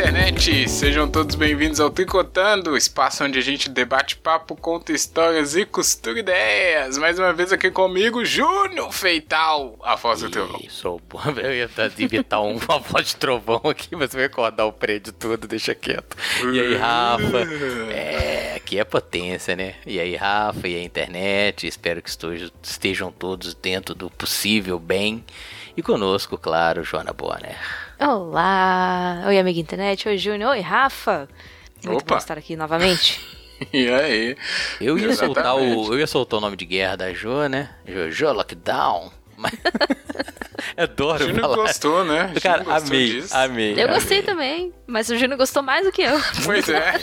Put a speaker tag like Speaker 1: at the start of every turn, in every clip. Speaker 1: aí, sejam todos bem-vindos ao Tricotando, espaço onde a gente debate papo, conta histórias e costura ideias. Mais uma vez aqui comigo, Júnior Feital, a voz do trovão.
Speaker 2: Isso, pô, eu ia inventar um, uma voz de trovão aqui, mas eu ia acordar o prédio todo, deixa quieto. E aí, Rafa? É, aqui é potência, né? E aí, Rafa, e a internet, espero que estoj- estejam todos dentro do possível bem. E conosco, claro, Joana Bonner.
Speaker 3: Olá! Oi, amiga internet, oi, Júnior, oi, Rafa! Muito
Speaker 1: Opa.
Speaker 3: bom estar aqui novamente.
Speaker 1: E aí?
Speaker 2: Eu ia, soltar
Speaker 1: Exatamente.
Speaker 2: o, eu ia soltar o nome de guerra da Jo, né? Jojo Lockdown. Mas...
Speaker 1: A
Speaker 2: Adoro
Speaker 1: gente não
Speaker 2: falar.
Speaker 1: gostou, né? A gente
Speaker 2: Cara,
Speaker 1: não gostou
Speaker 2: amei,
Speaker 1: disso.
Speaker 2: amei.
Speaker 3: Eu
Speaker 2: amei.
Speaker 3: gostei também, mas o Júnior gostou mais do que eu.
Speaker 1: Pois é.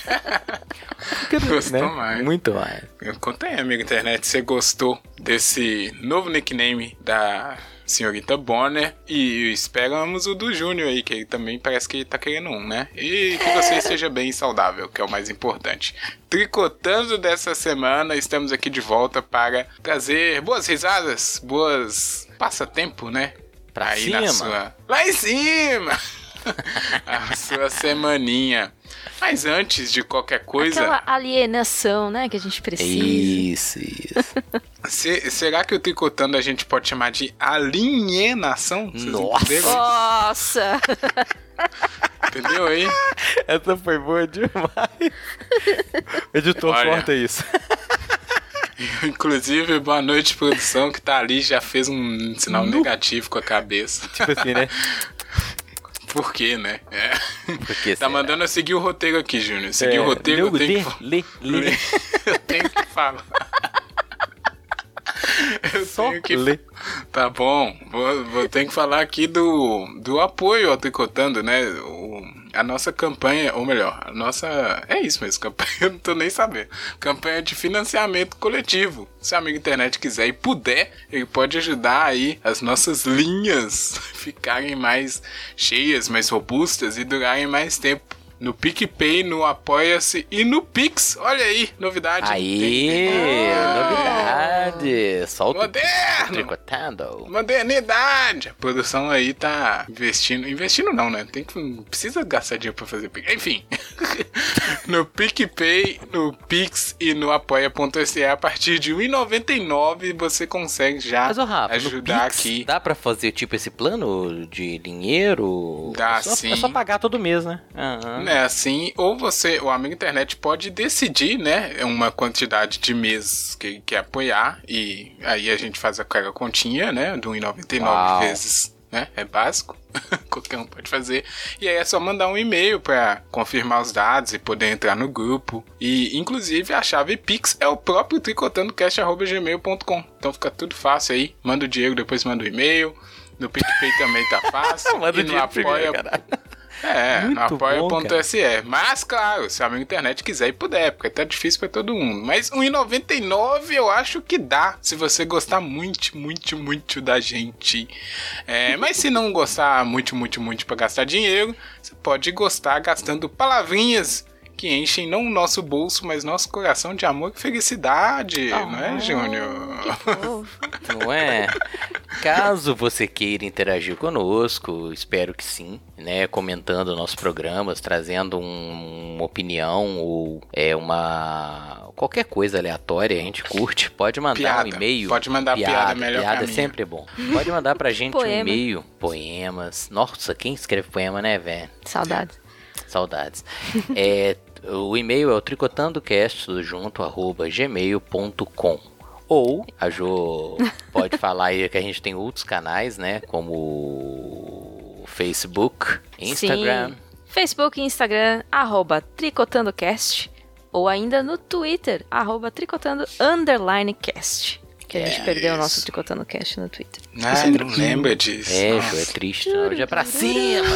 Speaker 1: gostou
Speaker 2: Né?
Speaker 1: mais.
Speaker 2: Muito mais.
Speaker 1: Conta aí, amigo internet, se você gostou desse novo nickname da senhorita Bonner e esperamos o do Júnior aí, que ele também parece que tá querendo um, né? E que
Speaker 2: É.
Speaker 1: você esteja bem e saudável, que é o mais importante. Tricotando dessa semana, estamos aqui de volta para trazer boas risadas, boas passatempo, né?
Speaker 2: Pra
Speaker 1: aí
Speaker 2: cima.
Speaker 1: Na sua... Lá em cima! a sua semaninha. Mas antes de qualquer coisa...
Speaker 3: Aquela alienação, né, que a gente precisa.
Speaker 2: Isso, isso.
Speaker 1: Se- será que o tricotando a gente pode chamar de alienação? Vocês
Speaker 2: Nossa.
Speaker 1: entenderam?
Speaker 3: Nossa!
Speaker 1: Entendeu aí?
Speaker 2: Essa foi boa demais. Editor,
Speaker 1: Olha.
Speaker 2: corta isso. Tipo
Speaker 1: Inclusive, boa noite, produção, que tá ali já fez um sinal negativo com a cabeça.
Speaker 2: Tipo assim, né?
Speaker 1: Por quê, né? É.
Speaker 2: Porque
Speaker 1: Tá mandando eu seguir o roteiro aqui, Júnior.
Speaker 2: É,
Speaker 1: Seguir o roteiro, eu
Speaker 2: Lê,
Speaker 1: tenho que fa-
Speaker 2: lê, lê.
Speaker 1: eu tenho que falar. Eu
Speaker 2: Só
Speaker 1: tenho que
Speaker 2: lê.
Speaker 1: Tá bom, vou, vou ter que falar aqui do, do apoio ao Tricotando, né? O, a nossa campanha, ou melhor, a nossa. É isso mesmo, campanha, eu não tô nem sabendo. Campanha de financiamento coletivo. Se o amigo internet quiser e puder, ele pode ajudar aí as nossas linhas ficarem mais cheias, mais robustas e durarem mais tempo. No PicPay, no Apoia-se e no Pix. Olha aí, novidade.
Speaker 2: Aí, novidade. Solta o-
Speaker 1: Moderno.
Speaker 2: Tricotando.
Speaker 1: Modernidade! A produção aí tá investindo. Investindo não, né? Tem que, não precisa gastar dinheiro pra fazer Pix. Enfim. no PicPay, no Pix e no apoia.se, a partir de R$1,99 você consegue já
Speaker 2: Mas, ô Rafa,
Speaker 1: ajudar
Speaker 2: no Pix,
Speaker 1: aqui.
Speaker 2: dá pra fazer, tipo, esse plano de dinheiro?
Speaker 1: Dá,
Speaker 2: é só,
Speaker 1: sim.
Speaker 2: É só pagar todo mês, né? Aham.
Speaker 1: Né, assim, ou você, o amigo internet pode decidir, né, uma quantidade de meses que quer apoiar e aí a gente faz aquela continha, né, do 1,99
Speaker 2: Uau.
Speaker 1: vezes, né, é básico, qualquer um pode fazer. E aí é só mandar um e-mail para confirmar os dados e poder entrar no grupo. E, inclusive, a chave Pix é o próprio tricotandocast.gmail.com. Então fica tudo fácil aí, manda o dinheiro, depois manda o e-mail. No PicPay também tá fácil.
Speaker 2: Manda
Speaker 1: e no
Speaker 2: o dinheiro primeiro,
Speaker 1: apoia-
Speaker 2: caralho.
Speaker 1: é, no
Speaker 2: Muito bom, cara.
Speaker 1: apoia.se. Mas, claro, se a minha internet quiser e puder, porque tá difícil pra todo mundo. Mas R$1,99 eu acho que dá, se você gostar muito, muito, muito da gente. É, mas se não gostar muito, muito, muito pra gastar dinheiro, você pode gostar gastando palavrinhas que enchem não o nosso bolso, mas nosso coração de amor e felicidade,
Speaker 2: Ah,
Speaker 1: não é, Júnior?
Speaker 3: Que fofo.
Speaker 2: Não é? Caso você queira interagir conosco, espero que sim, né? Comentando nossos programas, trazendo um- uma opinião ou é uma qualquer coisa aleatória, a gente curte. Pode mandar um
Speaker 1: Piada.
Speaker 2: e-mail.
Speaker 1: Pode mandar piada, melhor
Speaker 2: piada
Speaker 1: caminho.
Speaker 2: sempre é bom. Pode mandar pra gente um
Speaker 3: Poema.
Speaker 2: e-mail, poemas. Nossa, quem escreve poema, né, velho?
Speaker 3: Saudades.
Speaker 2: Saudades. É, o e-mail é o tricotandocast tudo junto, arroba gmail.com. Ou a Jo pode falar aí que a gente tem outros canais, né? Como o Facebook, Instagram.
Speaker 3: Sim. Facebook e Instagram, arroba tricotandocast. Ou ainda no Twitter, arroba tricotando underline cast. Que a gente perdeu o nosso
Speaker 1: É Isso.
Speaker 3: tricotando cast no Twitter.
Speaker 1: Ai, não Né? lembra disso.
Speaker 2: É,
Speaker 1: Nossa.
Speaker 2: Jo, é triste. Não. Hoje é pra cima.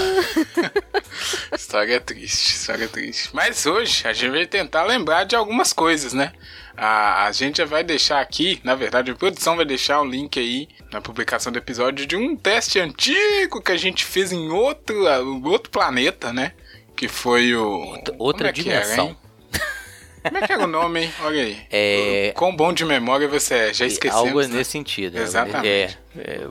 Speaker 1: História é triste, história triste. Mas hoje a gente vai tentar lembrar de algumas coisas, né? A, a gente já vai deixar aqui, na verdade, a produção vai deixar o link aí na publicação do episódio de um teste antigo que a gente fez em outro, um outro planeta, né? Que foi o. como
Speaker 2: Outra
Speaker 1: é que era,
Speaker 2: dimensão.
Speaker 1: hein? Como é que era o nome, hein? Olha aí.
Speaker 2: É-
Speaker 1: Quão bom de memória você é, já
Speaker 2: E
Speaker 1: esquecemos.
Speaker 2: Algo
Speaker 1: né?
Speaker 2: nesse sentido. né?
Speaker 1: Exatamente.
Speaker 2: É, é,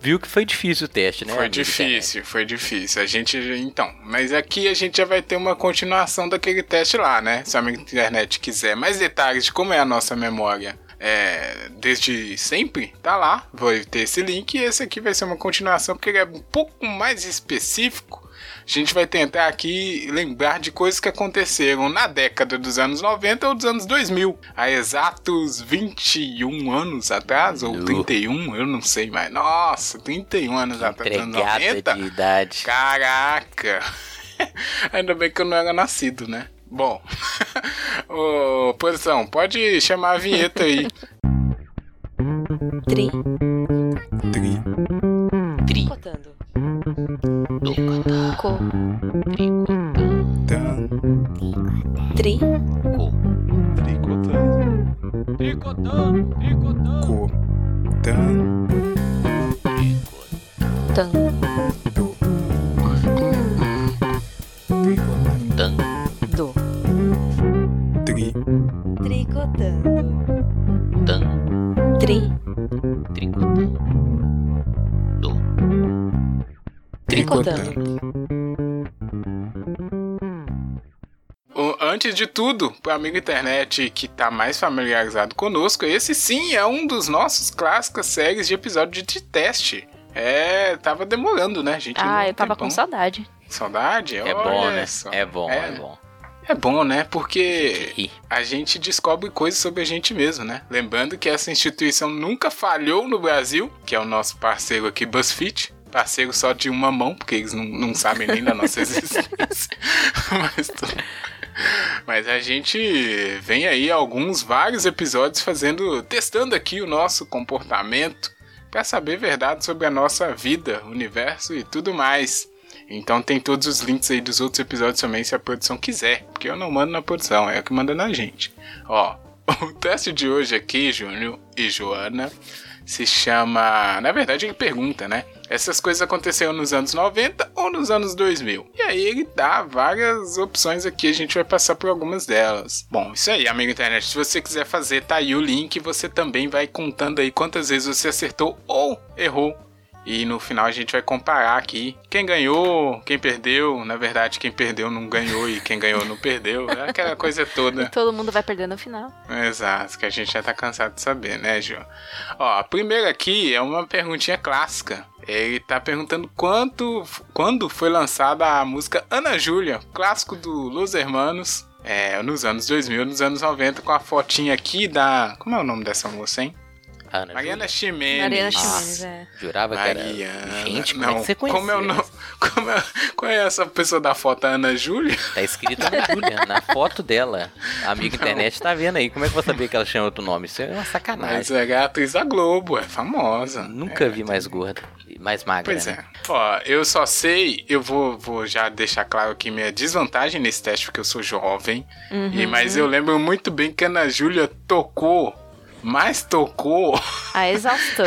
Speaker 2: viu que foi difícil o teste, né?
Speaker 1: Foi
Speaker 2: amigo internet?
Speaker 1: difícil, foi difícil. A gente, então, mas aqui a gente já vai ter uma continuação daquele teste lá, né? Se a minha internet quiser mais detalhes de como é a nossa memória. é, desde sempre, tá lá. Vai ter esse link e esse aqui vai ser uma continuação, porque ele é um pouco mais específico. A gente vai tentar aqui lembrar de coisas que aconteceram na década dos anos 90 ou dos anos 2000, há exatos 21 anos atrás, ou
Speaker 2: Nu.
Speaker 1: 31, eu não sei mais. Nossa, 31 anos atrás, dos anos
Speaker 2: Entregada
Speaker 1: 90?
Speaker 2: de idade.
Speaker 1: é Caraca! Ainda bem que eu não era nascido, né? Bom, ô, produção, pode chamar a vinheta aí.
Speaker 3: Tri. Tricotando. Co. Tri. Tan. Do. Tricotando. Tri. Tricotando.
Speaker 1: Ô, Antes de tudo, pro amigo internet que tá mais familiarizado conosco, esse sim é um dos nossos clássicos séries de episódio de teste. É, tava demorando, né, gente?
Speaker 3: Ah,
Speaker 1: Um
Speaker 3: eu tava
Speaker 1: tempão.
Speaker 3: com saudade.
Speaker 1: saudade. Olha
Speaker 2: É bom, né?
Speaker 1: só.
Speaker 2: É bom,
Speaker 1: É.
Speaker 2: é, bom.
Speaker 1: É bom, né? Porque
Speaker 2: Ih,
Speaker 1: a gente descobre coisas sobre a gente mesmo, né? Lembrando que essa instituição nunca falhou no Brasil, que é o nosso parceiro aqui, BuzzFeed. Parceiro só de uma mão, porque eles não, não sabem nem da nossa existência. Mas, tudo. Mas a gente vem aí alguns, vários episódios fazendo, testando aqui o nosso comportamento para saber verdade sobre a nossa vida, universo e tudo mais. Então tem todos os links aí dos outros episódios também, se a produção quiser. Porque eu não mando na produção, é o que manda na gente. Ó, o teste de hoje aqui, Júnior e Joana, se chama... Na verdade ele pergunta, né? Essas coisas aconteceram nos anos 90 ou nos anos 2000? E aí ele dá várias opções aqui, a gente vai passar por algumas delas. Bom, isso aí, amigo internet. Se você quiser fazer, tá aí o link. Você também vai contando aí quantas vezes você acertou ou errou e no final a gente vai comparar aqui quem ganhou, quem perdeu. Na verdade, quem perdeu não ganhou e quem ganhou não perdeu. É aquela coisa toda.
Speaker 3: Todo mundo vai perder no final.
Speaker 1: Exato, que a gente já tá cansado de saber, né, Ju? Ó, a primeira aqui é uma perguntinha clássica. Ele tá perguntando quanto, quando foi lançada a música Ana Júlia, clássico do Los Hermanos, é, nos anos 2000, nos anos 90, com a fotinha aqui da... Como é o nome dessa moça, hein? Mariana
Speaker 2: Ana, Mariana...
Speaker 1: Ximenes.
Speaker 3: Mariana
Speaker 2: Nossa.
Speaker 3: Chimenez, é.
Speaker 2: Jurava que
Speaker 1: Mariana.
Speaker 2: era. Gente, como
Speaker 1: não.
Speaker 2: é que você conheceu?
Speaker 1: Como é o nome? Como é, qual é essa pessoa da foto, a Ana Júlia?
Speaker 2: Tá escrito Ana Júlia na foto dela. A amiga internet tá vendo aí. Como é que eu vou saber que ela chama outro nome? Isso é uma
Speaker 1: Mas
Speaker 2: sacanagem.
Speaker 1: é a atriz da Globo, é famosa.
Speaker 2: Nunca
Speaker 1: É,
Speaker 2: vi mais gorda. Mais magra.
Speaker 1: Pois
Speaker 2: né?
Speaker 1: é. Ó, eu só sei, eu vou, vou já deixar claro aqui minha desvantagem nesse teste, porque eu sou jovem.
Speaker 3: Uhum.
Speaker 1: E, mas eu lembro muito bem que a Ana Júlia tocou, mas tocou.
Speaker 3: A exaustão.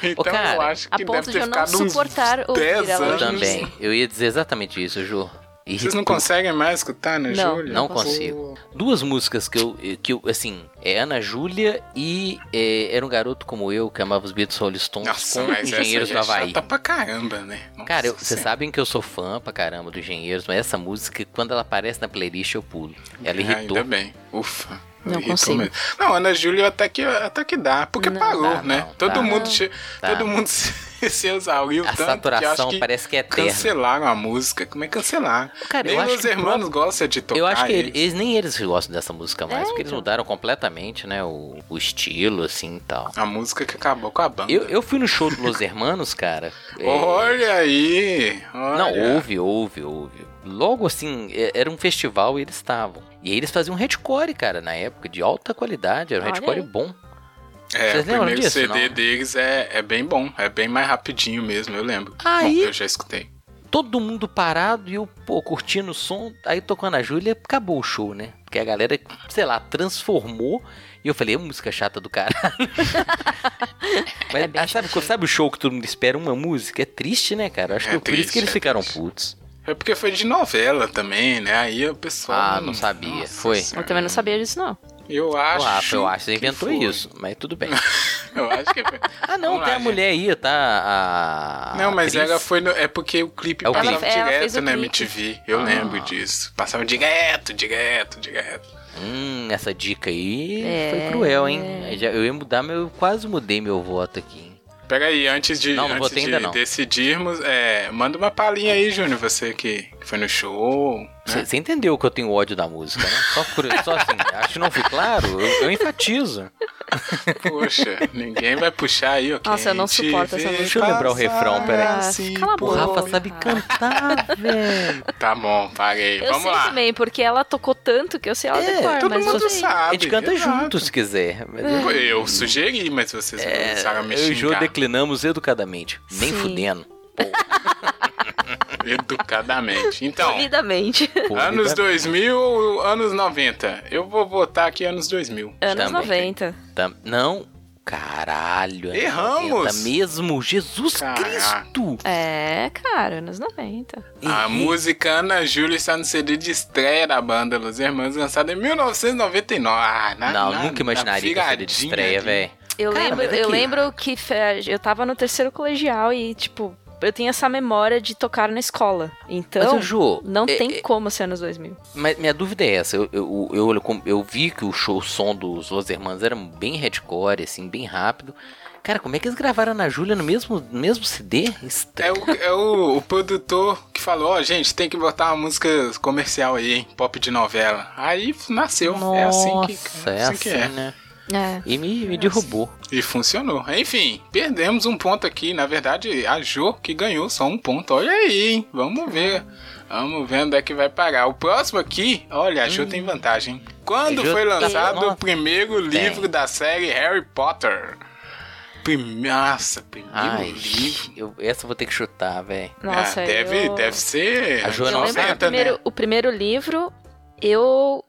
Speaker 1: Então
Speaker 2: cara,
Speaker 1: eu acho
Speaker 3: a
Speaker 1: que
Speaker 3: ponto
Speaker 1: deve
Speaker 3: de
Speaker 1: ter
Speaker 3: eu não
Speaker 1: ficado uns
Speaker 3: suportar ouvir
Speaker 1: 10
Speaker 3: ela
Speaker 1: anos.
Speaker 2: Eu também. Eu ia dizer exatamente isso, Ju. E
Speaker 1: Vocês não conseguem mais escutar Ana
Speaker 3: Não,
Speaker 1: Júlia?
Speaker 2: não
Speaker 1: Pô.
Speaker 2: consigo. duas músicas que eu, que eu assim, é Ana Júlia e é, Era um Garoto Como Eu, que amava os Beatles Rolling Stones
Speaker 1: Nossa,
Speaker 2: com
Speaker 1: mas
Speaker 2: Engenheiros do
Speaker 1: essa já é
Speaker 2: Havaí.
Speaker 1: chata pra caramba, né? Nossa
Speaker 2: Cara, eu- vocês
Speaker 1: Senhora.
Speaker 2: sabem que eu sou fã pra caramba do Engenheiros, mas essa música, quando ela aparece na playlist, eu pulo. Ela
Speaker 1: Ah,
Speaker 2: irritou.
Speaker 1: Ainda bem. Ufa.
Speaker 3: Não
Speaker 1: Irritou
Speaker 3: consigo.
Speaker 1: mesmo. Não, Ana Júlia até que, até que dá, porque
Speaker 3: Não,
Speaker 1: parou,
Speaker 2: dá,
Speaker 1: né?
Speaker 2: não,
Speaker 1: todo,
Speaker 2: dá.
Speaker 1: mundo che-
Speaker 2: Dá.
Speaker 1: todo mundo se, se exauriu
Speaker 2: tá? A
Speaker 1: tanto que acho
Speaker 2: saturação
Speaker 1: que
Speaker 2: parece que é eterna.
Speaker 1: cancelaram a música. Como é cancelar?
Speaker 2: Cara, eu
Speaker 1: Nem
Speaker 2: acho
Speaker 1: os
Speaker 2: que o
Speaker 1: irmãos gostam de tocar
Speaker 2: Eu acho que
Speaker 1: eles.
Speaker 2: eles, nem eles gostam dessa música mais,
Speaker 3: É,
Speaker 2: porque eles
Speaker 3: então.
Speaker 2: mudaram completamente, né? O, o estilo, assim e tal.
Speaker 1: A música que acabou com a banda.
Speaker 2: Eu, eu fui no show do Los Hermanos, cara. é,
Speaker 1: Olha aí! Olha.
Speaker 2: Não, houve, houve, houve. Logo assim, é- era um festival e eles estavam. E aí eles faziam um hardcore, cara, na época, de alta qualidade. Era um
Speaker 3: Olha
Speaker 2: hardcore
Speaker 3: aí.
Speaker 2: bom.
Speaker 1: É,
Speaker 2: Vocês
Speaker 1: o
Speaker 2: lembram
Speaker 1: primeiro
Speaker 2: disso,
Speaker 1: CD
Speaker 2: não?
Speaker 1: deles é, é bem bom. É bem mais rapidinho mesmo, eu lembro.
Speaker 2: Aí-
Speaker 1: Bom, eu já escutei.
Speaker 2: Todo mundo parado e eu, pô, curtindo o som. Aí tocando a Júlia, acabou o show, né? Porque a galera, sei lá, transformou. E eu falei, é música chata do caralho. Mas
Speaker 3: É bem
Speaker 2: ah, sabe, sabe o show que todo mundo espera? Uma música? É triste, né, cara? Acho
Speaker 1: É
Speaker 2: que por isso
Speaker 1: triste,
Speaker 2: que eles
Speaker 1: é
Speaker 2: ficaram
Speaker 1: triste.
Speaker 2: putos.
Speaker 1: É porque foi de novela também, né? Aí o pessoal.
Speaker 2: Ah, não sabia. Foi.
Speaker 3: Eu também não sabia disso, não.
Speaker 1: Eu acho.
Speaker 2: O Rafa, eu acho que inventou
Speaker 1: foi.
Speaker 2: isso, mas tudo bem.
Speaker 1: Eu acho que foi.
Speaker 2: Ah, não,
Speaker 1: Vamos
Speaker 2: tem
Speaker 1: lá,
Speaker 2: a mulher aí, tá? A
Speaker 1: Não, mas
Speaker 2: atriz.
Speaker 1: ela foi no- É porque o clipe
Speaker 2: É o
Speaker 1: passava
Speaker 3: clipe. Ela- ela fez
Speaker 1: direto
Speaker 3: o
Speaker 1: na
Speaker 3: clipe.
Speaker 1: MTV. Eu
Speaker 2: Ah.
Speaker 1: lembro disso. Passava direto, direto, direto.
Speaker 2: Hum, essa dica aí
Speaker 3: É.
Speaker 2: foi cruel, hein? Eu já- Eu ia mudar, mas eu quase mudei meu voto aqui. hein?
Speaker 1: Pega aí, antes de,
Speaker 2: Não, não
Speaker 1: antes
Speaker 2: votei
Speaker 1: de
Speaker 2: ainda não.
Speaker 1: decidirmos, é, manda uma palhinha aí, Júnior, você que que foi no show. né?
Speaker 2: Você entendeu que eu tenho ódio da música, né? Só, por, só assim, acho que não foi claro, eu, eu enfatizo.
Speaker 1: Poxa, ninguém vai puxar aí, ok?
Speaker 3: Nossa, eu não suporto essa música.
Speaker 2: Deixa eu lembrar o refrão, peraí.
Speaker 3: Ah,
Speaker 1: assim
Speaker 3: cala a
Speaker 2: O
Speaker 3: Pô,
Speaker 2: Rafa sabe
Speaker 3: Rafa.
Speaker 2: cantar, velho.
Speaker 1: Tá bom, parei.
Speaker 3: Eu
Speaker 1: Vamos
Speaker 3: sei
Speaker 1: lá.
Speaker 3: também, porque ela tocou tanto que eu sei ela
Speaker 2: É,
Speaker 3: decora,
Speaker 1: Todo
Speaker 3: mas
Speaker 1: mundo
Speaker 3: você...
Speaker 1: sabe.
Speaker 2: A gente canta
Speaker 1: Ah, exato.
Speaker 2: junto se
Speaker 3: É.
Speaker 2: quiser. mas eu-
Speaker 1: Pô, Eu sugeri, mas vocês começaram a me
Speaker 2: Eu e o Jô
Speaker 1: xingar
Speaker 2: declinamos educadamente. Nem
Speaker 3: Sim.
Speaker 2: fudendo.
Speaker 1: educadamente. Então,
Speaker 3: Polidamente.
Speaker 2: Pô,
Speaker 1: anos
Speaker 2: vida-
Speaker 1: 2000 ou anos 90? Eu vou votar aqui anos 2000.
Speaker 3: Anos
Speaker 2: Também.
Speaker 3: 90.
Speaker 2: Tam- tá- Não. Caralho. anos
Speaker 1: Erramos.
Speaker 2: 90 mesmo. Jesus
Speaker 1: Caraca.
Speaker 2: Cristo.
Speaker 3: É, cara, anos 90.
Speaker 1: A
Speaker 2: Errei.
Speaker 1: música Ana Júlia está no CD de estreia da banda Los Hermanos, lançada em 1999. Ah, na,
Speaker 2: Não,
Speaker 1: na-
Speaker 2: nunca imaginaria que
Speaker 1: na
Speaker 2: eu seria de
Speaker 1: figadinha
Speaker 2: estreia,
Speaker 1: ali.
Speaker 2: velho.
Speaker 3: Eu,
Speaker 2: Cara,
Speaker 3: lembro,
Speaker 2: mas
Speaker 3: eu
Speaker 2: aqui-
Speaker 3: lembro que fe- eu tava no terceiro colegial e, tipo, eu tenho essa memória de tocar na escola.
Speaker 2: Mas,
Speaker 3: Então,
Speaker 2: ô, Jô,
Speaker 3: não
Speaker 2: é-
Speaker 3: tem como ser anos 2000.
Speaker 2: Mas minha dúvida é essa. Eu, eu, eu, eu- eu vi que o show, o som dos Los Hermanos era bem hardcore, assim, bem rápido. Cara, como é que eles gravaram na Júlia no mesmo, no mesmo CD?
Speaker 1: É
Speaker 2: Estranho.
Speaker 1: o, é o, o produtor que falou, ó, gente, tem que botar uma música comercial aí, hein? Pop de novela. Aí nasceu. é assim que
Speaker 2: Nossa,
Speaker 1: é.
Speaker 2: é
Speaker 1: Assim que
Speaker 2: assim,
Speaker 1: é. assim.
Speaker 2: né?
Speaker 3: É.
Speaker 2: E me, me derrubou.
Speaker 1: E funcionou. Enfim, perdemos um ponto aqui. Na verdade, a Jo que ganhou só um ponto. Olha aí, hein? Vamos ver. Vamos ver onde é que vai parar. O próximo aqui, olha, a Jo tem vantagem. Quando
Speaker 2: Hum. A Jo
Speaker 1: foi
Speaker 2: tá-
Speaker 1: lançado o
Speaker 2: nossa.
Speaker 1: primeiro livro da série Harry Potter? Prime... Nossa, primeiro
Speaker 2: Ai,
Speaker 1: livro.
Speaker 2: eu- essa eu vou ter que chutar, velho.
Speaker 3: Nossa,
Speaker 1: Ah, deve,
Speaker 3: eu...
Speaker 1: deve ser.
Speaker 2: A Jo
Speaker 3: Eu
Speaker 2: não
Speaker 3: lembro que o
Speaker 2: acerta,
Speaker 3: primeiro, o primeiro livro eu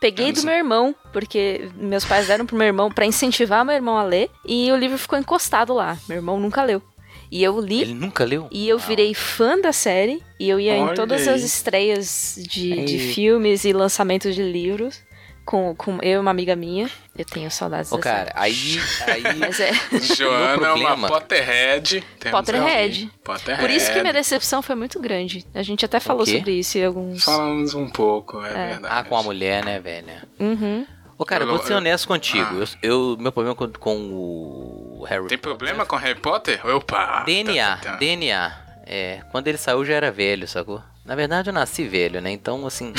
Speaker 3: peguei
Speaker 1: Anos-
Speaker 3: do meu irmão, porque meus pais deram pro meu irmão pra incentivar meu irmão a ler, e o livro ficou encostado lá. Meu irmão nunca leu. E eu li
Speaker 2: Ele nunca leu?
Speaker 3: e eu virei fã da série, e eu ia
Speaker 1: Olha
Speaker 3: em todas
Speaker 1: aí.
Speaker 3: as estreias de, de
Speaker 2: Aí.
Speaker 3: filmes e lançamentos de livros. Com, com eu e uma amiga minha. Eu tenho saudades
Speaker 2: Ô,
Speaker 3: dessa
Speaker 2: cara, aí. aí um
Speaker 3: Mas é.
Speaker 1: Joana é uma
Speaker 2: problema.
Speaker 1: Potterhead. Temos
Speaker 3: Potterhead.
Speaker 1: alguém. Potterhead.
Speaker 3: Por isso que minha decepção foi muito grande. A gente até falou
Speaker 2: É. quê?
Speaker 3: sobre isso em alguns.
Speaker 1: Falamos um pouco, é, verdade.
Speaker 2: ah, com a mulher, né, velho?
Speaker 3: Uhum.
Speaker 2: Ô, cara, eu
Speaker 1: Eu-
Speaker 2: vou ser
Speaker 1: eu-
Speaker 2: honesto contigo.
Speaker 1: Ah.
Speaker 2: Eu, eu- meu problema com, com o Harry
Speaker 1: Tem
Speaker 2: Potter-
Speaker 1: problema com Harry Potter? Opa! tá,
Speaker 2: DNA,
Speaker 1: tá, tá.
Speaker 2: DNA. É, quando ele saiu eu já era velho, sacou? Na verdade eu nasci velho, né? Então, assim.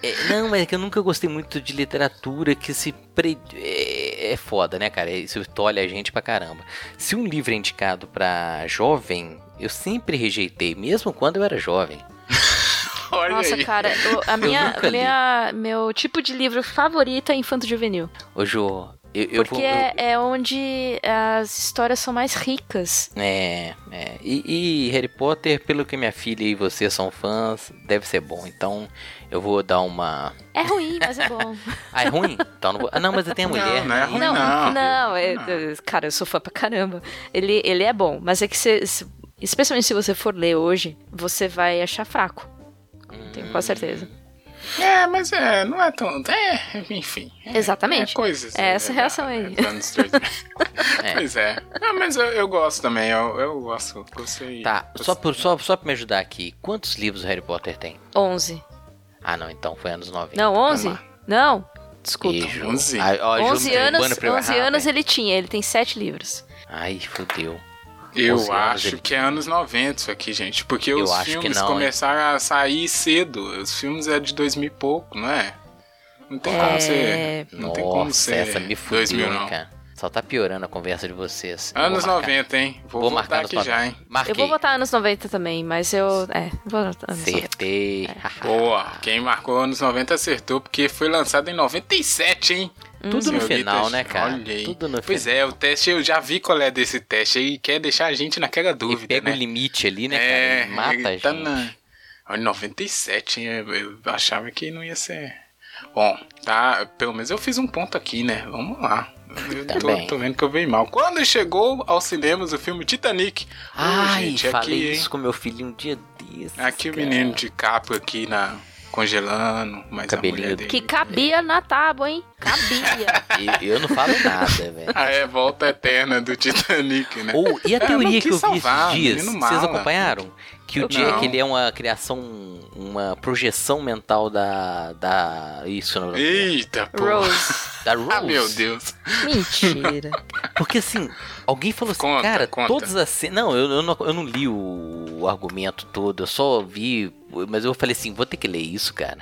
Speaker 2: É, não, mas é que eu nunca gostei muito de literatura que se. Pre... É, é foda, né, cara? Isso tolhe a gente pra caramba. Se um livro é indicado pra jovem, eu sempre rejeitei, mesmo quando eu era jovem.
Speaker 1: Olha
Speaker 3: Nossa,
Speaker 1: aí.
Speaker 3: cara, eu- a minha,
Speaker 2: nunca li.
Speaker 3: minha- meu tipo de livro favorito é Infanto Juvenil.
Speaker 2: Ô, Jô, eu, eu
Speaker 3: Porque
Speaker 2: vou.
Speaker 3: é, é onde as histórias são mais ricas.
Speaker 2: eu- É, é. E, e Harry Potter, pelo que minha filha e você são fãs, deve ser bom. Então, eu vou dar uma.
Speaker 3: É ruim, mas é bom.
Speaker 2: Ah, é ruim? Então não vou... Ah, não, mas tem a
Speaker 1: Não,
Speaker 2: mulher.
Speaker 1: não é ruim.
Speaker 3: não, não,
Speaker 1: não.
Speaker 3: é- é- cara, eu sou fã pra caramba. Ele, ele é bom, mas é que você. se- Especialmente se você for ler hoje, você vai achar fraco.
Speaker 2: Hum.
Speaker 3: Tenho quase certeza.
Speaker 1: É, mas é, não é tão. É, enfim. é-
Speaker 3: Exatamente.
Speaker 1: É coisas.
Speaker 3: É essa a reação
Speaker 1: da-
Speaker 3: aí.
Speaker 1: dos anos 2000. Pois é. Não, mas eu, eu gosto também, eu, eu gosto. Gostei.
Speaker 2: Tá, só, por, só, só pra me ajudar aqui, quantos livros o Harry Potter tem?
Speaker 3: 11.
Speaker 2: Ah, não, então foi anos 90.
Speaker 3: Não, 11?
Speaker 1: Vamos
Speaker 3: Não. Desculpa.
Speaker 2: Ih, Ju.
Speaker 1: 11.
Speaker 2: Ai, ó, Ju,
Speaker 3: 11
Speaker 2: me derrubando
Speaker 3: anos,
Speaker 2: pra eu
Speaker 3: 11
Speaker 2: errar,
Speaker 3: anos
Speaker 2: velho.
Speaker 3: ele tinha, ele tem 7 livros.
Speaker 2: Ai, fudeu.
Speaker 1: Eu
Speaker 2: 11 anos
Speaker 1: acho
Speaker 2: ele
Speaker 1: que é anos 90 isso aqui, gente. Porque
Speaker 2: Eu
Speaker 1: os
Speaker 2: acho que
Speaker 1: filmes
Speaker 2: não, hein?
Speaker 1: começaram a sair cedo. Os filmes é de 2000 e pouco, não é? Não tem como
Speaker 3: É.
Speaker 1: ser. Não
Speaker 2: Nossa,
Speaker 1: tem como ser.
Speaker 2: essa me fudeu,
Speaker 1: 2000, não.
Speaker 2: hein, cara. Só tá piorando a conversa de vocês. Eu
Speaker 1: Anos
Speaker 2: vou marcar.
Speaker 1: 90, hein? Vou,
Speaker 2: Vou
Speaker 1: voltar
Speaker 2: marcar nos
Speaker 1: aqui já, hein?
Speaker 2: Marquei.
Speaker 3: Eu vou botar anos 90 também, mas eu. É, vou botar anos 90.
Speaker 2: Acertei.
Speaker 3: É.
Speaker 1: Boa, quem marcou anos 90 acertou, porque foi lançado em 97, hein?
Speaker 2: Tudo no
Speaker 1: Senhoritas,
Speaker 2: final, né, cara?
Speaker 1: Olha aí.
Speaker 2: Tudo no
Speaker 1: pois
Speaker 2: final.
Speaker 1: é, o teste, eu já vi qual é desse teste aí, quer deixar a gente naquela dúvida,
Speaker 2: E pega
Speaker 1: né?
Speaker 2: o limite ali, né,
Speaker 1: é,
Speaker 2: cara? Ele mata a
Speaker 1: ele
Speaker 2: gente.
Speaker 1: tá na- Olha, 97, hein? Eu, eu achava que não ia ser... Bom, tá, pelo menos eu fiz um ponto aqui, né? Vamos lá. Eu
Speaker 2: Tá
Speaker 1: tô,
Speaker 2: bem.
Speaker 1: tô vendo que eu veio mal. Quando chegou aos cinemas o filme Titanic... Ô,
Speaker 2: Ai,
Speaker 1: gente,
Speaker 2: falei
Speaker 1: aqui, hein?
Speaker 2: isso com meu filho um dia desses,
Speaker 1: Aqui o
Speaker 2: cara.
Speaker 1: menino de capo aqui na, congelando, mas a
Speaker 2: Cabelinho
Speaker 1: mulher dele...
Speaker 3: Que cabia na tábua, hein? Cabia.
Speaker 2: E eu não falo nada, velho.
Speaker 1: A revolta Ah, é, eterna do Titanic, né?
Speaker 2: Ou, e a
Speaker 1: Eu não
Speaker 2: teoria
Speaker 1: quis
Speaker 2: que eu vi
Speaker 1: salvar,
Speaker 2: esses dias,
Speaker 1: menino
Speaker 2: vocês
Speaker 1: mala.
Speaker 2: acompanharam? Que o
Speaker 1: Eu
Speaker 2: dia
Speaker 1: não.
Speaker 2: que ele é uma criação, uma projeção mental da. da isso, não
Speaker 1: Eita, pô.
Speaker 3: Rose.
Speaker 2: Da Rose.
Speaker 1: Ah, meu Deus.
Speaker 3: Mentira.
Speaker 2: Porque assim, alguém falou assim,
Speaker 1: Conta,
Speaker 2: cara,
Speaker 1: conta.
Speaker 2: todas as cenas. Não eu, eu não, eu não li o, o argumento todo, eu só vi. Mas eu falei assim, vou ter que ler isso, cara.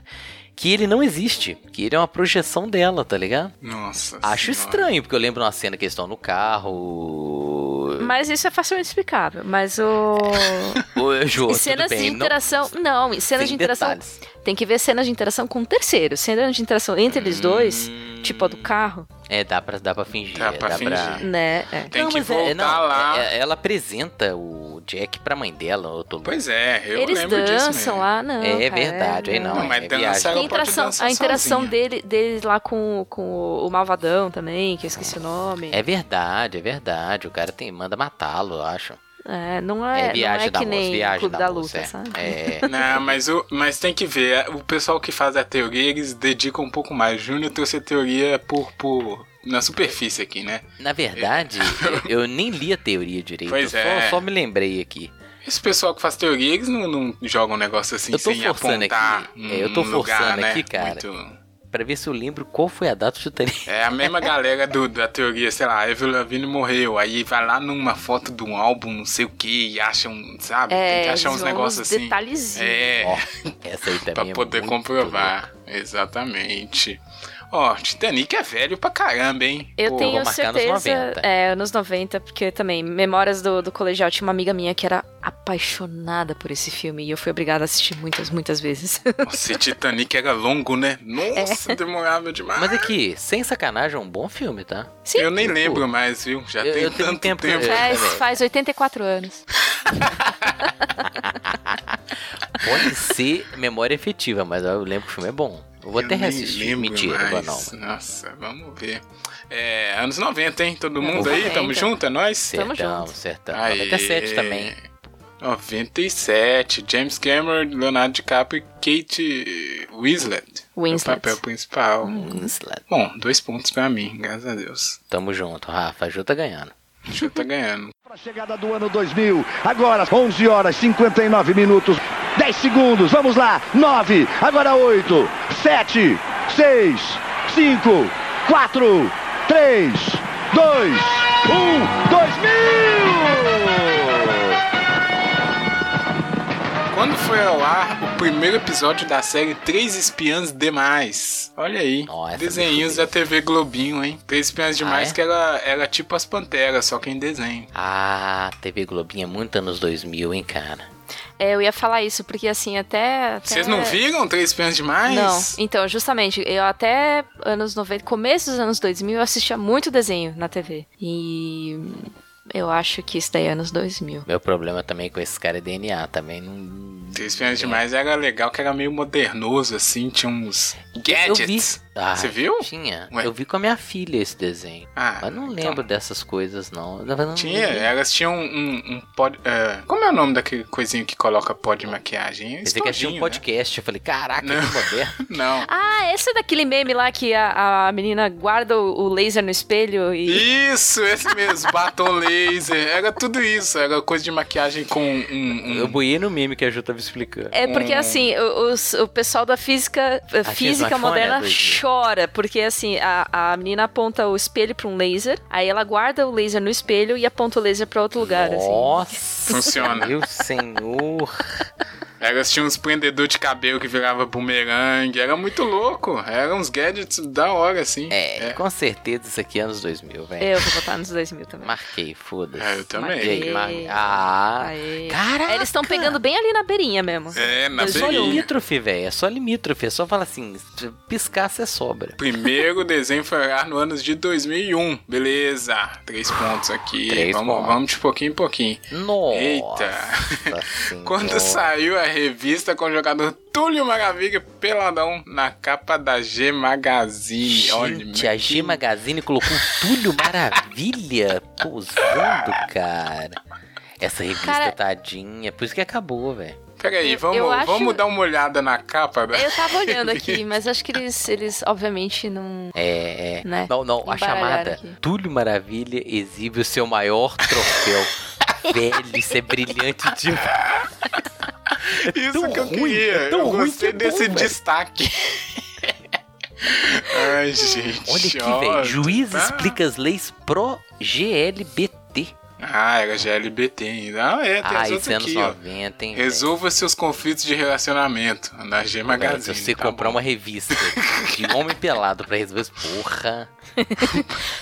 Speaker 2: Que ele não existe, que ele é uma projeção dela, tá ligado?
Speaker 1: Nossa
Speaker 2: Acho
Speaker 1: Senhora.
Speaker 2: estranho, porque eu lembro uma cena que eles estão no carro.
Speaker 3: Mas isso é facilmente explicável. Mas o.
Speaker 2: Ô, Jô,
Speaker 3: E
Speaker 2: tudo
Speaker 3: cenas
Speaker 2: bem,
Speaker 3: de
Speaker 2: não-
Speaker 3: interação. Não, e cenas de
Speaker 2: sem
Speaker 3: interação.
Speaker 2: detalhes.
Speaker 3: Tem que ver cenas de interação com terceiros. Cenas de interação entre eles dois,
Speaker 2: Hum.
Speaker 3: tipo a do carro,
Speaker 2: É, dá pra, dá pra fingir.
Speaker 1: Dá
Speaker 2: é,
Speaker 1: pra
Speaker 2: dá pra-
Speaker 1: fingir.
Speaker 3: né? É.
Speaker 1: Tem
Speaker 2: Não,
Speaker 1: que
Speaker 2: mas
Speaker 1: voltar
Speaker 2: é, não,
Speaker 1: lá.
Speaker 2: é- ela apresenta o Jack pra mãe dela, eu tô louco.
Speaker 1: Pois é, eu
Speaker 3: Eles
Speaker 1: lembro
Speaker 3: dançam
Speaker 1: disso mesmo.
Speaker 3: lá, não.
Speaker 2: É
Speaker 3: cara,
Speaker 2: verdade, aí não.
Speaker 1: Não, mas
Speaker 2: é
Speaker 1: dança ela
Speaker 2: viagem.
Speaker 3: Tem
Speaker 1: pode
Speaker 3: interação,
Speaker 1: dançar
Speaker 3: a interação
Speaker 1: sozinha.
Speaker 3: dele, deles lá com, o- com o, o Malvadão também, que eu esqueci o nome.
Speaker 2: É verdade, é verdade. O cara tem, manda matá-lo, eu acho.
Speaker 3: É, não
Speaker 2: É,
Speaker 3: é, não
Speaker 2: viagem
Speaker 3: é
Speaker 2: da
Speaker 3: que
Speaker 2: moça,
Speaker 3: nem
Speaker 2: viagem
Speaker 3: Clube
Speaker 2: da,
Speaker 3: da,
Speaker 2: moça.
Speaker 3: Luta,
Speaker 2: é.
Speaker 3: sabe?
Speaker 2: É.
Speaker 1: Não, mas, o, mas tem que ver. O pessoal que faz a teoria, eles dedicam um pouco mais. Júnior trouxe a teoria por, por, na superfície aqui, né?
Speaker 2: Na verdade, eu, eu nem li a teoria direito.
Speaker 1: Pois
Speaker 2: eu só,
Speaker 1: é.
Speaker 2: só me lembrei aqui.
Speaker 1: Esse pessoal que faz teoria, eles não, não jogam um negócio assim
Speaker 2: Eu tô
Speaker 1: sem
Speaker 2: forçando
Speaker 1: apontar.
Speaker 2: aqui.
Speaker 1: um
Speaker 2: É, eu tô
Speaker 1: lugar,
Speaker 2: forçando
Speaker 1: né?
Speaker 2: aqui, cara.
Speaker 1: Muito-
Speaker 2: Pra ver se eu lembro qual foi a data do Titanic.
Speaker 1: É a mesma galera do, da teoria, sei lá, a Avril Lavigne morreu, aí vai lá numa foto de um álbum, não sei o que, e acha um, sabe? tem que achar
Speaker 3: É, eles
Speaker 1: uns
Speaker 3: vão
Speaker 1: negócios
Speaker 3: nos
Speaker 1: assim.
Speaker 3: Detalhezinhos.
Speaker 1: É,
Speaker 2: Ó, essa aí também
Speaker 1: pra
Speaker 2: é
Speaker 1: poder
Speaker 2: muito
Speaker 1: comprovar. Exatamente. Ó, Titanic é velho pra caramba, hein?
Speaker 3: Eu
Speaker 1: Pô,
Speaker 2: vou
Speaker 3: tenho
Speaker 2: marcar nos
Speaker 3: certeza.
Speaker 2: 90.
Speaker 3: É, anos 90, porque também, memórias do, do colegial, tinha uma amiga minha que era apaixonada por esse filme e eu fui obrigada a assistir muitas, muitas vezes.
Speaker 1: Nossa, e Titanic era longo, né?
Speaker 3: É.
Speaker 1: Nossa, demorava demais.
Speaker 2: Mas aqui, sem sacanagem, é um bom filme, tá?
Speaker 3: Sim.
Speaker 1: eu nem lembro mais, viu? Já
Speaker 2: Eu-
Speaker 1: tem
Speaker 2: eu tenho
Speaker 1: tanto
Speaker 2: tempo-
Speaker 1: tempo.
Speaker 2: É.
Speaker 3: Faz, faz 84 anos.
Speaker 2: Pode ser memória efetiva, mas eu lembro que o filme é bom. Eu vou até
Speaker 1: Eu nem
Speaker 2: reassistir.
Speaker 1: lembro
Speaker 2: Mentira,
Speaker 1: mais.
Speaker 2: vou não.
Speaker 1: Nossa, vamos ver. É, anos 90, hein? Todo mundo
Speaker 3: Anos
Speaker 1: aí, tamo
Speaker 3: 90.
Speaker 1: junto, é nóis?
Speaker 2: Sertão,
Speaker 3: junto.
Speaker 2: sertão.
Speaker 1: Aê.
Speaker 2: 97 também.
Speaker 1: 97, James Cameron, Leonardo DiCaprio e Kate Winslet.
Speaker 3: Winslet.
Speaker 1: No papel principal.
Speaker 2: Hum. Winslet.
Speaker 1: Bom, dois pontos pra mim, graças a Deus.
Speaker 2: Tamo junto, Rafa. A Ju tá ganhando.
Speaker 1: O Ju tá ganhando.
Speaker 4: Para a chegada do ano 2000, agora 11 horas 59 minutos, 10 segundos, vamos lá, 9, agora 8, 7, 6, 5, 4, 3, 2, 1, 2000!
Speaker 1: Quando foi ao ar o primeiro episódio da série Três Espiãs Demais? Olha aí.
Speaker 2: Ó, essa
Speaker 1: Desenhinhos
Speaker 2: me fudeu.
Speaker 1: da TV Globinho, hein? Três Espiãs Demais
Speaker 2: é?
Speaker 1: que era, era tipo as Panteras, só que em desenho.
Speaker 2: Ah, TV Globinha é muito anos 2000, hein, cara.
Speaker 3: É, eu ia falar isso, porque assim, até. até-
Speaker 1: Vocês não viram Três Espiãs Demais?
Speaker 3: Não, então, justamente, eu até anos 90, começo dos anos 2000, eu assistia muito desenho na TV. E eu acho que isso daí é anos 2000.
Speaker 2: Meu problema também com esse cara é DNA. Também não...
Speaker 1: Três Espiãs Demais era legal, que era meio modernoso, assim, tinha uns gadgets.
Speaker 2: Ah,
Speaker 1: Você viu?
Speaker 2: Tinha.
Speaker 1: Ué.
Speaker 2: Eu vi com a minha filha esse desenho.
Speaker 1: Ah,
Speaker 2: mas não
Speaker 1: então.
Speaker 2: lembro dessas coisas, não. Eu não
Speaker 1: Tinha, é, elas tinham um, um pod. é, como é o nome daquele coisinho que coloca pó de maquiagem?
Speaker 2: Pensei que tinha um
Speaker 1: Estojinho,
Speaker 2: podcast. Eu falei, caraca,
Speaker 1: né? Não.
Speaker 2: que moderno.
Speaker 1: Né? Não.
Speaker 3: Ah, esse é daquele meme lá que a, a menina guarda o, o laser no espelho e.
Speaker 1: Isso, esse mesmo, batom laser. Era tudo isso, era coisa de maquiagem com um.
Speaker 2: Eu
Speaker 1: um-
Speaker 2: boiei no meme que a Ju tava explicando.
Speaker 3: É porque
Speaker 1: Hum.
Speaker 3: assim, o, os- o pessoal da física,
Speaker 2: é
Speaker 3: eh, física
Speaker 2: física fone
Speaker 3: moderna
Speaker 2: é 2000.
Speaker 3: chora, porque assim, a, a menina aponta o espelho pra um laser, aí ela guarda o laser no espelho e aponta o laser pra outro lugar, assim.
Speaker 2: Nossa,
Speaker 1: Funciona.
Speaker 2: meu senhor.
Speaker 1: Elas tinham uns prendedor de cabelo que virava bumerangue. Era muito louco. Eram uns gadgets da hora, assim.
Speaker 2: É, com certeza isso aqui é anos 2000, velho.
Speaker 3: Eu vou botar nos 2000 também.
Speaker 2: Marquei, foda-se.
Speaker 1: É, eu também.
Speaker 2: E aí, mar...
Speaker 3: Marquei.
Speaker 2: Ah,
Speaker 3: Aí.
Speaker 2: caraca!
Speaker 3: Eles estão pegando bem ali na beirinha mesmo.
Speaker 1: É, na
Speaker 2: É só
Speaker 1: beirinha.
Speaker 2: limítrofe, velho. É só limítrofe. É só falar assim, se piscar, você sobra.
Speaker 1: Primeiro desenho foi ao ar no ano de 2001. Beleza. Três pontos aqui.
Speaker 2: Três
Speaker 1: vamos,
Speaker 2: pontos.
Speaker 1: vamos de pouquinho em pouquinho.
Speaker 2: Nossa!
Speaker 1: Eita.
Speaker 2: senhora.
Speaker 1: Quando saiu a revista com o jogador Túlio Maravilha peladão na capa da G Magazine. Olha,
Speaker 2: Gente, a G Magazine colocou tudo maravilha posando, cara. Essa revista
Speaker 3: Cara-
Speaker 2: tadinha. Por isso que acabou, velho.
Speaker 1: Peraí,
Speaker 3: Eu-
Speaker 1: vamos,
Speaker 3: eu acho-
Speaker 1: vamos dar uma olhada na capa da.
Speaker 3: Eu tava olhando aqui, mas acho que eles, eles obviamente não.
Speaker 2: É, é.
Speaker 3: Né?
Speaker 2: Não, não, a
Speaker 3: Embaralharam
Speaker 2: chamada.
Speaker 3: aqui.
Speaker 2: Túlio Maravilha exibe o seu maior troféu. Velho, isso é brilhante de.
Speaker 1: Isso
Speaker 2: tão
Speaker 1: que eu
Speaker 2: ruim,
Speaker 1: queria.
Speaker 2: é tão
Speaker 1: eu
Speaker 2: ruim que
Speaker 1: gostei
Speaker 2: é bom,
Speaker 1: desse
Speaker 2: velho.
Speaker 1: destaque. Ai, gente.
Speaker 2: Olha aqui,
Speaker 1: ó,
Speaker 2: velho. Juiz
Speaker 1: tá?
Speaker 2: explica as leis pro GLBT.
Speaker 1: Ah, era GLBT ainda. Ah, é, tem as
Speaker 2: Ah,
Speaker 1: outras
Speaker 2: esse anos
Speaker 1: aqui, ó.
Speaker 2: 90, hein? velho.
Speaker 1: Resolva seus conflitos de relacionamento na G
Speaker 2: Cara,
Speaker 1: Magazine.
Speaker 2: se você
Speaker 1: tá
Speaker 2: comprar
Speaker 1: bom.
Speaker 2: uma revista de homem pelado pra resolver isso, porra.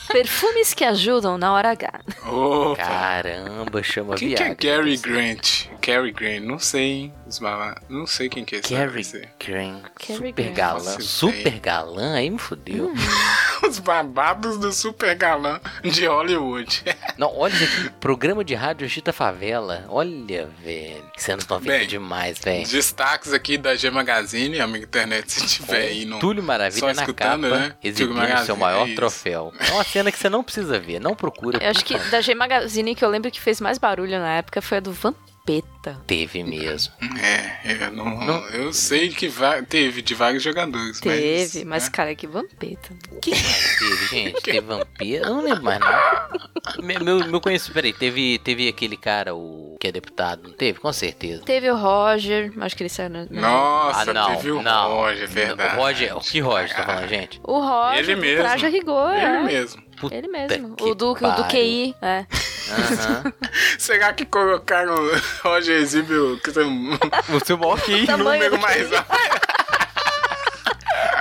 Speaker 3: Perfumes que ajudam na hora H.
Speaker 1: Opa.
Speaker 2: Caramba, chama
Speaker 1: Quem que
Speaker 2: viagem.
Speaker 1: é Gary Grant? Gary Grant, não sei, hein? Esmala- Não sei quem que é esse
Speaker 2: Gary
Speaker 1: cara,
Speaker 2: Grant,
Speaker 3: Cary
Speaker 2: super
Speaker 3: Grant.
Speaker 2: galã,
Speaker 1: Nossa,
Speaker 2: super
Speaker 1: velho.
Speaker 2: galã, aí me fodeu.
Speaker 1: esse- Os babados do super galã de Hollywood.
Speaker 2: Não, olha isso aqui, programa de rádio Chita Favela. Olha, velho, que anos 90
Speaker 1: Bem,
Speaker 2: demais, velho.
Speaker 1: Destaques aqui da G Magazine, amigo internet, se tiver aí no.
Speaker 2: Túlio
Speaker 1: só
Speaker 2: Maravilha na capa,
Speaker 1: escutando, né?
Speaker 2: exibindo
Speaker 1: Túlio Maravilha,
Speaker 2: seu maior
Speaker 1: é isso.
Speaker 2: troféu. É uma cena que você não precisa ver, não procura.
Speaker 3: Eu acho
Speaker 2: por
Speaker 3: que
Speaker 2: favor.
Speaker 3: da G Magazine que eu lembro que fez mais barulho na época foi a do Vampeta.
Speaker 2: Teve mesmo.
Speaker 1: É, eu não,
Speaker 2: Não.
Speaker 1: Eu sei que va- teve de vários jogadores,
Speaker 3: Teve, mas
Speaker 1: né?
Speaker 3: cara, que Vampeta.
Speaker 2: Que mais teve, gente? Teve vampiro? Eu não lembro mais, não. Me- Meu, meu conhecimento, peraí, teve, teve aquele cara, o que é deputado, não teve? Com certeza.
Speaker 3: Teve o Roger, acho que ele saiu né? no...
Speaker 1: Nossa,
Speaker 2: ah, não.
Speaker 1: teve o
Speaker 2: não.
Speaker 1: Roger, é verdade.
Speaker 2: O Roger, que Roger tá falando, gente?
Speaker 3: O Roger,
Speaker 1: Ele
Speaker 3: do
Speaker 1: mesmo.
Speaker 3: Traje a rigor,
Speaker 1: Ele
Speaker 3: é.
Speaker 1: mesmo.
Speaker 2: Puta
Speaker 3: Ele mesmo.
Speaker 2: que
Speaker 3: O do, o do
Speaker 2: pariu.
Speaker 3: QI, é.
Speaker 2: Aham.
Speaker 1: Será que colocaram o Roger Exíbio que tem um
Speaker 2: O seu maior que
Speaker 3: Tamanho
Speaker 1: número
Speaker 3: do
Speaker 1: mais
Speaker 3: QI.
Speaker 1: alto?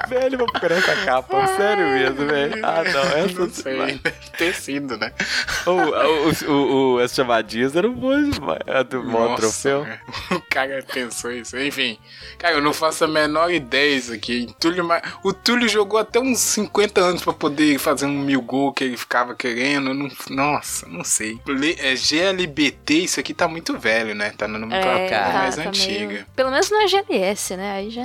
Speaker 2: Velho, vou procurar essa capa, sério mesmo, velho. Ah, não, essa
Speaker 1: Não sei, deve ter sido, né?
Speaker 2: O, o, o, as chamadinhas eram boas um demais. A do maior
Speaker 1: Nossa,
Speaker 2: troféu.
Speaker 1: cara. O cara pensou isso. Enfim, cara, eu não faço a menor ideia isso aqui. Túlio Ma- O Túlio jogou até uns 50 anos pra poder fazer um mil gol que ele ficava querendo. Eu não- Nossa, não sei. Le- é, GLBT, isso aqui tá muito velho, né? Tá numa
Speaker 3: É,
Speaker 1: coisa
Speaker 3: tá-
Speaker 1: mais
Speaker 3: tá meio-
Speaker 1: antiga.
Speaker 3: Pelo menos não é GLS, né? Aí já.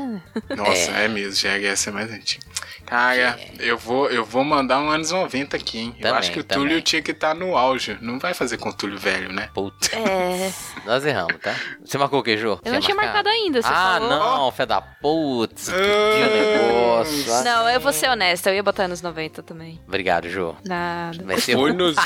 Speaker 1: Nossa, é. mesmo, GLS é mais antigo. Cara, eu, vou, eu vou mandar um anos 90 aqui, hein? eu
Speaker 2: Também,
Speaker 1: acho que o
Speaker 2: também.
Speaker 1: Túlio tinha que estar no auge. Não vai fazer com o Túlio velho, né?
Speaker 2: Puta,
Speaker 3: É.
Speaker 2: nós erramos, tá? Você marcou o queijo? Você
Speaker 3: Eu não
Speaker 2: ia
Speaker 3: tinha
Speaker 2: marcar?
Speaker 3: marcado ainda, você
Speaker 2: ah,
Speaker 3: falou.
Speaker 2: não, fé da putz. Que é negócio. Ah,
Speaker 3: Não, eu vou ser honesta, eu ia botar nos 90 também.
Speaker 2: Obrigado, Ju.
Speaker 3: Nada.
Speaker 2: Vai ser
Speaker 1: Foi
Speaker 2: ruim.
Speaker 1: nos,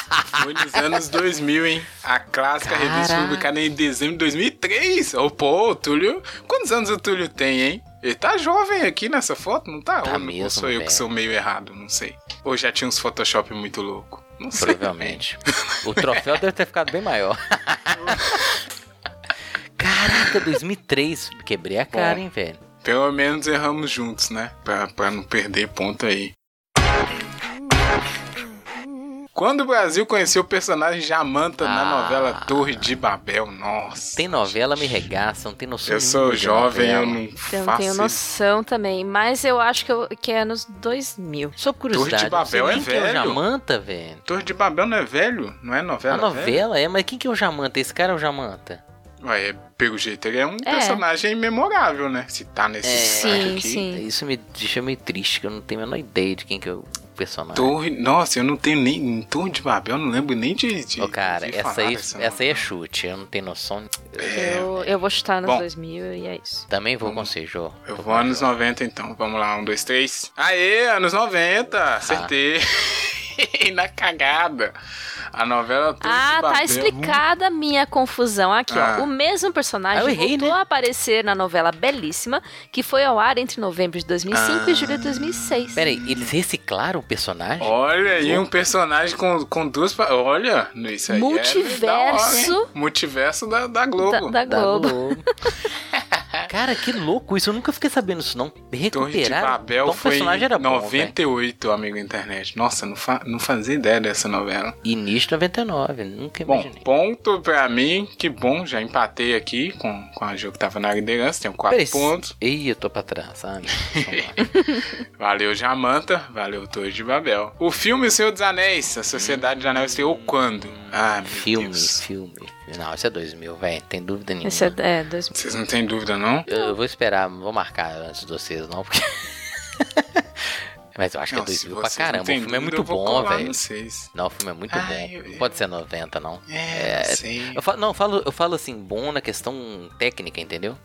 Speaker 1: foi nos anos 2000, hein? A clássica revista
Speaker 2: Caraca.
Speaker 1: publicada em dezembro de 2003. Ô, pô, o Túlio... Quantos anos o Túlio tem, hein? Ele tá jovem aqui nessa foto, não tá?
Speaker 2: Tá
Speaker 1: Ou não-
Speaker 2: mesmo,
Speaker 1: sou eu
Speaker 2: velho.
Speaker 1: que sou meio errado, não sei. Ou já tinha uns Photoshop muito louco. Não sei.
Speaker 2: Provavelmente. O troféu deve ter ficado bem maior. Caraca, 2003. Quebrei a cara, hein, velho.
Speaker 1: Pelo menos erramos juntos, né? Pra, pra não perder ponto aí. Quando o Brasil conheceu o personagem Jamanta na
Speaker 2: Ah.
Speaker 1: novela Torre de Babel, nossa.
Speaker 2: Tem novela, me regaça, não tem noção
Speaker 1: Eu sou
Speaker 2: nenhuma de
Speaker 1: jovem,
Speaker 2: novela.
Speaker 1: eu não
Speaker 3: Eu
Speaker 1: faço
Speaker 3: não tenho
Speaker 1: ideia.
Speaker 3: noção também, mas eu acho que, eu- que é nos 2000.
Speaker 2: Só por
Speaker 1: Torre de
Speaker 2: curiosidade, eu não sei
Speaker 1: Babel
Speaker 2: nem
Speaker 1: é
Speaker 2: quem o
Speaker 1: velho.
Speaker 2: Jamanta, velho.
Speaker 1: Torre de Babel não é velho? Não é novela?
Speaker 2: A novela é, mas quem que é o Jamanta? Esse cara é o Jamanta?
Speaker 1: velho? Ué, é- pelo jeito, ele é um personagem memorável, né? Se tá nesse
Speaker 2: É.
Speaker 1: site
Speaker 3: Sim,
Speaker 1: aqui.
Speaker 3: sim.
Speaker 2: Isso me deixa meio triste, que eu não tenho a menor ideia de quem que é o personagem.
Speaker 1: Torre. Nossa, eu não tenho nem. Torre de Babel, eu não lembro nem de. de
Speaker 2: Ô, cara,
Speaker 1: de
Speaker 2: essa
Speaker 1: falar
Speaker 2: aí,
Speaker 1: dessa
Speaker 2: essa aí é chute, eu não tenho noção.
Speaker 3: Eu, eu vou chutar nos
Speaker 1: é. Bom.
Speaker 3: 2000 e é isso.
Speaker 2: Também vou com você, Jô.
Speaker 1: Eu vou anos 90 então. Vamos lá, um, dois, três. Aê, anos
Speaker 2: Ah.
Speaker 1: 90! Acertei! Na cagada! A novela Torre de
Speaker 3: Ah,
Speaker 1: Babel.
Speaker 3: tá explicada a minha confusão. Aqui,
Speaker 1: Ah.
Speaker 3: ó. O mesmo personagem
Speaker 2: Ah, eu errei,
Speaker 3: voltou
Speaker 2: né?
Speaker 3: a aparecer na novela Belíssima, que foi ao ar entre novembro de 2005
Speaker 1: Ah.
Speaker 3: e julho de 2006.
Speaker 2: Pera aí, eles reciclaram o personagem?
Speaker 1: Olha aí,
Speaker 2: Hum.
Speaker 1: um personagem com, com duas. pa- Olha, isso aí. é
Speaker 3: Multiverso.
Speaker 1: da hora, hein? Multiverso da, da Globo.
Speaker 3: Da, da
Speaker 2: Da
Speaker 3: Globo.
Speaker 2: Globo. Cara, que louco isso. Eu nunca fiquei sabendo isso, não.
Speaker 1: Torre de
Speaker 2: Recuperaram.
Speaker 1: Babel
Speaker 2: então, o
Speaker 1: foi
Speaker 2: personagem era
Speaker 1: em
Speaker 2: bom, velho.
Speaker 1: 98, amigo internet. Nossa, não, fa- não fazia ideia dessa novela.
Speaker 2: Início de 99. Nunca
Speaker 1: Bom,
Speaker 2: imaginei.
Speaker 1: ponto pra mim. Que bom, já empatei aqui com, com a Ju que tava na liderança. Tenho quatro
Speaker 2: Peraí, se-
Speaker 1: tá, pontos.
Speaker 2: Ih, eu tô pra trás, ah, sabe?
Speaker 1: Valeu, Jamanta. Valeu, Torre de Babel. O filme O Senhor dos Anéis, A Sociedade dos Anéis, estreou quando? Ah, meu
Speaker 2: filme,
Speaker 1: Deus.
Speaker 2: filme. Não, esse é 2000, velho. Tem dúvida nenhuma.
Speaker 3: Esse é, é 2000.
Speaker 1: Vocês não têm dúvida, não?
Speaker 2: Eu, eu vou esperar, não vou marcar antes de vocês, não, porque. Mas eu acho
Speaker 1: Não,
Speaker 2: que é
Speaker 1: se
Speaker 2: 2000 pra
Speaker 1: vocês não
Speaker 2: caramba. O
Speaker 1: têm
Speaker 2: filme é
Speaker 1: dúvida,
Speaker 2: muito
Speaker 1: eu vou
Speaker 2: bom,
Speaker 1: colar
Speaker 2: velho.
Speaker 1: no seis.
Speaker 2: Não, o filme é muito
Speaker 1: Ai,
Speaker 2: bom.
Speaker 1: eu-
Speaker 2: Não pode ser 90, não.
Speaker 1: É, não sei.
Speaker 2: Eu falo, não, eu falo, eu falo assim, bom na questão técnica, entendeu?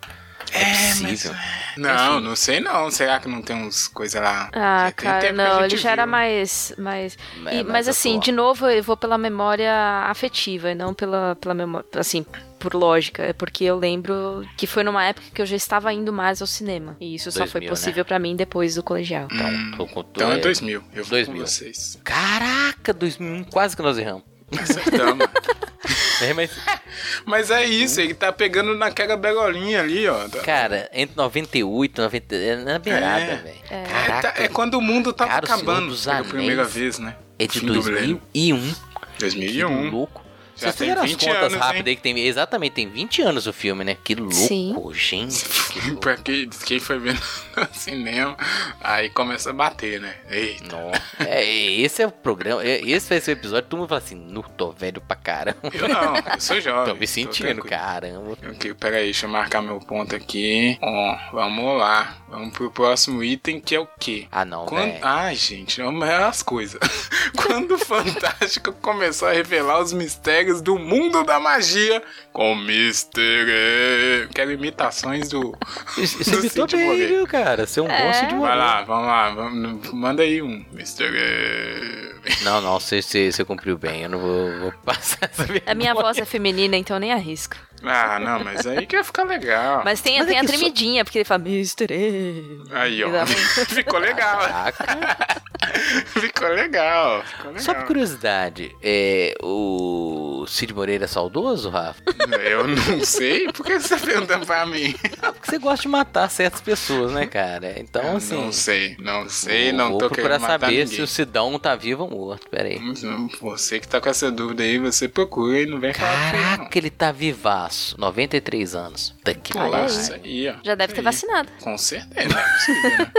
Speaker 2: É, possível.
Speaker 1: Não,
Speaker 2: assim.
Speaker 1: não sei não. Será que não tem uns coisas lá?
Speaker 3: Ah,
Speaker 1: tem um
Speaker 3: cara,
Speaker 1: tempo que a
Speaker 3: não,
Speaker 1: gente
Speaker 3: ele já era
Speaker 1: viu.
Speaker 3: mais. mais... e-
Speaker 2: É,
Speaker 3: mas
Speaker 2: mais
Speaker 3: assim,
Speaker 2: atual.
Speaker 3: de novo, eu vou pela memória afetiva e não pela, pela memória. Assim, por lógica. É porque eu lembro que foi numa época que eu já estava indo mais ao cinema. E isso só foi
Speaker 2: 2000,
Speaker 3: possível pra mim depois do colegial.
Speaker 1: Hum.
Speaker 2: Então, tô com tu-
Speaker 1: Então é 2000. Eu vou
Speaker 2: 2000.
Speaker 1: com vocês.
Speaker 2: Caraca, 2001, quase que nós erramos.
Speaker 1: Acertamos.
Speaker 2: É, mas,
Speaker 1: Mas é isso, ele tá pegando naquela begolinha ali, ó. Tá-
Speaker 2: cara, entre 98 e 90. é Na beirada,
Speaker 1: É.
Speaker 2: velho.
Speaker 1: É,
Speaker 2: Caraca,
Speaker 1: tá- é quando o mundo tava
Speaker 2: Cara, o Senhor
Speaker 1: acabando
Speaker 2: dos
Speaker 1: pela
Speaker 2: Anéis
Speaker 1: primeira vez, né?
Speaker 2: é de
Speaker 1: Fim do milênio.
Speaker 2: 2001. Que
Speaker 1: 2001.
Speaker 2: louco.
Speaker 1: Já
Speaker 2: Vocês
Speaker 1: tem
Speaker 2: fizeram as
Speaker 1: 20
Speaker 2: contas
Speaker 1: anos, hein?
Speaker 2: rápidas aí que tem. Exatamente, tem 20 anos o filme, né? Que louco,
Speaker 3: Sim.
Speaker 2: gente. Que louco.
Speaker 1: pra quem, quem foi vendo no cinema, aí começa a bater, né? Eita.
Speaker 2: Não. É, esse é o programa. é, Esse vai ser o episódio. Todo mundo fala assim, nu, tô velho pra caramba.
Speaker 1: Eu não, eu sou jovem.
Speaker 2: Tô me sentindo,
Speaker 1: tranquilo.
Speaker 2: caramba.
Speaker 1: Ok, peraí, deixa eu marcar meu ponto aqui. Ó, vamos lá. Vamos pro próximo item, que é o quê?
Speaker 2: Ah, não,
Speaker 1: Quando...
Speaker 2: velho.
Speaker 1: Ai, gente, é as coisas. Quando o Fantástico começou a revelar os mistérios do mundo da magia com Mr. E. Quero imitações do.
Speaker 2: Você
Speaker 1: do
Speaker 2: imitou
Speaker 1: Cid
Speaker 2: bem,
Speaker 1: Moreira.
Speaker 2: viu, cara? Você é um bom
Speaker 3: É.
Speaker 2: Cid
Speaker 1: Vai
Speaker 2: Moreira.
Speaker 1: lá, vamos lá, vamos, manda aí um. Mr. E.
Speaker 2: Não, não, você, você, você cumpriu bem. Eu não vou, vou passar essa
Speaker 3: A minha
Speaker 2: vergonha.
Speaker 3: voz é feminina, então nem arrisco.
Speaker 1: Ah, não, mas aí que ia ficar legal.
Speaker 3: Mas tem,
Speaker 2: Mas é
Speaker 3: tem a
Speaker 2: que só-
Speaker 3: tremidinha, porque ele fala, Mr. E.
Speaker 1: Aí, ó.
Speaker 3: Dá pra-
Speaker 1: Ficou legal.
Speaker 2: Caraca.
Speaker 1: Ficou legal. Ficou legal.
Speaker 2: Só por curiosidade, é, o Cid Moreira é saudoso, Rafa?
Speaker 1: Eu não sei, por que você tá perguntando pra mim?
Speaker 2: Ah, porque você gosta de matar certas pessoas, né, cara? Então, assim...
Speaker 1: não sei, não sei, não
Speaker 2: vou
Speaker 1: tô
Speaker 2: procurar
Speaker 1: querendo matar
Speaker 2: saber se
Speaker 1: ninguém.
Speaker 2: o Sidão tá vivo ou morto, pera aí.
Speaker 1: Você que tá com essa dúvida aí, você procura e não vem falar pra mim, não.
Speaker 2: Caraca, ele tá vivaço. 93 anos. Tá que
Speaker 1: Pô,
Speaker 2: pariu.
Speaker 1: isso aí, ó.
Speaker 3: Já deve ter
Speaker 1: Isso aí.
Speaker 3: vacinado.
Speaker 1: Com certeza, não é possível, né?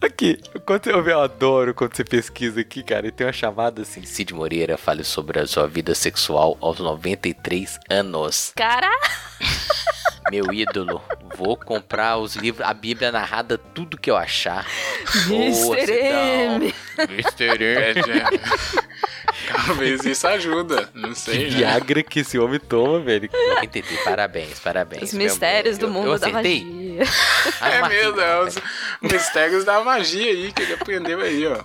Speaker 2: Aqui, quando eu, eu adoro quando você pesquisa aqui, cara, e tem uma chamada assim. Cid Moreira fale sobre a sua vida sexual aos 93 anos.
Speaker 3: Cara,
Speaker 2: Meu ídolo, vou comprar os livros, a Bíblia narrada, tudo que eu achar. Boa,
Speaker 3: Mr.
Speaker 2: Sidão.
Speaker 3: M.
Speaker 2: Mr. M.
Speaker 1: É, já- Talvez isso ajuda, não sei, né?
Speaker 5: Viagra que esse homem toma, velho.
Speaker 2: Entendi, parabéns, parabéns.
Speaker 3: Os
Speaker 2: meu
Speaker 3: mistérios
Speaker 2: amor.
Speaker 3: do
Speaker 2: Eu-
Speaker 3: mundo
Speaker 2: eu
Speaker 3: da
Speaker 2: acertei?
Speaker 3: magia.
Speaker 2: Ah,
Speaker 1: É
Speaker 2: Marquinhos,
Speaker 1: mesmo, é os mistérios da magia aí que ele aprendeu aí, ó.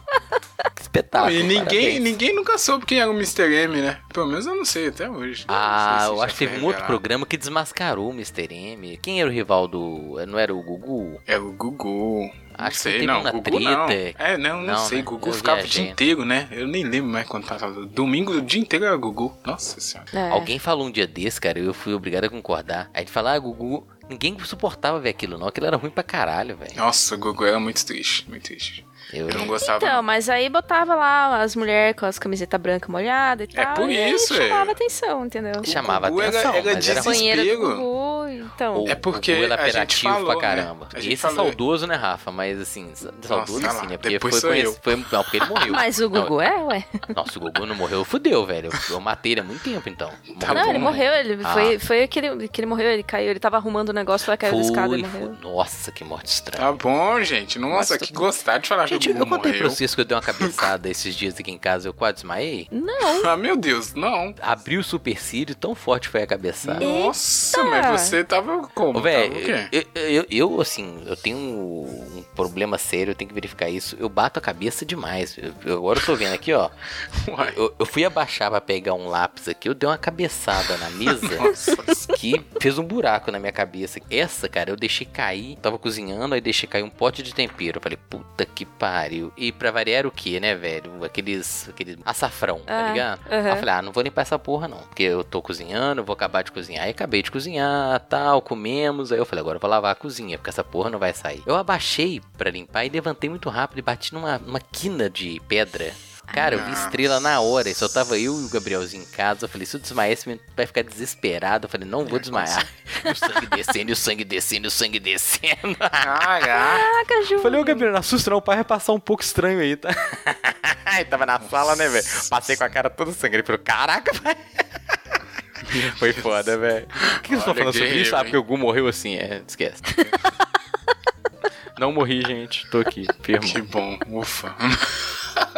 Speaker 2: Que espetáculo.
Speaker 1: e ninguém,
Speaker 2: parabéns.
Speaker 1: ninguém nunca soube quem era o Mr. M, né? Pelo menos eu não sei até hoje.
Speaker 2: Ah,
Speaker 1: Não sei se
Speaker 2: eu
Speaker 1: já
Speaker 2: acho que
Speaker 1: foi
Speaker 2: teve um outro
Speaker 1: revelado.
Speaker 2: programa que desmascarou o Mr. M. Quem era o rival do. Não era o Gugu?
Speaker 1: É o Gugu. não
Speaker 2: Acho que
Speaker 1: sei,
Speaker 2: teve
Speaker 1: não.
Speaker 2: uma
Speaker 1: Gugu
Speaker 2: treta.
Speaker 1: não. É, não, não,
Speaker 2: Não,
Speaker 1: sei.
Speaker 2: né?
Speaker 1: Gugu
Speaker 2: Eu
Speaker 1: ficava o
Speaker 2: viajei.
Speaker 1: dia inteiro, né? Eu nem lembro mais quando passava. Domingo, o dia inteiro era Gugu. Nossa senhora.
Speaker 3: É.
Speaker 2: Alguém falou um dia desse, cara, e eu fui obrigado a concordar. Aí de falar, ah, Gugu. Ninguém suportava ver aquilo, não. Aquilo era ruim pra caralho, velho.
Speaker 1: Nossa, o Gugu era muito triste, muito triste.
Speaker 2: Eu,
Speaker 1: Eu não gostava.
Speaker 3: Então,
Speaker 1: não.
Speaker 3: mas aí botava lá as mulheres com as camisetas brancas molhadas e tal.
Speaker 1: por
Speaker 3: e aí
Speaker 1: isso, é.
Speaker 3: chamava atenção, entendeu?
Speaker 2: chamava
Speaker 1: Gugu era-
Speaker 2: atenção,
Speaker 1: era
Speaker 2: mas era ruim.
Speaker 1: desespero.
Speaker 3: Banheiro do
Speaker 1: Desespero.
Speaker 3: Gugu, então.
Speaker 2: O
Speaker 1: É porque
Speaker 2: Gugu
Speaker 1: a
Speaker 2: era
Speaker 1: gente
Speaker 2: apelativo
Speaker 1: falou,
Speaker 2: pra
Speaker 1: né?
Speaker 2: caramba.
Speaker 1: A gente
Speaker 2: Esse
Speaker 1: falou.
Speaker 2: é saudoso, né, Rafa? Mas assim, saudoso
Speaker 1: olha
Speaker 2: sim,
Speaker 1: lá,
Speaker 2: né? Porque
Speaker 1: depois
Speaker 2: foi,
Speaker 1: sou eu.
Speaker 2: conhecido- foi- Não, porque ele morreu.
Speaker 3: Mas o Gugu
Speaker 2: Não,
Speaker 3: é, ué.
Speaker 2: Nossa, o Gugu não morreu, fudeu, velho. Eu, eu matei ele há muito tempo, então.
Speaker 1: Tá
Speaker 3: não, é,
Speaker 1: bom.
Speaker 3: ele morreu, ele
Speaker 2: Ah.
Speaker 3: foi, foi que ele, que ele morreu, ele caiu, ele tava arrumando o negócio, lá caiu da escada e
Speaker 2: Foi,
Speaker 3: morreu.
Speaker 2: foi. Nossa, que morte estranha.
Speaker 1: Tá bom, gente. Nossa,
Speaker 2: Mas tô-
Speaker 1: que gostar de falar
Speaker 2: Gente,
Speaker 1: que o
Speaker 2: eu
Speaker 1: Gugu
Speaker 2: contei pra
Speaker 1: morreu.
Speaker 2: vocês que eu dei uma cabeçada esses dias aqui em casa, eu quase desmaiei.
Speaker 3: Não,
Speaker 1: Ah, meu Deus, não.
Speaker 2: Abri o supercílio, tão forte foi a cabeçada.
Speaker 1: Nossa, mas você tava como?
Speaker 2: Tá.
Speaker 1: Tava o quê?
Speaker 2: Ô, velho, eu, eu, eu, assim, eu tenho um, um problema sério, eu tenho que verificar isso. Eu bato a cabeça demais. Eu- eu- agora eu tô vendo aqui, ó.
Speaker 1: Uai.
Speaker 2: Eu, eu fui abaixar pra pegar um lápis aqui, eu dei uma cabeçada na mesa.
Speaker 1: Nossa,
Speaker 2: que fez um buraco na minha cabeça. Essa, cara, eu deixei cair. Tava cozinhando, aí deixei cair um pote de tempero. Eu falei, puta que pariu. E pra variar era o que, né, velho? Aqueles. aquele açafrão, tá
Speaker 3: Ah,
Speaker 2: ligado?
Speaker 3: aham.
Speaker 2: Aí eu falei, ah, não vou limpar essa porra, não. Porque eu tô cozinhando, vou acabar de cozinhar. Aí acabei de cozinhar, tal, comemos. Aí eu falei, agora eu vou lavar a cozinha, porque essa porra não vai sair. Eu abaixei pra limpar e levantei muito rápido e bati numa, numa quina de pedra. Cara, eu vi estrela na hora, e só tava eu e o Gabrielzinho em casa. Eu falei, se eu desmaiar, esse menino vai ficar desesperado. Eu falei, não vou desmaiar. E o sangue descendo, e o sangue descendo, e o sangue descendo.
Speaker 1: caraca.
Speaker 3: caraca, Ju.
Speaker 5: Eu falei, ô Gabriel, não assusta não, o pai vai passar um pouco estranho aí, tá?
Speaker 2: Aí tava na sala, né, velho? Passei com a cara toda sangue. Ele falou, caraca, pai. Foi foda, velho.
Speaker 5: Por que
Speaker 1: Olha,
Speaker 5: eu estou falando sobre Ah,
Speaker 1: guerreiro,
Speaker 5: isso? Ah,
Speaker 1: hein?
Speaker 5: porque o Gu morreu assim, é.
Speaker 2: Esquece.
Speaker 5: Não morri, gente. Tô aqui,
Speaker 1: Que
Speaker 5: firme.
Speaker 1: bom, ufa.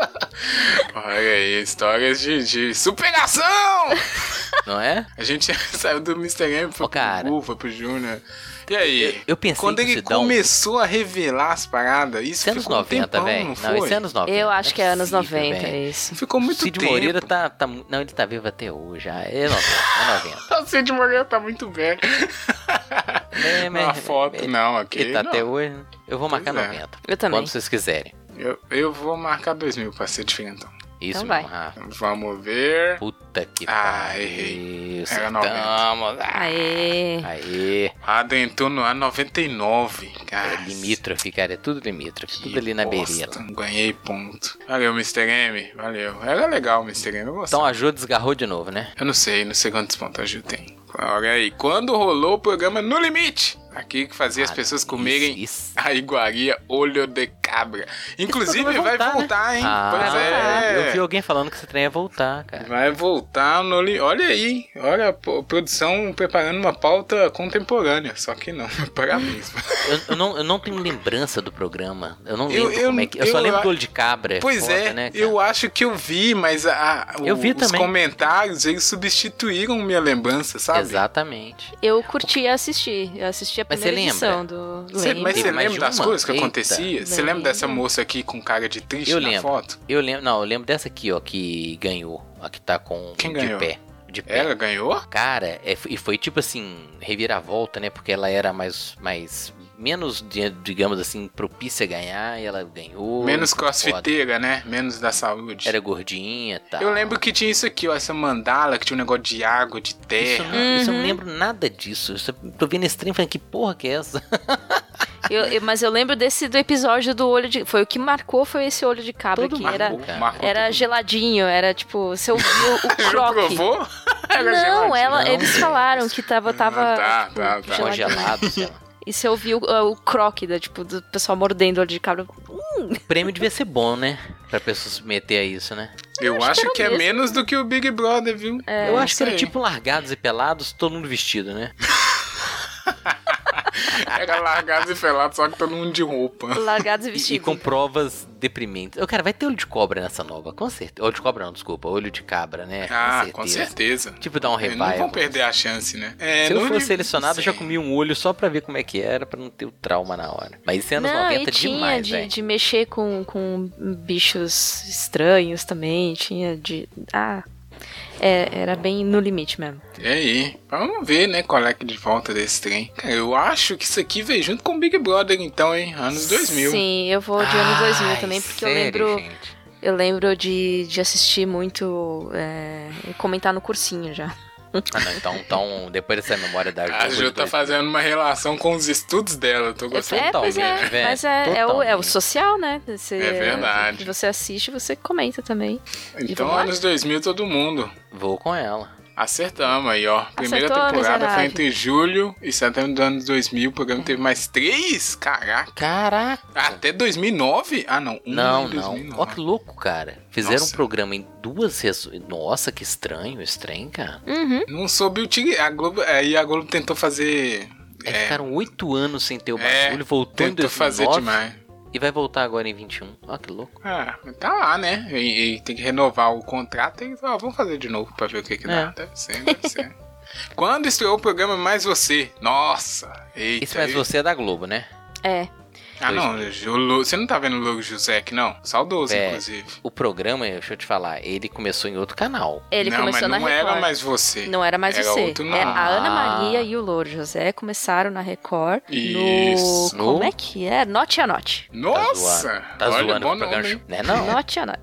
Speaker 1: Olha aí, histórias de, de superação!
Speaker 2: Não é?
Speaker 1: A gente saiu do Mr. M, foi
Speaker 2: Ô, cara.
Speaker 1: pro Gu, foi pro Júnior. E aí?
Speaker 2: Eu- eu pensei
Speaker 1: Quando
Speaker 2: que
Speaker 1: ele
Speaker 2: isso dá um-
Speaker 1: começou a revelar as paradas, isso
Speaker 2: Isso é anos
Speaker 1: ficou
Speaker 2: 90,
Speaker 1: um tempão,
Speaker 2: velho.
Speaker 1: não
Speaker 2: Não,
Speaker 1: foi?
Speaker 2: isso é anos 90.
Speaker 3: Eu
Speaker 2: Não
Speaker 3: acho que é anos
Speaker 2: possível,
Speaker 3: 90,
Speaker 2: velho.
Speaker 3: é isso.
Speaker 1: Ficou muito
Speaker 2: Cid
Speaker 1: tempo.
Speaker 2: Moreira tá, tá. mu- Não, ele tá vivo até hoje. Ah, É 90. É 90.
Speaker 1: O Cid Moreira tá muito bem.
Speaker 2: É,
Speaker 1: Uma foto,
Speaker 2: ele-
Speaker 1: não, aqui.
Speaker 2: Ele tá
Speaker 1: não.
Speaker 2: até hoje. né? Eu vou marcar
Speaker 1: Pois é.
Speaker 2: 90.
Speaker 3: Eu também.
Speaker 2: Quando vocês quiserem.
Speaker 1: eu, eu vou marcar 2000 pra ser diferentão.
Speaker 2: Isso
Speaker 3: Então
Speaker 2: mesmo,
Speaker 3: vai.
Speaker 2: Rafa.
Speaker 1: Vamos ver.
Speaker 2: Puta que
Speaker 1: Ah,
Speaker 2: pariu.
Speaker 1: errei.
Speaker 2: Isso,
Speaker 1: Era 90.
Speaker 2: tamo. Ah,
Speaker 3: Aê.
Speaker 2: Aê.
Speaker 1: Adentrou no ano 99, cara.
Speaker 2: É limítrofe, cara. É tudo limítrofe. Tudo ali na
Speaker 1: beirela.
Speaker 2: beirela.
Speaker 1: Ganhei ponto. Valeu, Mr. M. Valeu. Era legal, Mr. M. Eu gostei.
Speaker 2: Então a Ju desgarrou de novo, né?
Speaker 1: Eu não sei, não sei quantos pontos a Ju tem. Olha aí, quando rolou o programa No Limite? Aqui que fazia as
Speaker 2: Ah,
Speaker 1: pessoas
Speaker 2: isso,
Speaker 1: comerem
Speaker 2: isso.
Speaker 1: a iguaria olho de cabra. Inclusive, vai
Speaker 2: programa
Speaker 1: voltar,
Speaker 2: vai voltar, né?
Speaker 1: hein?
Speaker 2: Ah,
Speaker 1: pois é.
Speaker 2: Eu vi alguém falando que esse trem ia voltar, cara.
Speaker 1: Vai voltar no Limite. Olha aí, olha a po- produção preparando uma pauta contemporânea. Só que não, parabéns.
Speaker 2: Eu, eu não, eu não tenho lembrança do programa. Eu não
Speaker 1: Eu-
Speaker 2: lembro
Speaker 1: eu-
Speaker 2: como é que. Eu, só
Speaker 1: eu
Speaker 2: lembro
Speaker 1: a-
Speaker 2: do olho de cabra.
Speaker 1: Pois
Speaker 2: foda,
Speaker 1: é,
Speaker 2: né, cara?
Speaker 1: eu acho que eu vi, mas a, a-
Speaker 2: Eu vi
Speaker 1: os
Speaker 2: também.
Speaker 1: comentários eles substituíram minha lembrança, sabe?
Speaker 2: Exatamente.
Speaker 3: Eu curti assistir. Eu assisti a
Speaker 2: Mas você
Speaker 3: primeira edição do.
Speaker 1: Cê-
Speaker 3: Lembro.
Speaker 1: mas você
Speaker 2: Teve mais
Speaker 1: lembra
Speaker 2: de
Speaker 1: das
Speaker 2: uma?
Speaker 1: coisas que
Speaker 2: Eita.
Speaker 1: acontecia? Você lembra
Speaker 3: Lembro.
Speaker 1: dessa moça aqui com cara de triste
Speaker 2: Eu
Speaker 1: na
Speaker 2: lembro.
Speaker 1: foto?
Speaker 2: Eu lembro. Não, eu lembro dessa aqui, ó, que ganhou. A que tá com
Speaker 1: Quem
Speaker 2: de
Speaker 1: ganhou?
Speaker 2: pé. De pé.
Speaker 1: Ela ganhou?
Speaker 2: Cara, é, e foi tipo assim, reviravolta, né? Porque ela era mais. mais menos, di- digamos assim, propícia a ganhar e ela ganhou.
Speaker 1: Menos
Speaker 2: Foi foda.
Speaker 1: crossfiteira, né? Menos da saúde.
Speaker 2: Era gordinha e tal.
Speaker 1: Eu lembro que tinha isso aqui, ó, essa mandala que tinha um negócio de água, de
Speaker 2: Isso,
Speaker 1: terra.
Speaker 2: É, não- isso eu não lembro nada disso. Isso, eu tô vendo esse trem e falando, que porra que é essa?
Speaker 3: Eu- eu- mas eu lembro desse do episódio do olho de. Foi o que marcou foi esse olho de cabra
Speaker 2: Todo
Speaker 3: que
Speaker 2: marcou,
Speaker 3: era.
Speaker 2: cara.
Speaker 3: Era geladinho, era tipo, você ouviu o
Speaker 1: Ju
Speaker 3: croque.
Speaker 1: provou? Era
Speaker 3: não,
Speaker 1: geladinho.
Speaker 3: ela,
Speaker 2: Não,
Speaker 3: eles
Speaker 2: gente.
Speaker 3: falaram que tava. tava
Speaker 1: tá,
Speaker 3: tipo,
Speaker 1: tá, tá.
Speaker 3: geladinho.
Speaker 2: Congelado, sei lá.
Speaker 3: E você ouviu uh, o croque da, tipo, do pessoal mordendo o olho de cabra.
Speaker 2: O prêmio devia ser bom, né? Pra pessoa se meter a isso, né?
Speaker 1: Eu
Speaker 3: acho que
Speaker 1: acho
Speaker 3: era
Speaker 1: que é
Speaker 3: mesmo. É.
Speaker 1: menos do que o Big Brother, viu?
Speaker 2: eu acho que era
Speaker 1: sei.
Speaker 2: tipo largados e pelados, todo mundo vestido, né?
Speaker 1: Era largado e pelado, só que todo mundo de roupa.
Speaker 3: Largados
Speaker 2: E,
Speaker 3: e
Speaker 2: e
Speaker 3: vestidos.
Speaker 2: com provas deprimentes. Ô, cara, vai ter olho de cobra nessa nova, com certeza. Olho de cobra não, desculpa. Olho de cabra, né?
Speaker 1: Ah, com certeza.
Speaker 2: Tipo, dar um
Speaker 1: Eles não
Speaker 2: revival.
Speaker 1: vão perder a chance, né? É,
Speaker 2: Se eu
Speaker 1: não
Speaker 2: fosse
Speaker 1: lembro-
Speaker 2: selecionado, eu já
Speaker 1: Sim.
Speaker 2: comi um olho só pra ver como é que era, pra não ter o trauma na hora. Mas isso é anos
Speaker 3: Não,
Speaker 2: 90
Speaker 3: e tinha
Speaker 2: demais, é.
Speaker 3: de,
Speaker 2: velho.
Speaker 3: de mexer com, com bichos estranhos também, tinha de... Ah, é, era bem no limite mesmo.
Speaker 1: E aí? Vamos ver, né, qual é que de volta desse trem. Cara, eu acho que isso aqui veio junto com o Big Brother, então, hein? Anos 2000.
Speaker 3: Sim, eu vou de anos 2000 também, porque eu lembro
Speaker 2: Gente.
Speaker 3: eu lembro de, de assistir muito, é, e comentar no cursinho já.
Speaker 2: Ah, não, então, então, depois dessa memória da
Speaker 1: A Ju tá
Speaker 2: dois-
Speaker 1: fazendo uma relação com os estudos dela, eu tô gostando.
Speaker 3: é, pois
Speaker 2: Totalmente,
Speaker 3: é,
Speaker 2: velho,
Speaker 3: mas é, é, o, é o
Speaker 2: totalmente.
Speaker 3: social, né? Você-
Speaker 1: É verdade.
Speaker 3: que Você assiste, você comenta também. E
Speaker 1: Então,
Speaker 3: vamos lá?
Speaker 1: anos 2000, todo mundo.
Speaker 2: Vou com ela.
Speaker 1: Acertamos aí, ó. Primeira
Speaker 3: Acertou,
Speaker 1: temporada foi
Speaker 3: miserável.
Speaker 1: entre julho e setembro dos anos 2000. O programa teve mais três? Caraca.
Speaker 2: Caraca!
Speaker 1: Até 2009? Ah, não. Um
Speaker 2: Não,
Speaker 1: em
Speaker 2: não. Ó
Speaker 1: 2009.
Speaker 2: que louco, cara. Fizeram
Speaker 1: Nossa.
Speaker 2: um programa em duas... Resu... Nossa, que estranho esse trem, cara.
Speaker 3: Uhum.
Speaker 1: Não soube utilizar. A Globo, aí a Globo tentou fazer.
Speaker 2: Aí É, ficaram oito anos sem ter o
Speaker 1: É,
Speaker 2: bagulho, voltou em
Speaker 1: Tentou
Speaker 2: 2009
Speaker 1: fazer demais.
Speaker 2: e vai voltar agora em 21. Ó que louco.
Speaker 1: Ah, mas tá lá, né? E, e tem que renovar o contrato e ó, vamos fazer de novo pra ver o que que dá.
Speaker 2: É.
Speaker 1: Deve ser, deve ser. Quando estreou o programa Mais Você? Nossa! Eita!
Speaker 2: Esse mais
Speaker 1: aí-
Speaker 2: você é da Globo, né?
Speaker 3: É,
Speaker 1: Ah, não, o Lu- você não tá vendo o Logo José aqui, não? Saudoso,
Speaker 2: É.
Speaker 1: inclusive.
Speaker 2: O programa, deixa eu te falar, ele começou em outro canal.
Speaker 3: ele
Speaker 1: não, mas
Speaker 3: começou na
Speaker 1: não
Speaker 3: Record.
Speaker 1: era mais você.
Speaker 3: Não era mais
Speaker 1: Era
Speaker 3: você.
Speaker 1: outro nome.
Speaker 3: É, a Ana
Speaker 2: Ah.
Speaker 3: Maria e o Louro José começaram na Record
Speaker 1: Isso.
Speaker 3: no. Como é que é? Note a Note.
Speaker 1: Nossa!
Speaker 2: Tá
Speaker 1: Olha,
Speaker 2: zoando
Speaker 1: bom
Speaker 2: com o programa.
Speaker 1: nome. hein?
Speaker 2: Né, não?
Speaker 3: Note a Note.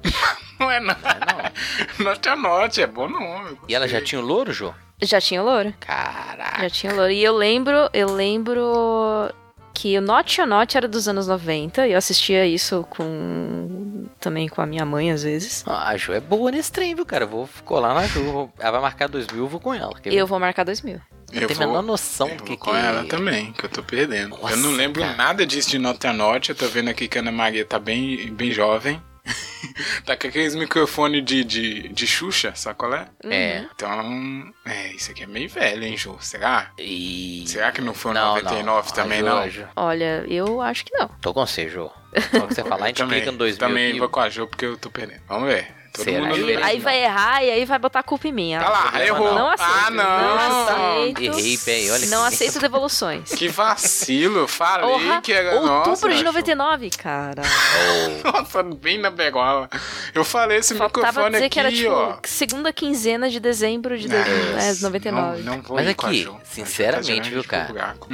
Speaker 1: Não é, não.
Speaker 2: Né,
Speaker 1: Note a note, é bom nome.
Speaker 2: não. E ela já tinha o louro, Jô?
Speaker 3: Já tinha o Louro.
Speaker 2: Caraca.
Speaker 3: Já tinha o Louro. E eu lembro, eu lembro que o Note a Note era dos anos 90 e eu assistia isso com também com a minha mãe às vezes.
Speaker 2: Ah, A Ju é boa nesse trem, viu, cara? Eu vou colar na Ju. vou- Ela vai marcar 2000, eu vou com ela. quer ver?
Speaker 3: Eu vou marcar 2000.
Speaker 2: não tenho a é menor noção
Speaker 1: eu
Speaker 2: do
Speaker 1: vou
Speaker 2: que
Speaker 1: com
Speaker 2: que-
Speaker 1: ela também, que eu tô perdendo. eu
Speaker 2: Nossa,
Speaker 1: não lembro
Speaker 2: cara.
Speaker 1: nada disso de Nota a Note. Eu tô vendo aqui que a Ana Maria tá bem, bem jovem. tá com aqueles microfone de, de, de Xuxa, sabe qual é?
Speaker 2: É.
Speaker 1: Então, é, isso aqui é meio velho, hein, Ju? Será?
Speaker 2: E...
Speaker 1: Será que não foi o
Speaker 2: Não,
Speaker 1: 99
Speaker 2: não.
Speaker 1: também,
Speaker 2: Ju,
Speaker 1: não?
Speaker 2: Ju.
Speaker 3: Olha, eu acho que não.
Speaker 2: Tô com você, Ju. Só que você falar, a gente
Speaker 1: também,
Speaker 2: clica no 2000.
Speaker 1: também
Speaker 2: e-
Speaker 1: vou com a Ju porque eu tô perdendo. Vamos ver. Todo
Speaker 2: Será
Speaker 1: mundo
Speaker 2: que
Speaker 1: no
Speaker 2: ele-
Speaker 1: mesmo.
Speaker 3: Aí
Speaker 2: não.
Speaker 3: vai errar e aí vai botar a culpa em mim.
Speaker 1: Tá lá,
Speaker 2: problema
Speaker 1: errou.
Speaker 3: Não aceito.
Speaker 1: ah, não.
Speaker 3: aceito.
Speaker 2: Errei bem, olha
Speaker 3: Não
Speaker 2: que-
Speaker 3: aceito devoluções.
Speaker 1: Que vacilo. Falei
Speaker 3: Porra,
Speaker 1: que era
Speaker 3: outubro
Speaker 1: nossa.
Speaker 3: de
Speaker 1: Ju.
Speaker 3: 99, cara.
Speaker 1: Nossa, bem na begola. Eu falei esse
Speaker 3: Faltava
Speaker 1: microfone
Speaker 3: dizer
Speaker 1: aqui,
Speaker 3: que era
Speaker 1: ó.
Speaker 3: tipo segunda quinzena de dezembro de dois- é,
Speaker 1: Ah,
Speaker 3: 99.
Speaker 1: Não, não vou
Speaker 2: Mas
Speaker 1: ir com a
Speaker 2: aqui,
Speaker 1: Ju. A Ju tá
Speaker 2: sinceramente,
Speaker 1: tirando a
Speaker 2: viu,
Speaker 1: gente
Speaker 2: cara?
Speaker 1: pro buraco.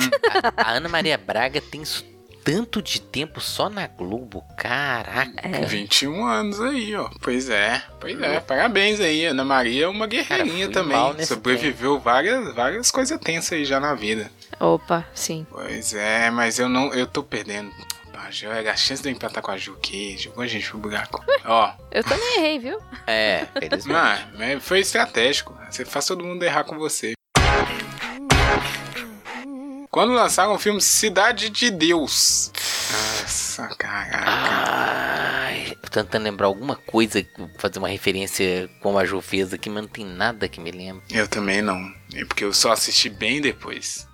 Speaker 2: A, a Ana Maria Braga tem isso tanto de tempo só na Globo. Caraca.
Speaker 1: 21 anos aí, ó. Pois é, pois é. Parabéns aí, Ana Maria é uma guerreirinha
Speaker 2: Hum. Cara, fui mal
Speaker 1: também.
Speaker 2: nesse
Speaker 1: Sobreviveu várias, várias coisas tensas aí já na vida.
Speaker 3: Opa, sim.
Speaker 1: Pois é, mas eu não, eu tô perdendo. A Ju, era a chance de eu empatar com a Ju que jogou a gente pro buraco. Ó,
Speaker 3: Eu também errei, viu?
Speaker 2: É, felizmente.
Speaker 1: não, mas foi estratégico. Você faz todo mundo errar com você. Quando lançaram o filme Cidade de Deus. Nossa, caraca.
Speaker 2: Ai, tô tentando lembrar alguma coisa, fazer uma referência como a Ju fez aqui, mas não tem nada que me lembre.
Speaker 1: Eu também não. É porque eu só assisti bem depois.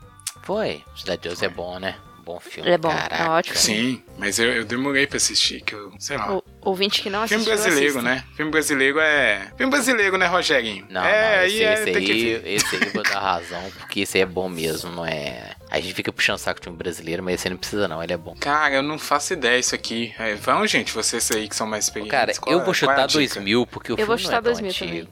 Speaker 2: Foi. Cidade de Deus é bom, né? Bom filme.
Speaker 3: É bom,
Speaker 2: Caraca.
Speaker 3: é ótimo.
Speaker 1: Sim, mas eu, eu demorei pra assistir, que eu, sei lá.
Speaker 3: O, ouvinte que não assistiu.
Speaker 1: Filme brasileiro,
Speaker 3: assista.
Speaker 1: né? Filme brasileiro é. Filme brasileiro, né, Rogerinho?
Speaker 2: Não,
Speaker 1: é,
Speaker 2: não, esse,
Speaker 1: é,
Speaker 2: esse
Speaker 1: tem que
Speaker 2: aí,
Speaker 1: ver.
Speaker 2: esse aí eu vou dar razão, porque esse aí é bom mesmo, não é. A gente fica puxando saco de um brasileiro, mas esse aí não precisa, não, ele é bom.
Speaker 1: Cara, eu não faço ideia isso aqui. É, vão, gente, vocês aí que são mais experientes.
Speaker 2: Cara,
Speaker 1: Qual
Speaker 2: eu
Speaker 1: é- qual
Speaker 2: vou
Speaker 1: é
Speaker 2: chutar
Speaker 1: a dica?
Speaker 2: 2000, porque o
Speaker 3: Eu
Speaker 2: filme
Speaker 3: vou
Speaker 2: não
Speaker 3: chutar
Speaker 2: é tão
Speaker 3: 2000
Speaker 2: antigo.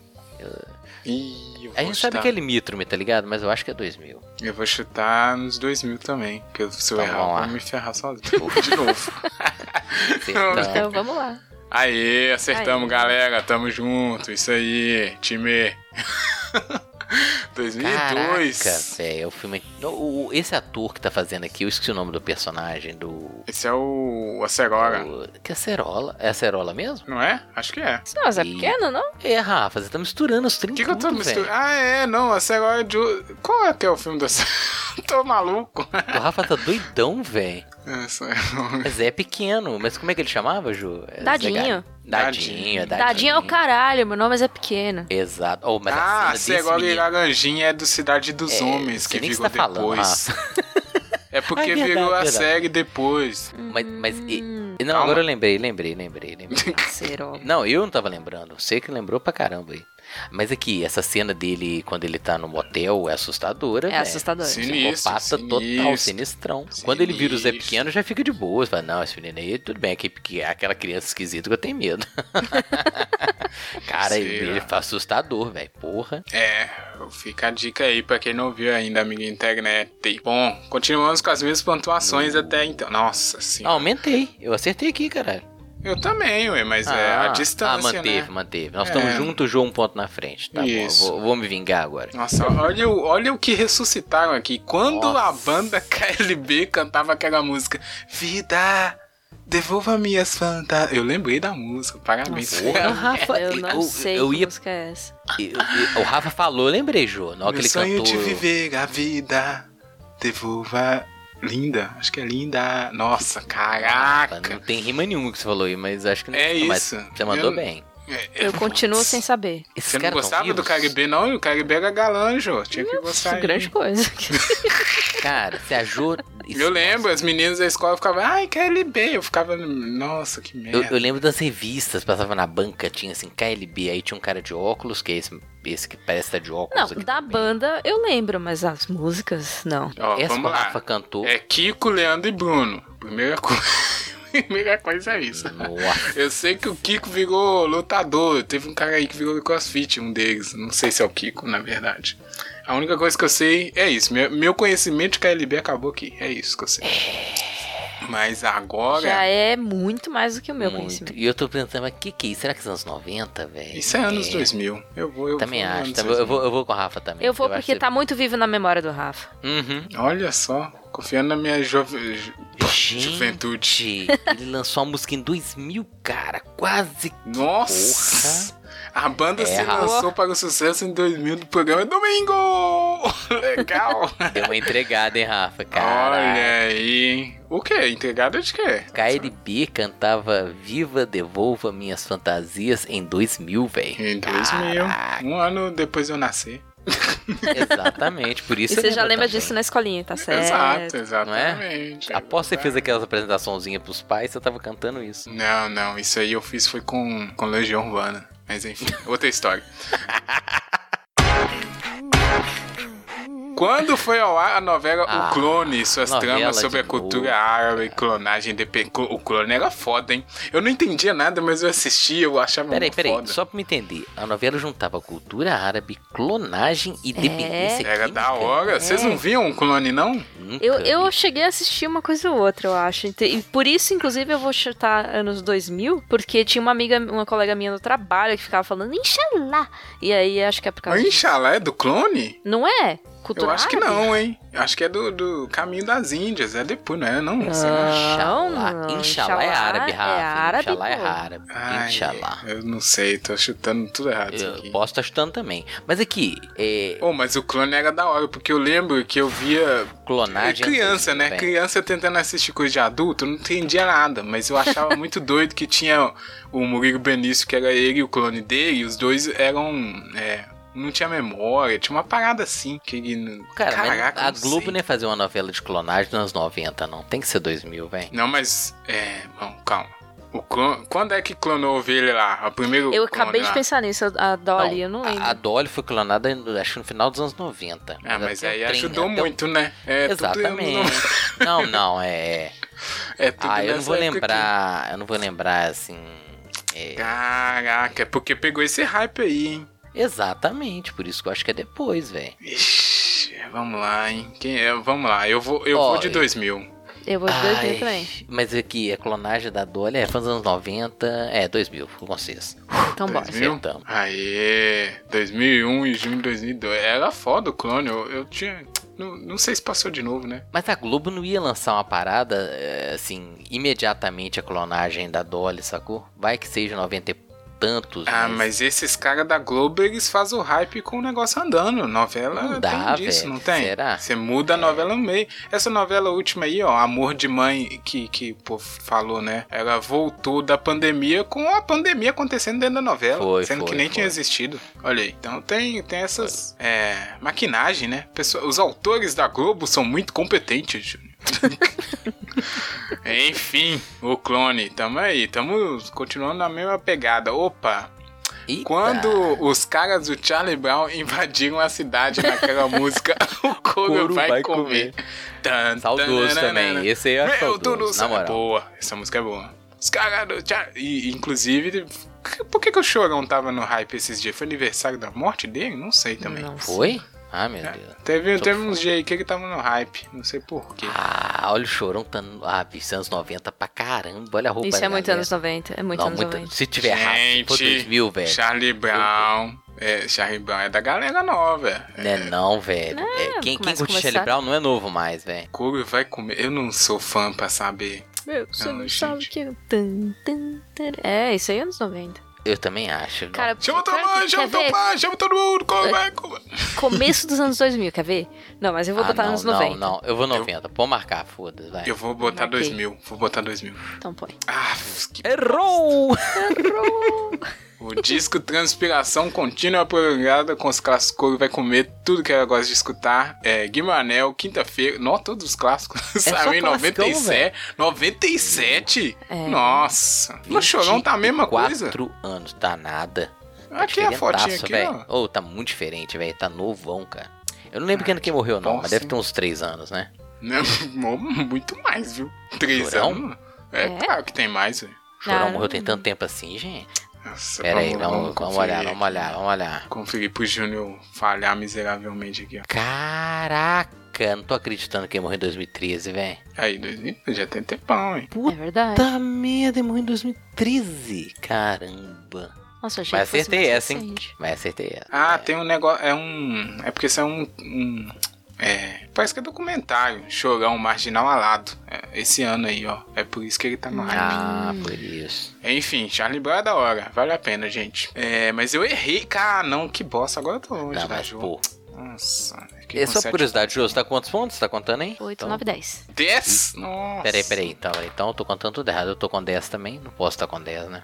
Speaker 1: Ih, eu vou
Speaker 2: A gente sabe
Speaker 1: chutar.
Speaker 2: que é limítrofe, tá ligado? Mas eu acho que é 2000.
Speaker 1: Eu vou chutar nos 2000 também. Porque se eu
Speaker 2: Então,
Speaker 1: errar, eu
Speaker 2: vamos lá.
Speaker 1: vou me ferrar sozinho. De novo.
Speaker 2: Acertamos.
Speaker 3: Então
Speaker 1: Tá.
Speaker 3: vamos lá.
Speaker 1: Aê, acertamos,
Speaker 3: Aê.
Speaker 1: galera. Tamo junto. Isso aí, time. 2002.
Speaker 2: Caraca, velho, é o filme. o- o- esse ator que tá fazendo aqui, eu esqueci o nome do personagem, do.
Speaker 1: Esse é o Acerora.
Speaker 2: do- que é Cerola. É Cerola mesmo?
Speaker 1: Não é? Acho que é.
Speaker 3: Não, mas é
Speaker 2: E-
Speaker 3: pequeno, não?
Speaker 2: É, Rafa, você tá misturando os 30
Speaker 1: O que, que eu tô misturando? Ah, é, não, Acerora de. Qual é que é o filme do Acerora? tô maluco.
Speaker 2: O Rafa tá doidão, velho.
Speaker 1: Essa-
Speaker 2: Mas é pequeno. Mas como é que ele chamava, Ju? É
Speaker 3: Dadinho.
Speaker 2: Zé Gar- Dadinho,
Speaker 1: Tá
Speaker 2: é Dadinho.
Speaker 3: Tadinho é o caralho, meu nome mas é pequeno.
Speaker 2: Exato. Oh, mas
Speaker 1: Ah,
Speaker 2: a cena desse
Speaker 1: Acerora e
Speaker 2: menino-
Speaker 1: Laranjinha é do Cidade dos
Speaker 2: É,
Speaker 1: Homens, que
Speaker 2: sei nem o
Speaker 1: virou
Speaker 2: que você tá falando,
Speaker 1: depois. é porque
Speaker 2: Ah, é verdade,
Speaker 1: virou a
Speaker 2: verdade.
Speaker 1: série depois.
Speaker 2: Mas, mas e- não,
Speaker 1: Calma.
Speaker 2: agora eu lembrei, lembrei, lembrei, lembrei.
Speaker 3: Serol.
Speaker 2: não, eu não tava lembrando. Sei que lembrou pra caramba aí. Mas aqui, essa cena dele quando ele tá no motel é assustadora.
Speaker 3: É
Speaker 2: né?
Speaker 3: assustador.
Speaker 1: Sim. Sinistro,
Speaker 2: Psicopata total,
Speaker 1: sinistro.
Speaker 2: sinistrão. Quando ele vira o Zé
Speaker 1: Sinistro.
Speaker 2: Pequeno, já fica de boa. Você fala, não, esse menino aí, tudo bem, é que- que é aquela criança esquisita que eu tenho medo. Cara, ele,
Speaker 1: Será?
Speaker 2: ele tá assustador, velho. Porra.
Speaker 1: É, fica a dica aí pra quem não viu ainda, amiga internet. Bom, continuamos com as mesmas pontuações até então. Nossa
Speaker 2: Ah,
Speaker 1: senhora.
Speaker 2: aumentei. Eu acertei aqui, caralho.
Speaker 1: Eu também, ué, mas é a distância,
Speaker 2: Ah, manteve,
Speaker 1: né?
Speaker 2: manteve. Nós
Speaker 1: É.
Speaker 2: estamos juntos, João, um ponto na frente. Tá
Speaker 1: Isso.
Speaker 2: bom, eu vou, vou me vingar agora.
Speaker 1: Nossa, olha o, olha o que ressuscitaram aqui. Quando a
Speaker 2: Nossa.
Speaker 1: banda KLB cantava aquela música Vida, devolva minhas fantasias. Eu lembrei da música, parabéns.
Speaker 2: Porra, Rafa,
Speaker 3: Eu não sei
Speaker 2: eu
Speaker 3: que
Speaker 2: ia,
Speaker 3: música é essa.
Speaker 2: eu- eu- o Rafa falou, eu lembrei, Jô. Na hora que
Speaker 1: Meu
Speaker 2: ele
Speaker 1: sonho
Speaker 2: cantou.
Speaker 1: de viver a vida, devolva... Linda, acho que é linda. Nossa,
Speaker 2: Rafa,
Speaker 1: caraca.
Speaker 2: Não tem rima nenhuma que você falou aí, mas acho que não
Speaker 1: É
Speaker 2: tem, mas
Speaker 1: isso.
Speaker 2: Você mandou
Speaker 1: Eu-
Speaker 2: bem.
Speaker 1: É,
Speaker 2: tá
Speaker 3: Eu continuo sem saber.
Speaker 2: Esses
Speaker 1: Você não
Speaker 2: caras tão
Speaker 1: gostava do
Speaker 2: vivos?
Speaker 1: KGB, não? O KGB era galã, Jô. Tinha que gostar.
Speaker 3: Isso, grande
Speaker 1: hein?
Speaker 3: coisa.
Speaker 2: Cara, você ajou.
Speaker 1: Eu lembro, assim. as meninas da escola ficavam, ai, KLB. Eu ficava, nossa, que merda.
Speaker 2: Eu, eu lembro das revistas, passava na banca, tinha assim, KLB, aí tinha um cara de óculos, que é esse, esse que parece estar de
Speaker 3: Não,
Speaker 2: óculos. aqui
Speaker 3: da
Speaker 2: também.
Speaker 3: banda eu lembro, mas as músicas, não.
Speaker 1: Ó,
Speaker 2: Essa que
Speaker 1: vamos
Speaker 2: o
Speaker 1: lá.
Speaker 2: Rafa cantou.
Speaker 1: É Kiko, Leandro e Bruno. Primeira, co... Primeira coisa é isso.
Speaker 2: Nossa.
Speaker 1: Eu sei que o Kiko virou lutador. Teve um cara aí que virou crossfit, um deles. Não sei se é o Kiko, na verdade. A única coisa que eu sei é isso. Meu, meu conhecimento de KLB acabou aqui. É isso que eu sei.
Speaker 2: É.
Speaker 1: Mas agora.
Speaker 3: Já é muito mais do que o meu
Speaker 2: Muito.
Speaker 3: conhecimento.
Speaker 2: E eu tô pensando, mas que que é isso? Será que é anos 90, velho?
Speaker 1: Isso é anos 2000. Eu vou, eu
Speaker 2: Também
Speaker 1: vou
Speaker 2: acho.
Speaker 1: anos
Speaker 2: também- eu, vou, eu vou com a Rafa também.
Speaker 3: Eu vou
Speaker 2: acho
Speaker 3: porque
Speaker 2: que-
Speaker 3: tá muito vivo na memória do Rafa.
Speaker 2: Uhum.
Speaker 1: Olha só, confiando na minha jove... ju- juventude.
Speaker 2: Gente, ele lançou uma música em 2000, cara. Quase.
Speaker 1: Nossa! A banda se
Speaker 2: Erra.
Speaker 1: lançou para o sucesso em 2000 do programa Domingo! legal.
Speaker 2: Deu uma entregada, hein, Rafa? Cara.
Speaker 1: Olha aí, hein? O quê? Entregada de quê?
Speaker 2: KLB cantava Viva Devolva Minhas Fantasias em 2000, velho.
Speaker 1: Em 2000. Um ano depois eu nasci.
Speaker 2: Exatamente, por
Speaker 3: E
Speaker 2: isso é
Speaker 3: você
Speaker 2: eu
Speaker 3: já
Speaker 2: lembro
Speaker 3: lembra
Speaker 2: também.
Speaker 3: disso né? na escolinha, tá certo?
Speaker 1: Exato,
Speaker 2: não é?
Speaker 1: exatamente.
Speaker 2: Após você fez
Speaker 1: Exato.
Speaker 2: aquelas apresentaçãozinhas pros pais, você tava cantando isso.
Speaker 1: Não, não, isso aí eu fiz foi com, com Legião Urbana. Mas enfim, outra história. Quando foi ao ar a novela
Speaker 2: Ah,
Speaker 1: O Clone, e suas
Speaker 2: novela
Speaker 1: tramas sobre a
Speaker 2: de
Speaker 1: cultura
Speaker 2: novo,
Speaker 1: árabe, clonagem de pe- O Clone era foda, hein? Eu não entendia nada, mas eu assistia, eu achava
Speaker 2: Peraí,
Speaker 1: muito
Speaker 2: peraí,
Speaker 1: foda.
Speaker 2: só pra me entender. A novela juntava cultura árabe, clonagem
Speaker 3: É.
Speaker 2: e dependência
Speaker 1: Era
Speaker 2: química?
Speaker 1: da hora. Vocês
Speaker 2: É.
Speaker 1: não viam o Clone, não?
Speaker 2: Nunca
Speaker 3: Eu,
Speaker 2: vi.
Speaker 3: eu cheguei a assistir uma coisa ou outra, eu acho. Ente- E por isso, inclusive, eu vou chutar anos 2000, porque tinha uma amiga, uma colega minha no trabalho que ficava falando, Inxalá. E aí, acho que é por causa
Speaker 1: Mas
Speaker 3: disso.
Speaker 1: Inxalá é do Clone?
Speaker 3: Não é?
Speaker 1: Eu
Speaker 3: Cultura
Speaker 1: acho que
Speaker 3: árabe?
Speaker 1: não, hein? Eu acho que é do, do Caminho das Índias. É depois, não é? Não, não sei. não.
Speaker 2: Inxalá.
Speaker 3: Não,
Speaker 2: Inxalá,
Speaker 3: Inxalá
Speaker 2: é árabe,
Speaker 3: é
Speaker 2: Rafa.
Speaker 3: árabe,
Speaker 2: Inxalá é
Speaker 3: pô.
Speaker 2: árabe.
Speaker 1: Ai,
Speaker 2: Inxalá.
Speaker 1: Eu não sei, tô chutando tudo errado isso aqui.
Speaker 2: Eu posso estar chutando também. Mas aqui, é,
Speaker 1: Oh, mas o clone era da hora, porque eu lembro que eu via
Speaker 2: clonagem... é
Speaker 1: criança, né?
Speaker 2: Bem,
Speaker 1: Criança tentando assistir coisa de adulto, eu não entendia nada, mas eu achava muito doido que tinha o Murilo Benício, que era ele e o clone dele, e os dois eram. é, não tinha memória, tinha uma parada assim. Que ele não-
Speaker 2: Cara, mas
Speaker 1: Caraca,
Speaker 2: a
Speaker 1: não
Speaker 2: Globo
Speaker 1: sei.
Speaker 2: não ia fazer uma novela de clonagem nos anos 90, não. Tem que ser 2000, velho.
Speaker 1: Não, mas. É, bom, calma. O clone, quando é que clonou a ovelha lá? O primeiro.
Speaker 3: Eu
Speaker 1: clone
Speaker 3: acabei de
Speaker 1: lá?
Speaker 3: pensar nisso, a Dolly, eu não
Speaker 2: a-
Speaker 3: lembro.
Speaker 2: A Dolly foi clonada, no- acho que no final dos anos 90.
Speaker 1: Ah, mas
Speaker 2: até o
Speaker 1: aí
Speaker 2: trem-
Speaker 1: ajudou
Speaker 2: até o-
Speaker 1: muito, né? É, tudo-
Speaker 2: um Exatamente. Não, não, é.
Speaker 1: É tudo
Speaker 2: Ah, eu não
Speaker 1: nessa época
Speaker 2: vou
Speaker 1: aqui.
Speaker 2: lembrar. Eu não vou lembrar, assim. é,
Speaker 1: Caraca, porque pegou esse hype aí, hein?
Speaker 2: Exatamente, por isso que eu acho que é depois, velho.
Speaker 1: Ixi, vamos lá, hein? Quem é? Vamos lá, eu vou, eu
Speaker 2: Ó,
Speaker 1: vou de
Speaker 2: eu-
Speaker 1: 2000.
Speaker 3: Eu vou de 2000 também.
Speaker 2: mas aqui, a clonagem da Dolly é fã dos anos 90, é 2000, com vocês.
Speaker 3: Então bora.
Speaker 1: 2000?
Speaker 2: acertamos.
Speaker 1: Aê, 2001 e junho de 2002. Era foda o clone, eu, eu tinha... Não, não sei se passou de novo, né?
Speaker 2: Mas a Globo não ia lançar uma parada, é, assim, imediatamente a clonagem da Dolly, sacou? Vai que seja 90 e tantos.
Speaker 1: Ah, mas esses caras da Globo, eles fazem o hype com o negócio andando. Novela
Speaker 2: Não
Speaker 1: tem
Speaker 2: dá,
Speaker 1: disso,
Speaker 2: velho.
Speaker 1: não tem?
Speaker 2: Será? É.
Speaker 1: Você muda a novela no meio. Essa novela última aí, ó, Amor de Mãe, que, que o povo falou, né? Ela voltou da pandemia com a pandemia acontecendo dentro da novela.
Speaker 2: Foi,
Speaker 1: sendo
Speaker 2: foi,
Speaker 1: que nem
Speaker 2: foi.
Speaker 1: tinha existido. Olha aí. Então tem, tem essas... É, maquinagem, né? Pessoa- os autores da Globo são muito competentes, Júnior. Enfim, o clone, tamo aí, tamo continuando na mesma pegada. Opa,
Speaker 2: Eita.
Speaker 1: quando os caras do Charlie Brown invadiram a cidade naquela música, o couro,
Speaker 5: Couro
Speaker 1: vai,
Speaker 5: vai
Speaker 1: comer.
Speaker 5: comer.
Speaker 1: Tan,
Speaker 2: Saudoso
Speaker 1: tananana.
Speaker 2: também, esse aí eu acho
Speaker 1: Meu,
Speaker 2: saudoso,
Speaker 1: tudo
Speaker 2: na
Speaker 1: sa-
Speaker 2: moral.
Speaker 1: Boa, essa música é boa. Os caras do Charlie... E, inclusive, por que, que o Chorão tava no hype esses dias? Foi aniversário da morte dele? Não sei também.
Speaker 3: Não sei.
Speaker 2: Foi? Ah, meu Deus.
Speaker 1: Teve,
Speaker 2: Sou
Speaker 1: teve uns dias aí que ele tava no hype, não sei porquê.
Speaker 2: Ah, olha o chorão tá. no- Ah, bicho, anos 90 pra caramba. Olha a roupa
Speaker 3: Isso
Speaker 2: da
Speaker 3: é muito
Speaker 2: galera.
Speaker 3: anos 90. É muito
Speaker 2: Não,
Speaker 3: anos
Speaker 2: muito-
Speaker 3: 90.
Speaker 2: Se tiver errado, se for 2000, velho.
Speaker 1: Charlie Brown. É, Charlie Brown é da galera nova. É.
Speaker 2: Não é não, velho.
Speaker 3: Não,
Speaker 2: É, quem quem
Speaker 3: começa a
Speaker 2: curte Charlie
Speaker 3: conversar.
Speaker 2: Brown não é novo mais, velho.
Speaker 1: Couro vai comer. Eu não sou fã pra saber.
Speaker 3: Meu, você
Speaker 2: Ah,
Speaker 1: Não,
Speaker 3: não
Speaker 1: gente.
Speaker 3: sabe o que é. Tum, tum, tum. É, isso aí é anos 90.
Speaker 2: Eu também acho.
Speaker 3: Cara,
Speaker 1: Chama tua
Speaker 3: cara,
Speaker 1: mãe,
Speaker 3: quer
Speaker 1: chama teu
Speaker 3: ver?
Speaker 1: pai, chama todo mundo. Couro vai comer.
Speaker 3: Começo dos anos 2000, quer ver? Não, mas eu vou
Speaker 2: Ah,
Speaker 3: botar
Speaker 2: não,
Speaker 3: anos 90.
Speaker 2: Não, não, eu vou 90. Pode marcar, foda-se, vai.
Speaker 1: Eu vou botar
Speaker 3: Ok.
Speaker 1: 2000. Vou botar 2000.
Speaker 3: Então põe.
Speaker 1: Ah, que...
Speaker 2: Errou!
Speaker 1: O disco Transpiração Contínua Prolongada com os clássicos Couro vai comer. Tudo que ela gosta de escutar. É, Guimanel, quinta-feira. Não, todos os clássicos.
Speaker 2: É só né?
Speaker 1: Saiu em
Speaker 2: classicão,
Speaker 1: 97. 97?
Speaker 3: É.
Speaker 1: Nossa. O Chorão tá a mesma coisa.
Speaker 2: 4 anos, tá nada.
Speaker 1: Aqui é a fotinha
Speaker 2: diferentaço,
Speaker 1: aqui,
Speaker 2: velho.
Speaker 1: ó.
Speaker 2: Ô, tá muito diferente, velho. Tá novão, cara. Eu não lembro quem que morreu, não, mas
Speaker 1: bosta,
Speaker 2: deve
Speaker 1: hein?
Speaker 2: ter uns 3 anos, né?
Speaker 1: Né? Mo- Muito mais, viu? Três
Speaker 2: Chorão?
Speaker 1: anos. É,
Speaker 3: É?
Speaker 1: claro que tem mais, velho.
Speaker 2: Chorão
Speaker 3: Ah,
Speaker 2: morreu tem tanto tempo assim, gente.
Speaker 1: Nossa,
Speaker 2: Pera aí, vamos, vamos
Speaker 1: conferir
Speaker 2: olhar, vamos
Speaker 1: aqui.
Speaker 2: olhar, vamos olhar.
Speaker 1: Conferir pro Júnior falhar miseravelmente aqui, ó.
Speaker 2: Caraca, não tô acreditando que ele morreu em 2013, velho.
Speaker 1: Aí, 2000, já tem tempão, hein?
Speaker 3: É verdade.
Speaker 2: Puta merda, Tá ele morreu em 2013. Caramba.
Speaker 3: Nossa, achei
Speaker 2: Mas
Speaker 3: que fosse
Speaker 2: acertei
Speaker 3: mais
Speaker 2: essa, hein?
Speaker 3: recente.
Speaker 2: Mas acertei essa.
Speaker 1: Ah, tem um negócio. É um. É porque isso é um. um- é. Parece que é documentário. Chorão marginal alado. É, esse ano aí, ó. É por isso que ele tá no hype.
Speaker 2: Ah, por isso.
Speaker 1: Enfim, Charlie Brown é da hora. Vale a pena, gente. É, mas eu errei, cara. Não, que bosta. Agora eu tô longe
Speaker 2: Não,
Speaker 1: da
Speaker 2: mas
Speaker 1: Ju.
Speaker 2: pô,
Speaker 1: Nossa, Fiquei
Speaker 2: É
Speaker 1: com
Speaker 2: só
Speaker 1: sete
Speaker 2: curiosidade, Jô, você tá com quantos pontos? Você tá contando, hein?
Speaker 3: 8,
Speaker 2: Então-
Speaker 3: 9, 10.
Speaker 1: pontos. Dez? Nossa.
Speaker 2: Peraí, peraí, então, então eu tô contando tudo errado. Eu tô com 10 também, não posso estar com 10, né?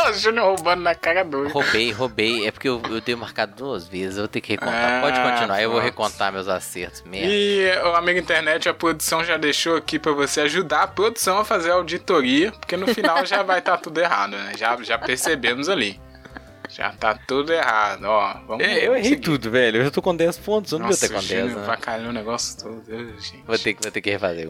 Speaker 1: Ó, o Júnior roubando na cara doida.
Speaker 2: Roubei, roubei. É porque eu, eu tenho marcado duas vezes, eu vou ter que recontar.
Speaker 1: Ah,
Speaker 2: Pode continuar, eu vou
Speaker 1: pronto.
Speaker 2: recontar meus acertos
Speaker 5: É.
Speaker 2: mesmo.
Speaker 1: E, o amigo internet, a produção já deixou aqui pra você ajudar a produção a fazer a auditoria, porque no final já vai estar tudo errado, né? Já, já percebemos ali. Já tá tudo errado, ó. Vamos
Speaker 5: É, eu errei
Speaker 1: seguir.
Speaker 5: tudo, velho. Eu já tô com 10 pontos, eu não
Speaker 1: Nossa,
Speaker 5: devia estar com
Speaker 1: o Júnior
Speaker 5: 10, né?
Speaker 1: avacalhou o negócio todo, Ai, gente.
Speaker 2: Vou ter, que- vou ter que refazer.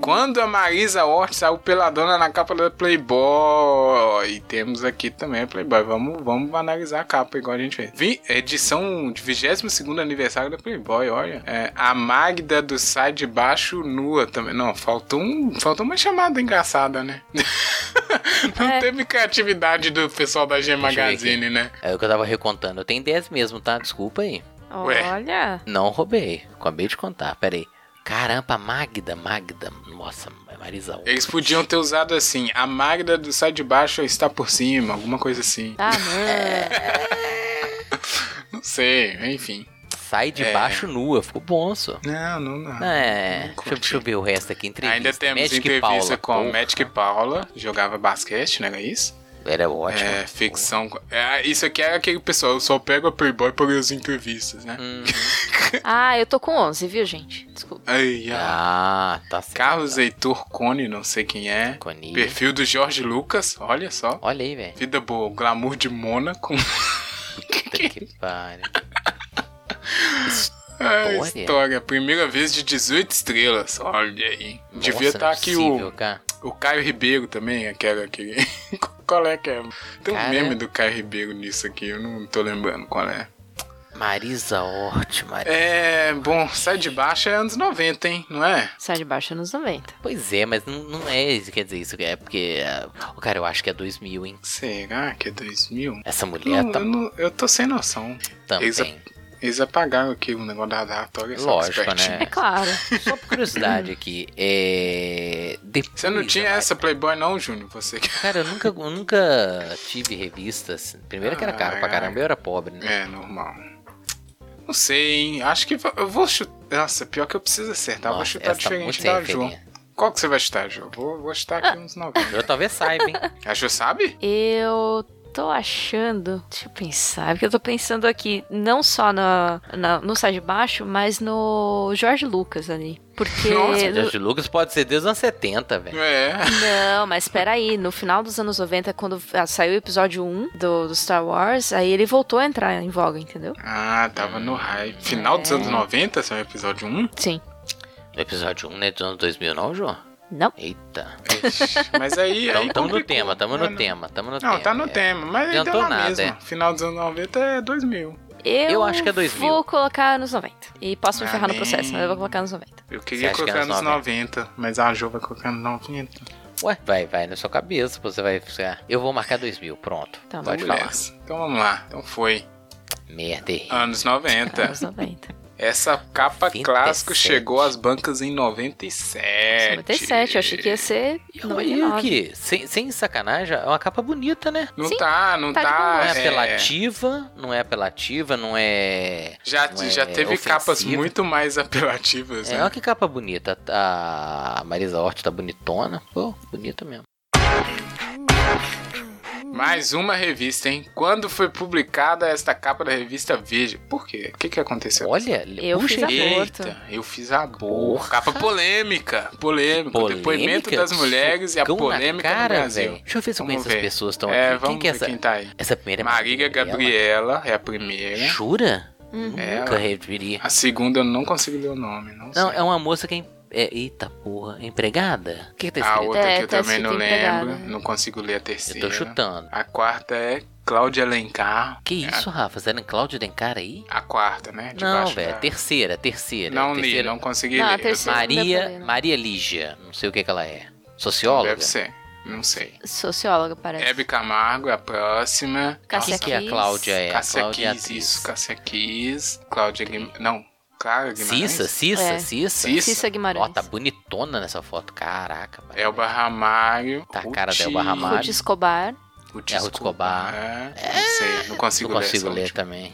Speaker 1: Quando a Marisa Hort saiu peladona na capa da Playboy. E temos aqui também a Playboy. Vamos, vamos analisar a capa, igual a gente fez. Vi, edição de 22 aniversário da Playboy, olha. É, a Magda do Sai de Baixo nua também. Não, faltou, um, faltou uma chamada engraçada, né? Não
Speaker 3: É.
Speaker 1: teve criatividade do pessoal da G
Speaker 2: eu ver
Speaker 1: Magazine, né?
Speaker 2: É o que eu tava recontando. Eu tenho 10 mesmo, tá? Desculpa aí.
Speaker 1: Ué.
Speaker 3: Olha.
Speaker 2: Não roubei. Acabei de contar, peraí. Caramba, Magda, Magda. Nossa, é Marisão.
Speaker 1: Eles podiam ter usado assim: a Magda do Sai de Baixo está por cima, alguma coisa assim.
Speaker 3: Ah, não.
Speaker 1: Não sei, enfim.
Speaker 2: Sai de
Speaker 1: É.
Speaker 2: baixo nua, ficou bom, só.
Speaker 1: Não, não, não.
Speaker 2: É, deixa, eu-
Speaker 1: curti.
Speaker 2: deixa eu ver o resto aqui. Entrevista.
Speaker 1: Ainda temos
Speaker 2: Magic
Speaker 1: entrevista
Speaker 2: Paula.
Speaker 1: com
Speaker 2: Pô,
Speaker 1: Magic Paula, jogava basquete, não era isso?
Speaker 2: Era ótimo.
Speaker 1: É, ficção. É, isso aqui é aquele pessoal, eu só pego a Playboy para ler as entrevistas, né?
Speaker 2: Hum.
Speaker 3: Ah, eu tô com 11, viu, gente? Desculpa.
Speaker 1: Ai, ai.
Speaker 2: Ah, tá certo.
Speaker 1: Carlos Heitor Cone, não sei quem é.
Speaker 2: Cone.
Speaker 1: Perfil do Jorge Lucas, olha só.
Speaker 2: Olha aí, velho.
Speaker 1: Vida boa, glamour de Mônaco.
Speaker 2: Puta que pariu.
Speaker 1: É,
Speaker 2: História?
Speaker 1: história, primeira vez de 18 estrelas, olha aí. Devia
Speaker 2: Nossa, não
Speaker 1: estar
Speaker 2: é
Speaker 1: aqui
Speaker 2: possível,
Speaker 1: o,
Speaker 2: cara.
Speaker 1: o Caio Ribeiro também, aquela aquele. qual é que é? Tem um
Speaker 2: Cara.
Speaker 1: meme do Caio Ribeiro nisso aqui, eu não tô lembrando qual é.
Speaker 2: Marisa Hort, Marisa.
Speaker 1: É, bom, sai de baixo é anos 90, hein, não é?
Speaker 3: Sai de baixo anos 90.
Speaker 2: Pois é, mas não, não é isso, quer dizer isso. É porque. é, o cara, eu acho que é 2000, hein?
Speaker 1: Será que é 2000?
Speaker 2: Essa mulher
Speaker 1: Não,
Speaker 2: tá
Speaker 1: eu, não- eu tô sem noção.
Speaker 2: também.
Speaker 1: Eles, ap- eles apagaram aqui o negócio da datória.
Speaker 2: Lógico, né?
Speaker 3: É, claro.
Speaker 2: Só por curiosidade aqui. É. Depois,
Speaker 1: Você não tinha
Speaker 2: Amari-
Speaker 1: essa Playboy não, Júnior? Você que...
Speaker 2: Cara, eu nunca, eu nunca tive revistas. Primeiro que era caro pra caramba, eu era pobre, né?
Speaker 1: Ah, É, normal. Não sei, hein? Acho que va- eu vou chutar... Nossa, pior que eu preciso acertar. eu vou
Speaker 2: Nossa,
Speaker 1: chutar
Speaker 2: essa tá muito
Speaker 1: diferente
Speaker 2: sem
Speaker 1: da Jô.
Speaker 2: referência. Ah.
Speaker 1: Qual que você vai chutar, Jô? Vou, vou chutar aqui uns 90.
Speaker 2: Eu talvez saiba, hein?
Speaker 1: A Jô sabe?
Speaker 3: Eu tô achando. Deixa eu pensar, porque eu tô pensando aqui não só na, na- no Sai de Baixo, mas no Jorge Lucas ali. Porque.
Speaker 1: Nossa,
Speaker 3: no-
Speaker 2: Jorge Lucas pode ser desde os anos 70, velho.
Speaker 1: É.
Speaker 3: Não, mas peraí, no final dos anos 90, quando ah, saiu o episódio 1 do, do Star Wars, aí ele voltou a entrar em voga, entendeu?
Speaker 1: Ah, tava no hype. Final dos anos 90, esse é o episódio 1?
Speaker 3: Sim.
Speaker 2: O episódio 1 não é dos anos 2000, não, João?
Speaker 3: Não.
Speaker 2: Eita.
Speaker 1: Ixi, Mas aí. aí
Speaker 2: Então, tamo no
Speaker 1: complicou.
Speaker 2: tema, tamo
Speaker 1: Ah,
Speaker 2: no
Speaker 1: não.
Speaker 2: tema, tamo no
Speaker 1: Não,
Speaker 2: tema.
Speaker 1: tá no
Speaker 2: é.
Speaker 1: tema, mas aí deu
Speaker 2: Adiantou
Speaker 1: na
Speaker 2: nada,
Speaker 1: mesma.
Speaker 2: é.
Speaker 1: Final dos anos 90 é 2000.
Speaker 3: Eu,
Speaker 2: Eu acho que é 2000.
Speaker 3: Vou colocar nos 90. E posso me
Speaker 1: Ah,
Speaker 3: ferrar no
Speaker 1: nem-
Speaker 3: processo, mas eu vou colocar nos 90.
Speaker 1: Eu
Speaker 2: Você
Speaker 1: queria
Speaker 2: acha que é
Speaker 1: colocar
Speaker 2: anos
Speaker 1: nos 90. mas a Jo vai colocar nos 90.
Speaker 2: Ué, vai, vai, na sua cabeça, você vai ficar... Eu vou marcar 2000, pronto.
Speaker 3: Tá bom.
Speaker 2: Pode falar.
Speaker 1: Mulheres. Então vamos lá. Então foi.
Speaker 2: Merda, errei.
Speaker 1: Anos 90.
Speaker 3: Nos 90.
Speaker 1: Essa capa
Speaker 2: 97.
Speaker 1: clássico chegou às bancas em 97.
Speaker 3: 97, eu achei que ia ser
Speaker 2: É, E olha
Speaker 3: 99.
Speaker 2: aí que, sem, sem sacanagem, é uma capa bonita, né?
Speaker 1: Não
Speaker 3: Sim,
Speaker 1: tá, não
Speaker 3: tá
Speaker 1: tá.
Speaker 3: de bom
Speaker 2: Não é
Speaker 3: gosto.
Speaker 2: apelativa, não é apelativa, não é...
Speaker 1: Já,
Speaker 2: não é
Speaker 1: já teve capas
Speaker 2: ofensiva.
Speaker 1: muito mais apelativas,
Speaker 2: É,
Speaker 1: né?
Speaker 2: olha que capa bonita. A Marisa Hort tá bonitona. Pô, bonita mesmo.
Speaker 1: Mais uma revista, hein? Quando foi publicada esta capa da revista Veja? Por quê? O que, que aconteceu?
Speaker 2: Olha,
Speaker 3: Eu
Speaker 2: puxa
Speaker 3: fiz a
Speaker 2: aí.
Speaker 3: aborto.
Speaker 1: Eita, eu fiz aborto.
Speaker 2: Porra.
Speaker 1: Capa polêmica. Polêmica. O depoimento das mulheres e a
Speaker 2: Socão na
Speaker 1: polêmica
Speaker 2: cara,
Speaker 1: no Brasil.
Speaker 2: velho. Deixa eu ver se eu
Speaker 1: Vamos
Speaker 2: conheço
Speaker 1: ver.
Speaker 2: as pessoas que estão
Speaker 1: É,
Speaker 2: aqui.
Speaker 1: vamos
Speaker 2: quem que é
Speaker 1: ver
Speaker 2: essa?
Speaker 1: quem tá aí.
Speaker 2: Essa primeira é
Speaker 1: Marília Gabriela é a primeira.
Speaker 2: Jura?
Speaker 1: É,
Speaker 2: Nunca reviria.
Speaker 1: A segunda eu não consigo ler o nome. Não,
Speaker 2: Não,
Speaker 1: sei.
Speaker 2: é uma moça que é, em- é- Eita porra, é empregada? O que, que tá
Speaker 1: A
Speaker 2: escrito?
Speaker 1: outra
Speaker 3: É,
Speaker 1: que eu
Speaker 3: tá
Speaker 1: também não
Speaker 3: escrito
Speaker 1: lembro.
Speaker 3: empregada.
Speaker 1: Não consigo ler a
Speaker 2: eu
Speaker 1: terceira.
Speaker 2: tô chutando.
Speaker 1: A quarta é Cláudia Alencar.
Speaker 2: Que isso, Rafa? Será que Cláudio Dencar aí?
Speaker 1: A quarta, né?
Speaker 2: não,
Speaker 1: Debaixo
Speaker 2: velho. é
Speaker 1: da-
Speaker 2: Terceira, terceira.
Speaker 1: Não li,
Speaker 2: terceira.
Speaker 1: não consegui
Speaker 3: Não, a
Speaker 1: ler.
Speaker 3: terceira. Não deu pra
Speaker 2: Maria,
Speaker 3: ler, não.
Speaker 2: Maria Lígia. Não sei o que, que ela é.
Speaker 1: Deve
Speaker 2: Socióloga?
Speaker 1: ser. Não sei.
Speaker 3: Socióloga, parece.
Speaker 1: Hebe Camargo é a próxima.
Speaker 2: Quem
Speaker 3: Cassia
Speaker 2: que é a
Speaker 3: Kiss.
Speaker 2: Cláudia? É, a
Speaker 1: Cássia
Speaker 2: Cláudia é
Speaker 1: Kiss,
Speaker 2: atriz.
Speaker 1: isso, Cássia Kiss, Cláudia Guimarães, não, Clara Guimarães,
Speaker 2: Cissa, Cissa,
Speaker 3: É.
Speaker 2: Cissa.
Speaker 1: Cissa.
Speaker 3: Cissa Guimarães.
Speaker 2: Ó, tá bonitona nessa foto. Caraca, mano.
Speaker 1: Elba Ramalho,
Speaker 2: Tá a
Speaker 1: Ruth-
Speaker 2: cara da Elba Ramalho.
Speaker 3: Ruth Escobar.
Speaker 1: Ruth
Speaker 2: É, Ruth Escobar.
Speaker 1: É, não sei, não consigo,
Speaker 2: Não consigo
Speaker 1: ler,
Speaker 2: ler
Speaker 1: essa última.
Speaker 2: também.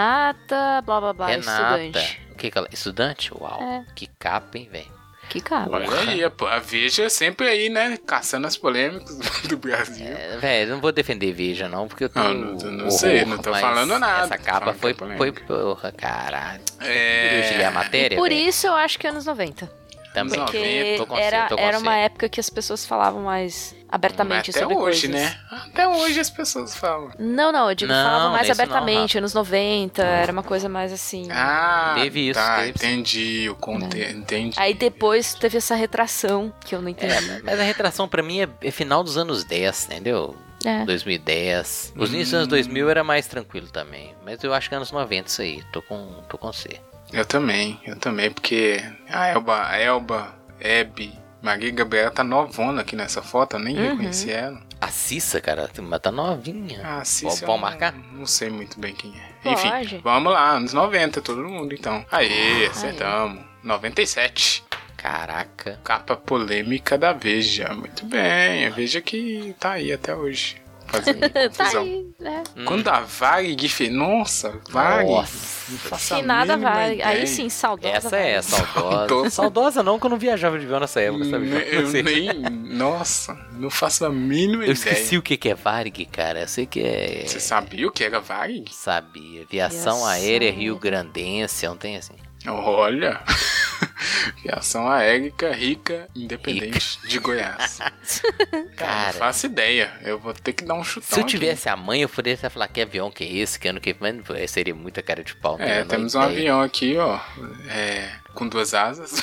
Speaker 3: Renata, blá blá blá,
Speaker 2: Renata.
Speaker 3: estudante.
Speaker 2: O que que ela... Estudante? Uau.
Speaker 3: É.
Speaker 2: Que capa, hein, velho.
Speaker 3: Que cara.
Speaker 1: Olha aí, pô, a Veja sempre aí, né? Caçando as polêmicas do Brasil.
Speaker 2: É, velho, eu não vou defender Veja, não, porque eu tenho
Speaker 1: Ah, Não, não- não
Speaker 2: horror,
Speaker 1: sei, não tô
Speaker 2: mas
Speaker 1: falando nada,
Speaker 2: Essa
Speaker 1: tô
Speaker 2: capa
Speaker 1: falando que é
Speaker 2: foi, foi
Speaker 1: polêmica.
Speaker 2: porra, caralho.
Speaker 1: É.
Speaker 2: Eu tirei a matéria,
Speaker 3: Por
Speaker 2: velho,
Speaker 3: isso eu acho que anos 90.
Speaker 2: também.
Speaker 1: Não,
Speaker 3: Porque
Speaker 2: tô com você,
Speaker 3: era,
Speaker 2: tô com
Speaker 3: era
Speaker 2: você.
Speaker 3: uma época que as pessoas falavam mais abertamente
Speaker 1: Até
Speaker 3: sobre
Speaker 1: hoje,
Speaker 3: coisas.
Speaker 1: né? Até hoje as pessoas falam.
Speaker 3: Não, não, eu digo
Speaker 2: Não,
Speaker 3: falavam mais
Speaker 2: não é isso não,
Speaker 3: abertamente,
Speaker 2: Rafa.
Speaker 3: anos 90, era uma coisa mais assim.
Speaker 1: Ah,
Speaker 2: Teve isso,
Speaker 1: tá,
Speaker 2: teve isso.
Speaker 1: entendi. O conte... Entendi.
Speaker 3: É. Aí depois teve essa retração que eu não entendi.
Speaker 2: É, mas a retração pra mim é, é final dos anos 10, entendeu?
Speaker 3: É.
Speaker 2: 2010. Os inícios dos
Speaker 1: Hum.
Speaker 2: anos 2000 era mais tranquilo também. Mas eu acho que é anos 90 isso aí. Tô com, tô com C.
Speaker 1: Eu também, eu também, porque a Elba, a Elba, Hebe, Maria Gabriela tá novona aqui nessa foto, eu nem
Speaker 3: Uhum.
Speaker 1: reconheci ela.
Speaker 2: A Cissa, cara, mas tá novinha.
Speaker 1: Ah, sim,
Speaker 2: Vamos- Vamos marcar?
Speaker 1: Não, sei muito bem quem é.
Speaker 3: Pode.
Speaker 1: Enfim, vamos lá, anos 90, todo mundo então. Aê, acertamos. 97.
Speaker 2: Caraca.
Speaker 1: Capa polêmica da Veja. Muito bem, a Veja que tá aí até hoje. Fazendo
Speaker 3: Tá
Speaker 1: confusão.
Speaker 3: aí, né?
Speaker 1: Quando a Varig fez. Nossa, Varig.
Speaker 2: Nossa.
Speaker 1: não faço a
Speaker 3: Que nada
Speaker 1: mínima
Speaker 3: vale.
Speaker 1: ideia.
Speaker 3: Aí sim, saudosa.
Speaker 2: Essa
Speaker 3: vale.
Speaker 2: é saudosa.
Speaker 1: Saudosa.
Speaker 2: saudosa não, que eu não viajava de avião nessa época, sabe? assim.
Speaker 1: Ne- Eu nem. Nossa, não faço a mínima
Speaker 2: Eu
Speaker 1: ideia.
Speaker 2: esqueci o que que é Varg, cara. Eu sei que é.
Speaker 1: Você sabia o que era Varig?
Speaker 2: Sabia. Aviação
Speaker 3: Aviação
Speaker 2: aérea
Speaker 3: aérea.
Speaker 2: Rio Grandense, não tem assim.
Speaker 1: Olha! Reação aérica, rica, independente de Goiás. Cara, não
Speaker 2: Cara.
Speaker 1: faço ideia. Eu vou ter que dar um chutão.
Speaker 2: Se eu
Speaker 1: aqui.
Speaker 2: tivesse a mãe, eu poderia até falar que avião que é esse, que ano que vem, mas seria muita cara de pau. né?
Speaker 1: É, temos um avião aqui, ó. é, com duas asas.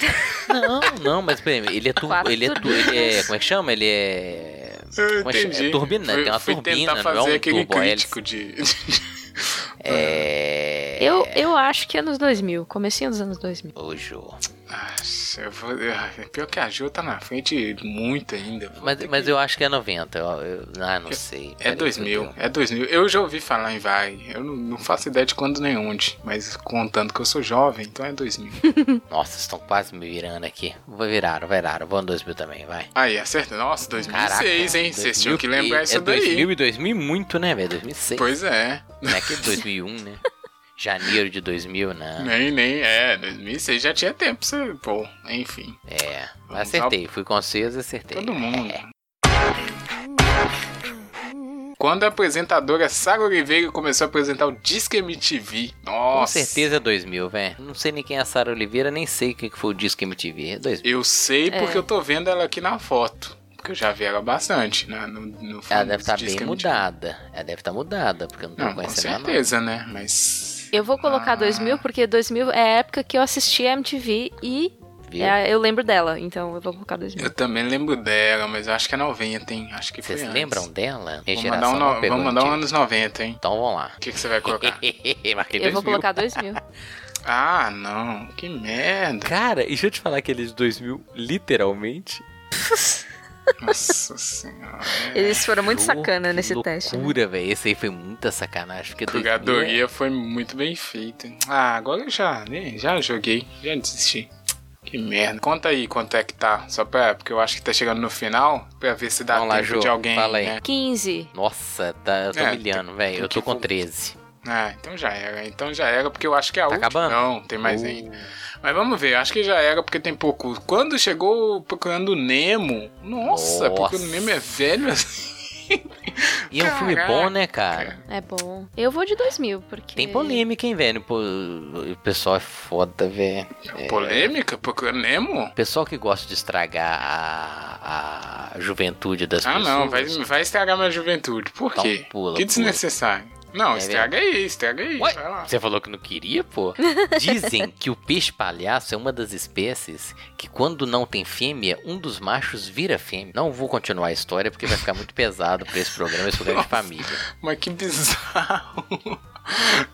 Speaker 2: Não, não, mas peraí, ele é tu,
Speaker 3: Quatro
Speaker 2: ele é tu, ele é, como é que chama? Ele é
Speaker 1: Eu
Speaker 2: Como é que chama?
Speaker 1: entendi.
Speaker 2: É turbina, né?
Speaker 1: Fui-
Speaker 2: Tem uma
Speaker 1: fui
Speaker 2: turbina,
Speaker 1: tentar
Speaker 2: não
Speaker 1: fazer
Speaker 2: é um
Speaker 1: aquele
Speaker 2: turbo-hélice.
Speaker 1: crítico de. de-
Speaker 2: é
Speaker 3: Eu, eu acho que anos 2000, comecinho dos anos 2000.
Speaker 2: o Jô.
Speaker 1: Nossa, eu vou- ah, Pior que a Ju tá na frente muito ainda. Vou
Speaker 2: Mas,
Speaker 1: ter
Speaker 2: mas
Speaker 1: que-
Speaker 2: eu acho que é 90. Eu, eu- ah, não sei.
Speaker 1: É
Speaker 2: um.
Speaker 1: 2000, é 2000. Eu já ouvi falar em Varig. Eu não, não faço ideia de quando nem onde. Mas contando que eu sou jovem, então é 2000.
Speaker 2: Nossa, estão quase me virando aqui. Vou virar, viraram. Vou no 2000 também, vai.
Speaker 1: Aí, acerta. Nossa, 2006, hein? Vocês tinham que
Speaker 2: 2000 e-
Speaker 1: lembrar isso
Speaker 2: é
Speaker 1: daí.
Speaker 2: 2000 e 2000 muito, né, velho? 2006.
Speaker 1: Pois é.
Speaker 2: Não é que é 2001, né? Janeiro de 2000, não.
Speaker 1: Nem, nem, é. 2006 já tinha tempo, pra você. Pô, enfim.
Speaker 2: É, mas
Speaker 1: Vamos
Speaker 2: acertei. Fui com vocês e acertei.
Speaker 1: Todo mundo. Quando a apresentadora Sara Oliveira começou a apresentar o Disque MTV. Nossa.
Speaker 2: Com certeza é 2000, velho. Não sei nem quem é a Sara Oliveira, nem sei o que que foi o disco MTV. É 2000.
Speaker 1: Eu sei
Speaker 2: É.
Speaker 1: porque eu tô vendo ela aqui na foto. Porque eu já vi ela bastante, né? No, no
Speaker 2: Ela
Speaker 1: famoso
Speaker 2: deve estar bem
Speaker 1: Disque MTV.
Speaker 2: mudada. Ela deve estar mudada, porque eu não tô
Speaker 1: é Não, com
Speaker 2: conhecendo ela. não.
Speaker 1: certeza, né? Mas.
Speaker 3: Eu vou colocar
Speaker 1: Ah.
Speaker 3: 2000 porque 2000 é a época que eu assisti a MTV e
Speaker 2: Viu?
Speaker 3: é a- eu lembro dela, então eu vou colocar 2000.
Speaker 1: Eu também lembro dela, mas eu acho que é 90, hein? Acho que foi
Speaker 2: Vocês
Speaker 1: antes.
Speaker 2: lembram dela? Minha
Speaker 1: Vamos mandar,
Speaker 2: geração
Speaker 1: um,
Speaker 2: não
Speaker 1: no-
Speaker 2: pegou
Speaker 1: vamos mandar um
Speaker 2: MTV.
Speaker 1: anos 90, hein?
Speaker 2: Então vamos lá.
Speaker 1: O que, que você vai colocar?
Speaker 2: Marquei
Speaker 3: Eu
Speaker 2: 2000.
Speaker 3: vou colocar 2000.
Speaker 2: É,
Speaker 1: ah, não. Que merda.
Speaker 5: Cara, e deixa eu te falar que é eles 2000, literalmente.
Speaker 1: Nossa senhora.
Speaker 3: Eles foram muito
Speaker 2: Jô,
Speaker 3: sacana
Speaker 2: que
Speaker 3: nesse teste. né?
Speaker 2: loucura, velho. Esse aí foi muita sacanagem. Porque é
Speaker 1: A
Speaker 2: 2000
Speaker 1: curadoria foi muito bem feita. Ah, agora eu já, né, já joguei. Já desisti. Que merda. Conta aí quanto é que tá. Só pra. Porque eu acho que tá chegando no final. Pra ver se dá
Speaker 2: Vamos lá,
Speaker 1: tempo
Speaker 2: Jô,
Speaker 1: de alguém.
Speaker 2: fala aí.
Speaker 1: Né?
Speaker 3: 15.
Speaker 2: é- Nossa, tá, eu tô
Speaker 1: É,
Speaker 2: humilhando, velho. Eu tô com 13.
Speaker 1: Ah, então já era. Então já era, porque eu acho que é a
Speaker 2: Tá
Speaker 1: última.
Speaker 2: acabando?
Speaker 1: Não, tem mais
Speaker 2: Uh.
Speaker 1: ainda. Mas vamos ver, acho que já era, porque tem pouco. Quando chegou procurando o Nemo. Nossa,
Speaker 2: Nossa.
Speaker 1: procurando o Nemo é velho assim.
Speaker 2: E é um filme
Speaker 1: Caraca.
Speaker 2: bom, né, cara?
Speaker 3: É bom. Eu vou de 2000, porque.
Speaker 2: Tem polêmica, hein, velho? Pô, O pessoal é foda, velho.
Speaker 1: Polêmica? Procurando Nemo?
Speaker 2: O pessoal que gosta de estragar a, a juventude das
Speaker 1: Ah,
Speaker 2: pessoas.
Speaker 1: não, vai, vai estragar minha juventude. Por
Speaker 2: Então,
Speaker 1: quê?
Speaker 2: pula,
Speaker 1: que
Speaker 2: pula.
Speaker 1: desnecessário. Não,
Speaker 2: É
Speaker 1: estraga aí, estraga aí.
Speaker 2: Ué,
Speaker 1: Vai lá.
Speaker 2: você falou que não queria, pô? Dizem que o peixe palhaço é uma das espécies que, quando não tem fêmea, um dos machos vira fêmea. Não vou continuar a história porque vai ficar muito pesado pra esse programa, esse programa é de família.
Speaker 1: Mas que bizarro.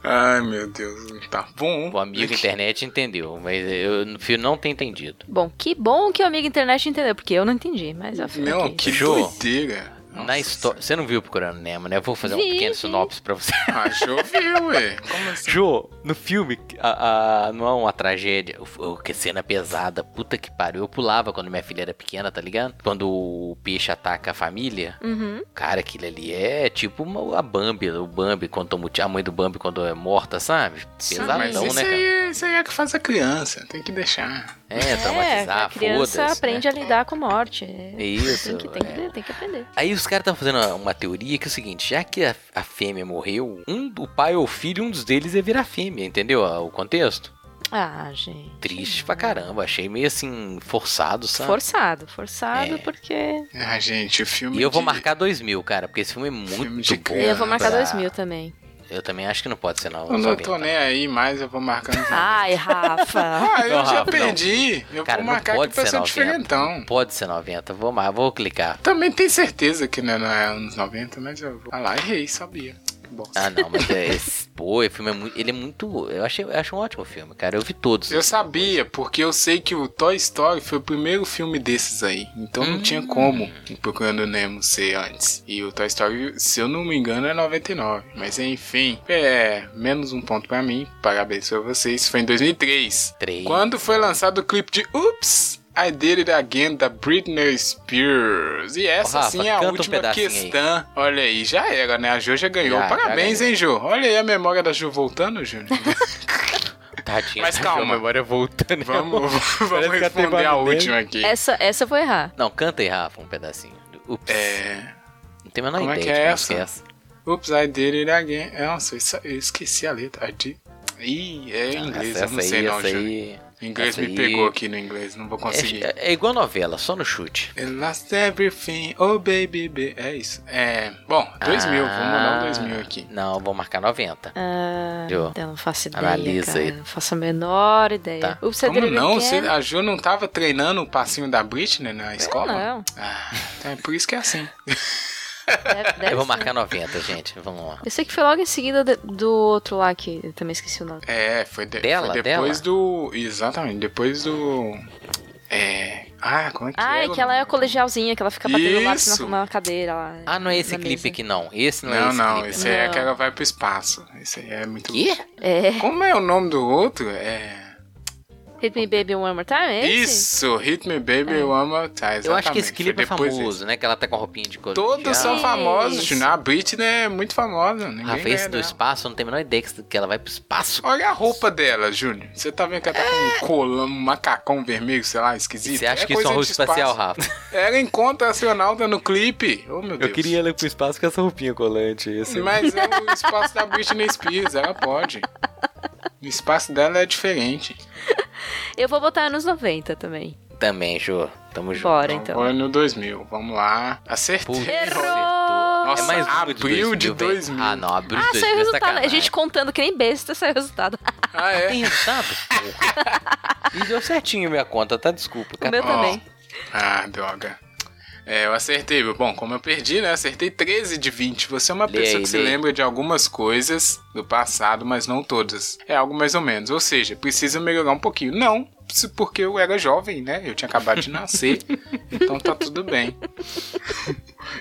Speaker 1: Ai, meu Deus. Tá bom.
Speaker 2: O amigo internet entendeu, mas eu no fio não ter entendido.
Speaker 3: Bom, que bom que o amigo internet entendeu, porque eu não entendi, mas eu
Speaker 1: Não,
Speaker 3: ok.
Speaker 1: que
Speaker 2: Jô.
Speaker 1: doideira.
Speaker 2: Na história. Você não viu procurando Nemo, né? Eu vou fazer um
Speaker 3: Vi,
Speaker 2: pequeno
Speaker 3: vi.
Speaker 2: sinopse pra você.
Speaker 1: Ah, choveu, ué. Como assim?
Speaker 2: Jô, no filme, a, a- não é uma tragédia. o- o- Que cena pesada. Puta que pariu. Eu pulava quando minha filha era pequena, tá ligado? Quando o peixe ataca a família.
Speaker 3: Uhum.
Speaker 2: Cara, aquilo ali é tipo uma, a Bambi. O Bambi, quando toma o ti- a mãe do Bambi quando é morta, sabe?
Speaker 1: mas
Speaker 2: Pesadão,
Speaker 1: isso,
Speaker 2: né, cara?
Speaker 1: aí, isso aí é que faz a criança, tem que deixar.
Speaker 2: É,
Speaker 3: É, a
Speaker 2: traumatizar, foda-se.
Speaker 3: criança aprende
Speaker 2: né?
Speaker 3: a lidar com morte. É,
Speaker 2: Isso,
Speaker 3: Tem que, tem que-
Speaker 2: é.
Speaker 3: tem que aprender.
Speaker 2: Aí os caras estão fazendo uma- uma teoria que é o seguinte, já que a, a fêmea morreu, um, o pai ou o filho, um dos deles ia virar fêmea, entendeu? ah, O contexto.
Speaker 3: Ah, gente.
Speaker 2: Triste pra caramba, achei meio assim, forçado, sabe?
Speaker 3: Forçado, forçado,
Speaker 2: É.
Speaker 3: porque.
Speaker 1: Ah, gente, o filme.
Speaker 2: E eu vou
Speaker 1: de-
Speaker 2: marcar 2000, cara, porque esse filme é muito
Speaker 1: Filme de
Speaker 2: bom.
Speaker 1: É,
Speaker 3: eu vou marcar
Speaker 2: pra-
Speaker 3: 2000 também.
Speaker 2: Eu também acho que não pode ser, não.
Speaker 1: Eu
Speaker 2: só
Speaker 1: não
Speaker 2: bem,
Speaker 1: tô
Speaker 2: tá?
Speaker 1: nem aí mais, eu vou marcando.
Speaker 3: Ai, Rafa.
Speaker 1: Ah, eu
Speaker 2: Não,
Speaker 1: já
Speaker 2: Rafa, não.
Speaker 1: perdi. Eu
Speaker 2: Cara,
Speaker 1: vou
Speaker 2: não
Speaker 1: marcar aqui
Speaker 2: pode
Speaker 1: pra
Speaker 2: ser
Speaker 1: ser um
Speaker 2: 90. Não
Speaker 1: diferentão.
Speaker 2: pode ser 90, vou, mar- vou clicar.
Speaker 1: Também tenho certeza que não é não é anos 90, mas eu vou. Ah lá, errei, sabia. Bosta.
Speaker 2: Ah, não, mas é, esse, pô, esse filme é muito, ele é muito, eu, achei, eu acho um ótimo filme, cara, eu vi todos.
Speaker 1: Eu sabia, porque eu sei que o Toy Story foi o primeiro filme desses aí. Então não
Speaker 2: Hum.
Speaker 1: tinha como o Procurando Nemo ser antes. E o Toy Story, se eu não me engano, é 99. Mas enfim, é menos um ponto pra mim. Parabéns pra vocês. Foi em 2003.
Speaker 2: Três.
Speaker 1: Quando foi lançado o clipe de Oops! I Did It Again da Britney Spears. E essa
Speaker 2: Ô, Rafa,
Speaker 1: sim é a
Speaker 2: canta um
Speaker 1: última
Speaker 2: pedacinho aí.
Speaker 1: questão. Olha aí, já era, né? A Jo já ganhou.
Speaker 2: Já, já
Speaker 1: Parabéns,
Speaker 2: ganhou.
Speaker 1: hein, Jo? Olha aí a memória da Jo voltando, Júnior.
Speaker 2: Tadinha,
Speaker 1: Mas
Speaker 2: tá,
Speaker 1: calma.
Speaker 2: minha memória voltando.
Speaker 1: Vamos, vamos
Speaker 5: Parece que até
Speaker 1: responder a
Speaker 5: valeu.
Speaker 1: última aqui.
Speaker 3: Essa, essa eu vou errar.
Speaker 2: Não, canta aí, Rafa, um pedacinho. Ups.
Speaker 1: É.
Speaker 2: Não tem a menor
Speaker 1: Como é
Speaker 2: ideia
Speaker 1: que é
Speaker 2: de como
Speaker 1: essa?
Speaker 2: que é essa.
Speaker 1: Oops, I did it again. É, Nossa, isso- eu esqueci a letra. I did... Ih, é em inglês,
Speaker 2: Ah, essa,
Speaker 1: eu não
Speaker 2: essa
Speaker 1: sei
Speaker 2: aí,
Speaker 1: não,
Speaker 2: essa
Speaker 1: Júlio.
Speaker 2: aí.
Speaker 1: O inglês
Speaker 2: essa
Speaker 1: me
Speaker 2: aí-
Speaker 1: pegou aqui no inglês, não vou conseguir.
Speaker 2: É, é igual novela, só no chute.
Speaker 1: I lost everything, oh baby, baby. É isso. É. Bom, 2000, vamos mandar um 2000 aqui.
Speaker 2: Ah, Não, vou marcar 90.
Speaker 3: Ah,
Speaker 2: Jo,
Speaker 3: eu não faço ideia.
Speaker 2: analisa
Speaker 3: cara.
Speaker 2: aí.
Speaker 3: Não faço a menor ideia.
Speaker 2: Tá.
Speaker 3: Oops, I
Speaker 1: Como
Speaker 3: Did It
Speaker 1: não?
Speaker 3: Again.
Speaker 1: Você- a Ju não tava treinando o passinho da Britney né, na escola?
Speaker 3: é? não.
Speaker 1: Ah, então é por isso que é assim.
Speaker 3: Deve- deve
Speaker 2: Eu vou
Speaker 3: ser.
Speaker 2: marcar 90, gente. Vamos lá.
Speaker 3: Eu sei que foi logo em seguida de- do outro lá que eu também esqueci o nome.
Speaker 1: É, foi, de-
Speaker 2: Dela,
Speaker 1: foi depois
Speaker 2: dela?
Speaker 1: do. Exatamente, depois do. É. Ah, como é que
Speaker 3: ah,
Speaker 1: é?
Speaker 3: é que ela é a colegialzinha, que ela fica batendo o lápis
Speaker 1: Isso.
Speaker 3: na, na cadeira lá.
Speaker 2: Ah, não é esse
Speaker 3: na
Speaker 2: clipe
Speaker 3: mesa.
Speaker 2: aqui, não. Esse não, é
Speaker 1: Não,
Speaker 2: esse
Speaker 1: não,
Speaker 2: clipe.
Speaker 1: esse aí é
Speaker 3: Não.
Speaker 1: que ela vai pro espaço. Esse aí é muito.
Speaker 2: Quê?
Speaker 3: É.
Speaker 1: Como é o nome do outro? É.
Speaker 3: Hit Me Baby One More Time, é esse? É.
Speaker 1: Isso, Hit Me Baby One More Time.
Speaker 2: Eu acho
Speaker 1: exatamente,
Speaker 2: que esse
Speaker 1: foi
Speaker 2: clipe é
Speaker 1: depois
Speaker 2: famoso, né? Que ela tá com a roupinha de
Speaker 1: desse.
Speaker 2: cor.
Speaker 1: Todos são
Speaker 3: Isso.
Speaker 1: famosos, Júnior. A Britney é muito famosa. Ninguém
Speaker 2: Rafa,
Speaker 1: ganha
Speaker 2: esse do
Speaker 1: dela.
Speaker 2: espaço, eu não tenho a menor ideia que que ela vai pro espaço.
Speaker 1: Olha a roupa dela, Júnior. Você tá vendo que ela tá com um colão, um macacão vermelho, sei lá, esquisito.
Speaker 2: É. Você acha que isso é
Speaker 1: coisa
Speaker 2: um
Speaker 1: de
Speaker 2: rosto espacial,
Speaker 1: espaço.
Speaker 2: Rafa?
Speaker 1: Ela encontra a Ronaldo no clipe. Oh, meu Deus.
Speaker 5: Eu queria ela ir pro espaço com essa roupinha colante. ia ser-
Speaker 1: Mas é o espaço da Britney Spears, ela pode. O espaço dela é diferente.
Speaker 3: Eu vou botar anos 90 também.
Speaker 2: Também, Jô. Tamo junto.
Speaker 3: Bora,
Speaker 1: Então,
Speaker 3: então.
Speaker 1: foi no 2000, vamos lá. Acertei.
Speaker 2: Puta.
Speaker 3: Errou!
Speaker 1: Nossa,
Speaker 2: é mais um
Speaker 1: abril de
Speaker 2: de 2000, velho.
Speaker 1: 2000.
Speaker 2: Ah, não, abril
Speaker 3: Ah,
Speaker 2: de
Speaker 3: saiu
Speaker 2: 2000
Speaker 3: o
Speaker 2: é
Speaker 3: resultado. A
Speaker 2: sacanagem.
Speaker 3: gente contando que nem besta, saiu o resultado.
Speaker 1: Ah, é?
Speaker 2: Tem resultado? Porra. e deu certinho minha conta, tá? Desculpa.
Speaker 3: O meu
Speaker 2: cara.
Speaker 3: também.
Speaker 1: Ah, droga. É, eu acertei. Bom, como eu perdi, né? Acertei 13 de 20. Você é uma
Speaker 2: Lê
Speaker 1: pessoa
Speaker 2: aí,
Speaker 1: que se
Speaker 2: lê aí.
Speaker 1: lembra de algumas coisas do passado, mas não todas. É algo mais ou menos. Ou seja, precisa melhorar um pouquinho. Não, se- porque eu era jovem, né? Eu tinha acabado de nascer. então tá tudo bem.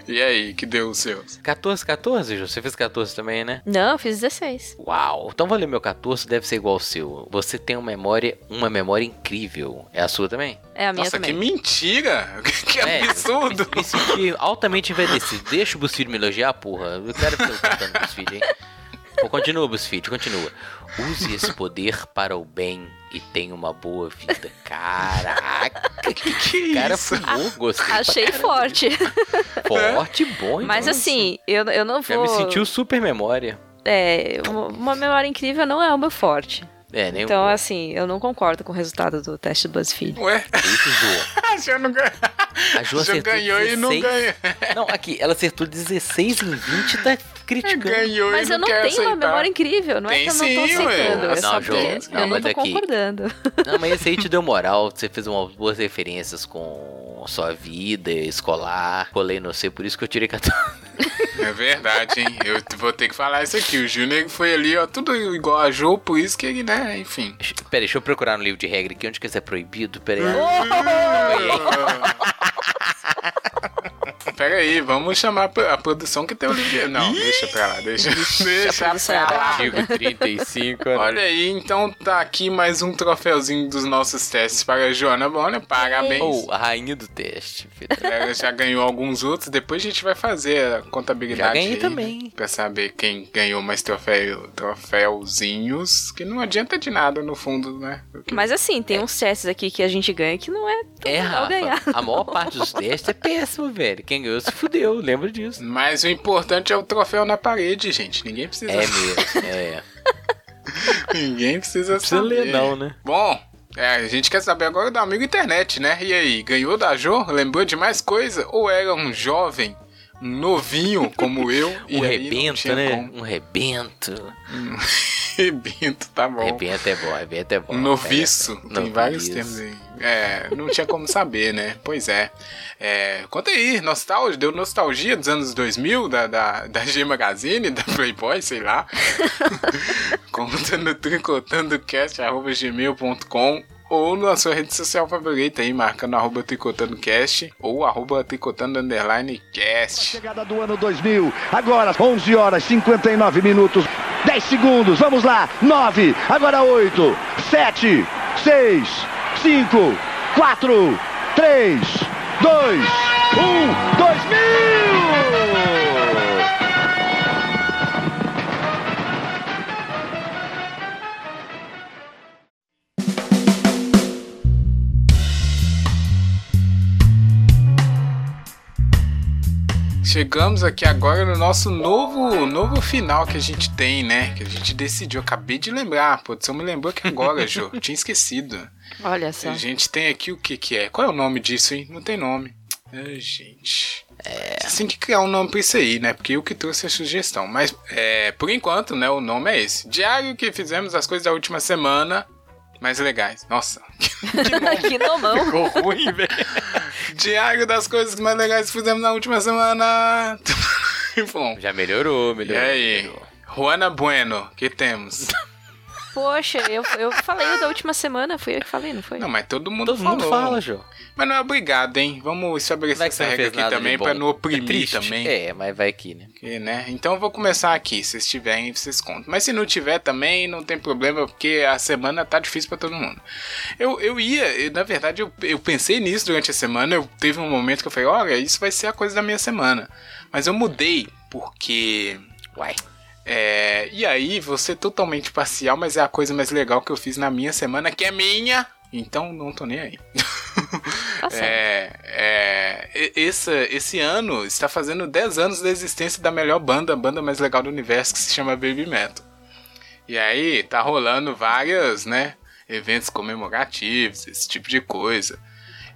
Speaker 1: e aí, que deu os seus?
Speaker 2: 14, 14, Ju? Você fez 14 também, né?
Speaker 3: Não, eu fiz 16.
Speaker 2: Uau! Então valeu meu 14, deve ser igual ao seu. Você tem uma memória, uma memória incrível. É a sua também?
Speaker 3: É a minha
Speaker 1: Nossa,
Speaker 3: também.
Speaker 1: que mentira! Que
Speaker 2: É,
Speaker 1: absurdo!
Speaker 2: Me senti altamente envelhecido. Deixa o Buzzfeed me elogiar, porra. Eu quero ver eu contando o tá Buzzfeed, hein? Pô, continua, Buzzfeed, continua. Use esse poder para o bem e tenha uma boa vida. Caraca!
Speaker 1: Que
Speaker 2: cara
Speaker 1: isso?
Speaker 2: fumou, gostei. pra
Speaker 3: Achei
Speaker 2: caramba.
Speaker 3: forte.
Speaker 2: Forte, bom,
Speaker 3: Mas
Speaker 2: então.
Speaker 3: assim, eu, eu não
Speaker 2: Já
Speaker 3: vou.
Speaker 2: me sentiu super memória.
Speaker 3: É, uma- uma memória incrível não é o meu forte.
Speaker 2: É, nem
Speaker 3: Então,
Speaker 2: o
Speaker 3: assim, eu não concordo com o resultado do teste do BuzzFeed.
Speaker 1: Ué,
Speaker 2: Isso, Ju.
Speaker 1: a Jo não ganhou.
Speaker 2: A Ju
Speaker 1: Jo
Speaker 2: acertou
Speaker 1: ganhou e não
Speaker 2: 16.
Speaker 1: ganhou.
Speaker 2: Não, aqui, ela acertou 16 em 20 e tá criticando.
Speaker 1: Ganhou
Speaker 3: Mas
Speaker 1: e
Speaker 3: eu não
Speaker 1: quer
Speaker 3: tenho uma
Speaker 1: aceitar.
Speaker 3: memória incrível, não
Speaker 1: Tem
Speaker 3: é que eu não tô
Speaker 1: sim, ué.
Speaker 3: aceitando, é
Speaker 2: Não,
Speaker 3: só
Speaker 2: Ju,
Speaker 3: porque
Speaker 2: não,
Speaker 3: eu não
Speaker 2: mas
Speaker 3: tô
Speaker 2: aqui-
Speaker 3: concordando.
Speaker 2: Não, mas esse aí te deu moral, você fez umas boas referências com sua vida escolar, colei no C, por isso que eu tirei 14.
Speaker 1: É verdade, hein? Eu t- vou ter que falar isso aqui. O Júnior foi ali, ó, tudo igual a Jô, por isso que ele, né, enfim.
Speaker 2: Peraí, deixa eu procurar no livro de regra aqui, onde que isso é proibido, peraí.
Speaker 1: Ah, Pera aí, vamos chamar a produção que tem o Olivier. Não, deixa pra lá, deixa, deixa
Speaker 3: produção é
Speaker 1: pra lá.
Speaker 5: Artigo 35.
Speaker 2: né?
Speaker 1: Olha aí, então tá aqui mais um troféuzinho dos nossos testes para a Joana Bona. Parabéns.
Speaker 2: Ou a rainha do teste. Vitor.
Speaker 1: Ela É, já ganhou alguns outros, depois a gente vai fazer a contabilidade.
Speaker 2: Já ganhei
Speaker 1: aí, né,
Speaker 2: também.
Speaker 1: Pra saber quem ganhou mais troféu, troféuzinhos, que não adianta de nada no fundo, né?
Speaker 3: Mas assim, tem uns testes aqui que a gente ganha que não é tão
Speaker 2: É,
Speaker 3: legal
Speaker 2: Rafa,
Speaker 3: ganhar.
Speaker 2: a maior parte dos testes é péssimo, velho. Quem ganhou se fudeu, lembra disso.
Speaker 1: Mas o importante é o troféu na parede, gente. Ninguém precisa,
Speaker 2: É mesmo, é.
Speaker 1: ninguém precisa,
Speaker 5: precisa
Speaker 1: saber.
Speaker 5: ler não, né?
Speaker 1: Bom, é, a gente quer saber agora do amigo internet, né? E aí, ganhou da Jo? Lembrou de mais coisa? Ou era um jovem, um novinho como eu? e
Speaker 2: Um
Speaker 1: aí não
Speaker 2: rebento,
Speaker 1: tinha
Speaker 2: né?
Speaker 1: como?
Speaker 2: Um rebento.
Speaker 1: Rebento, tá bom.
Speaker 2: Rebento é bom, rebento é bom.
Speaker 1: Um noviço.
Speaker 2: É,
Speaker 1: Tem
Speaker 2: noviço.
Speaker 1: vários termos aí. É, não tinha como saber, né? Pois é. é conta aí, nostalgia, deu nostalgia dos anos 2000, da, da, da G Magazine, da Playboy, sei lá. conta no tricotandocast.gmail.com ou na sua rede social favorita aí, marcando arroba tricotandocast ou arroba tricotando underline cast.
Speaker 4: Chegada do ano 2000, agora 11 horas 59 minutos, 10 segundos, vamos lá, 9, agora 8, 7, 6, 5, 4, 3, 2, 1, 2000!
Speaker 1: Chegamos aqui agora no nosso novo, novo final que a gente tem, né? Que a gente decidiu. Acabei de lembrar, a produção me lembrou que agora, Jô. Tinha esquecido.
Speaker 3: Olha só.
Speaker 1: A gente tem aqui o que que é? Qual é o nome disso, hein? Não tem nome. Ai, gente. É. Vocês têm que criar um nome pra isso aí, né? Porque eu que trouxe a sugestão. Mas, é, por enquanto, né? O nome é esse. Diário que fizemos as coisas da última semana mais legais. Nossa.
Speaker 3: que nomão.
Speaker 5: Ficou ruim, velho.
Speaker 1: Diário das coisas mais legais que fizemos na última semana. Bom.
Speaker 2: Já melhorou,
Speaker 1: E
Speaker 2: melhorou.
Speaker 1: aí?
Speaker 2: melhorou.
Speaker 1: Juana Bueno, que temos?
Speaker 3: Poxa, eu, eu falei o da última semana, fui eu que falei, não foi?
Speaker 1: Não, mas todo mundo
Speaker 2: Todo
Speaker 1: falou.
Speaker 2: mundo fala, Jô.
Speaker 1: Mas não é obrigado, hein? Vamos estabelecer
Speaker 2: Vai que
Speaker 1: essa
Speaker 2: você não
Speaker 1: regra
Speaker 2: fez
Speaker 1: aqui
Speaker 2: nada
Speaker 1: também
Speaker 2: de bom.
Speaker 1: pra não
Speaker 2: É
Speaker 1: oprimir
Speaker 2: triste.
Speaker 1: também.
Speaker 2: É, mas vai que, né?
Speaker 1: E, né? Então eu vou começar aqui. Se vocês tiverem, vocês contam. Mas se não tiver também, não tem problema, porque a semana tá difícil pra todo mundo. Eu, eu ia, eu, na verdade, eu, eu pensei nisso durante a semana. Eu teve um momento que eu falei, olha, isso vai ser a coisa da minha semana. Mas eu mudei, porque.
Speaker 2: Uai.
Speaker 1: É, e aí, você totalmente parcial, mas é a coisa mais legal que eu fiz na minha semana, que é minha. Então não tô nem aí.
Speaker 3: Tá certo.
Speaker 1: É, é, e- esse, esse ano está fazendo 10 anos da existência da melhor banda, a banda mais legal do universo, que se chama Baby Metal. E aí, tá rolando várias, né? Eventos comemorativos, esse tipo de coisa.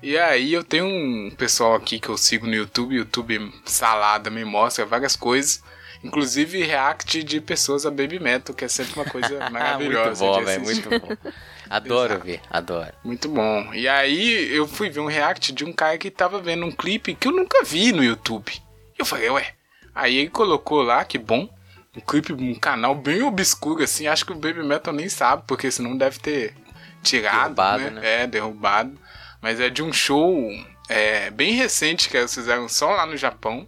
Speaker 1: E aí, eu tenho um pessoal aqui que eu sigo no YouTube, YouTube Salada me mostra várias coisas, inclusive react de pessoas a Baby Metal, que é sempre uma coisa maravilhosa.
Speaker 2: muito bom,
Speaker 1: de
Speaker 2: velho,
Speaker 1: assistir.
Speaker 2: muito bom. Adoro
Speaker 1: Exato.
Speaker 2: ver, adoro.
Speaker 1: Muito bom. E aí eu fui ver um react de um cara que tava vendo um clipe que eu nunca vi no YouTube. E eu falei, ué. Aí ele colocou lá, que bom. Um clipe, um canal bem obscuro, assim. Acho que o Baby Metal nem sabe, porque senão deve ter tirado.
Speaker 2: Derrubado,
Speaker 1: né?
Speaker 2: né?
Speaker 1: É, derrubado. Mas é de um show é, bem recente que eles fizeram só lá no Japão.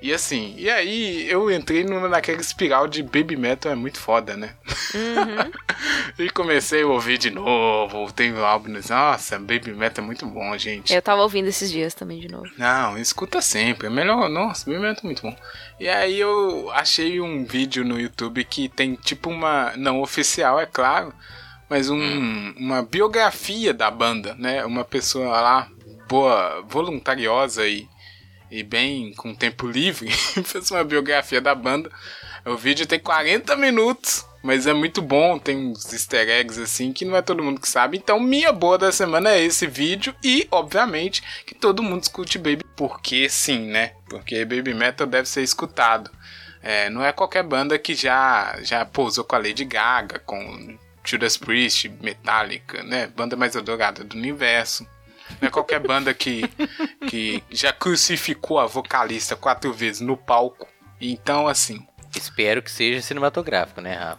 Speaker 1: E assim, e aí eu entrei numa, naquela espiral de Baby Metal é muito foda, né? E comecei a ouvir de novo. Tem o álbum. Nossa, Baby Metal é muito bom, gente.
Speaker 3: Eu tava ouvindo esses dias também de novo.
Speaker 1: Não, escuta sempre. É melhor. Nossa, Baby Metal é muito bom. E aí eu achei um vídeo no YouTube que tem tipo uma. Não oficial, é claro. Mas um, uma biografia da banda, né? Uma pessoa lá, boa, voluntariosa e, e bem com tempo livre, fez uma biografia da banda. O vídeo tem 40 minutos, mas é muito bom, tem uns easter eggs assim que não é todo mundo que sabe. Então, minha boa da semana é esse vídeo e, obviamente, que todo mundo escute Baby, porque sim, né? Porque Baby Metal deve ser escutado. É, não é qualquer banda que já já pousou com a Lady Gaga, com Judas Priest, Metallica, né? Banda mais adorada do universo. Não é qualquer banda que, que já crucificou a vocalista quatro vezes no palco. Então, assim,
Speaker 2: Espero que seja cinematográfico, né, Rafa?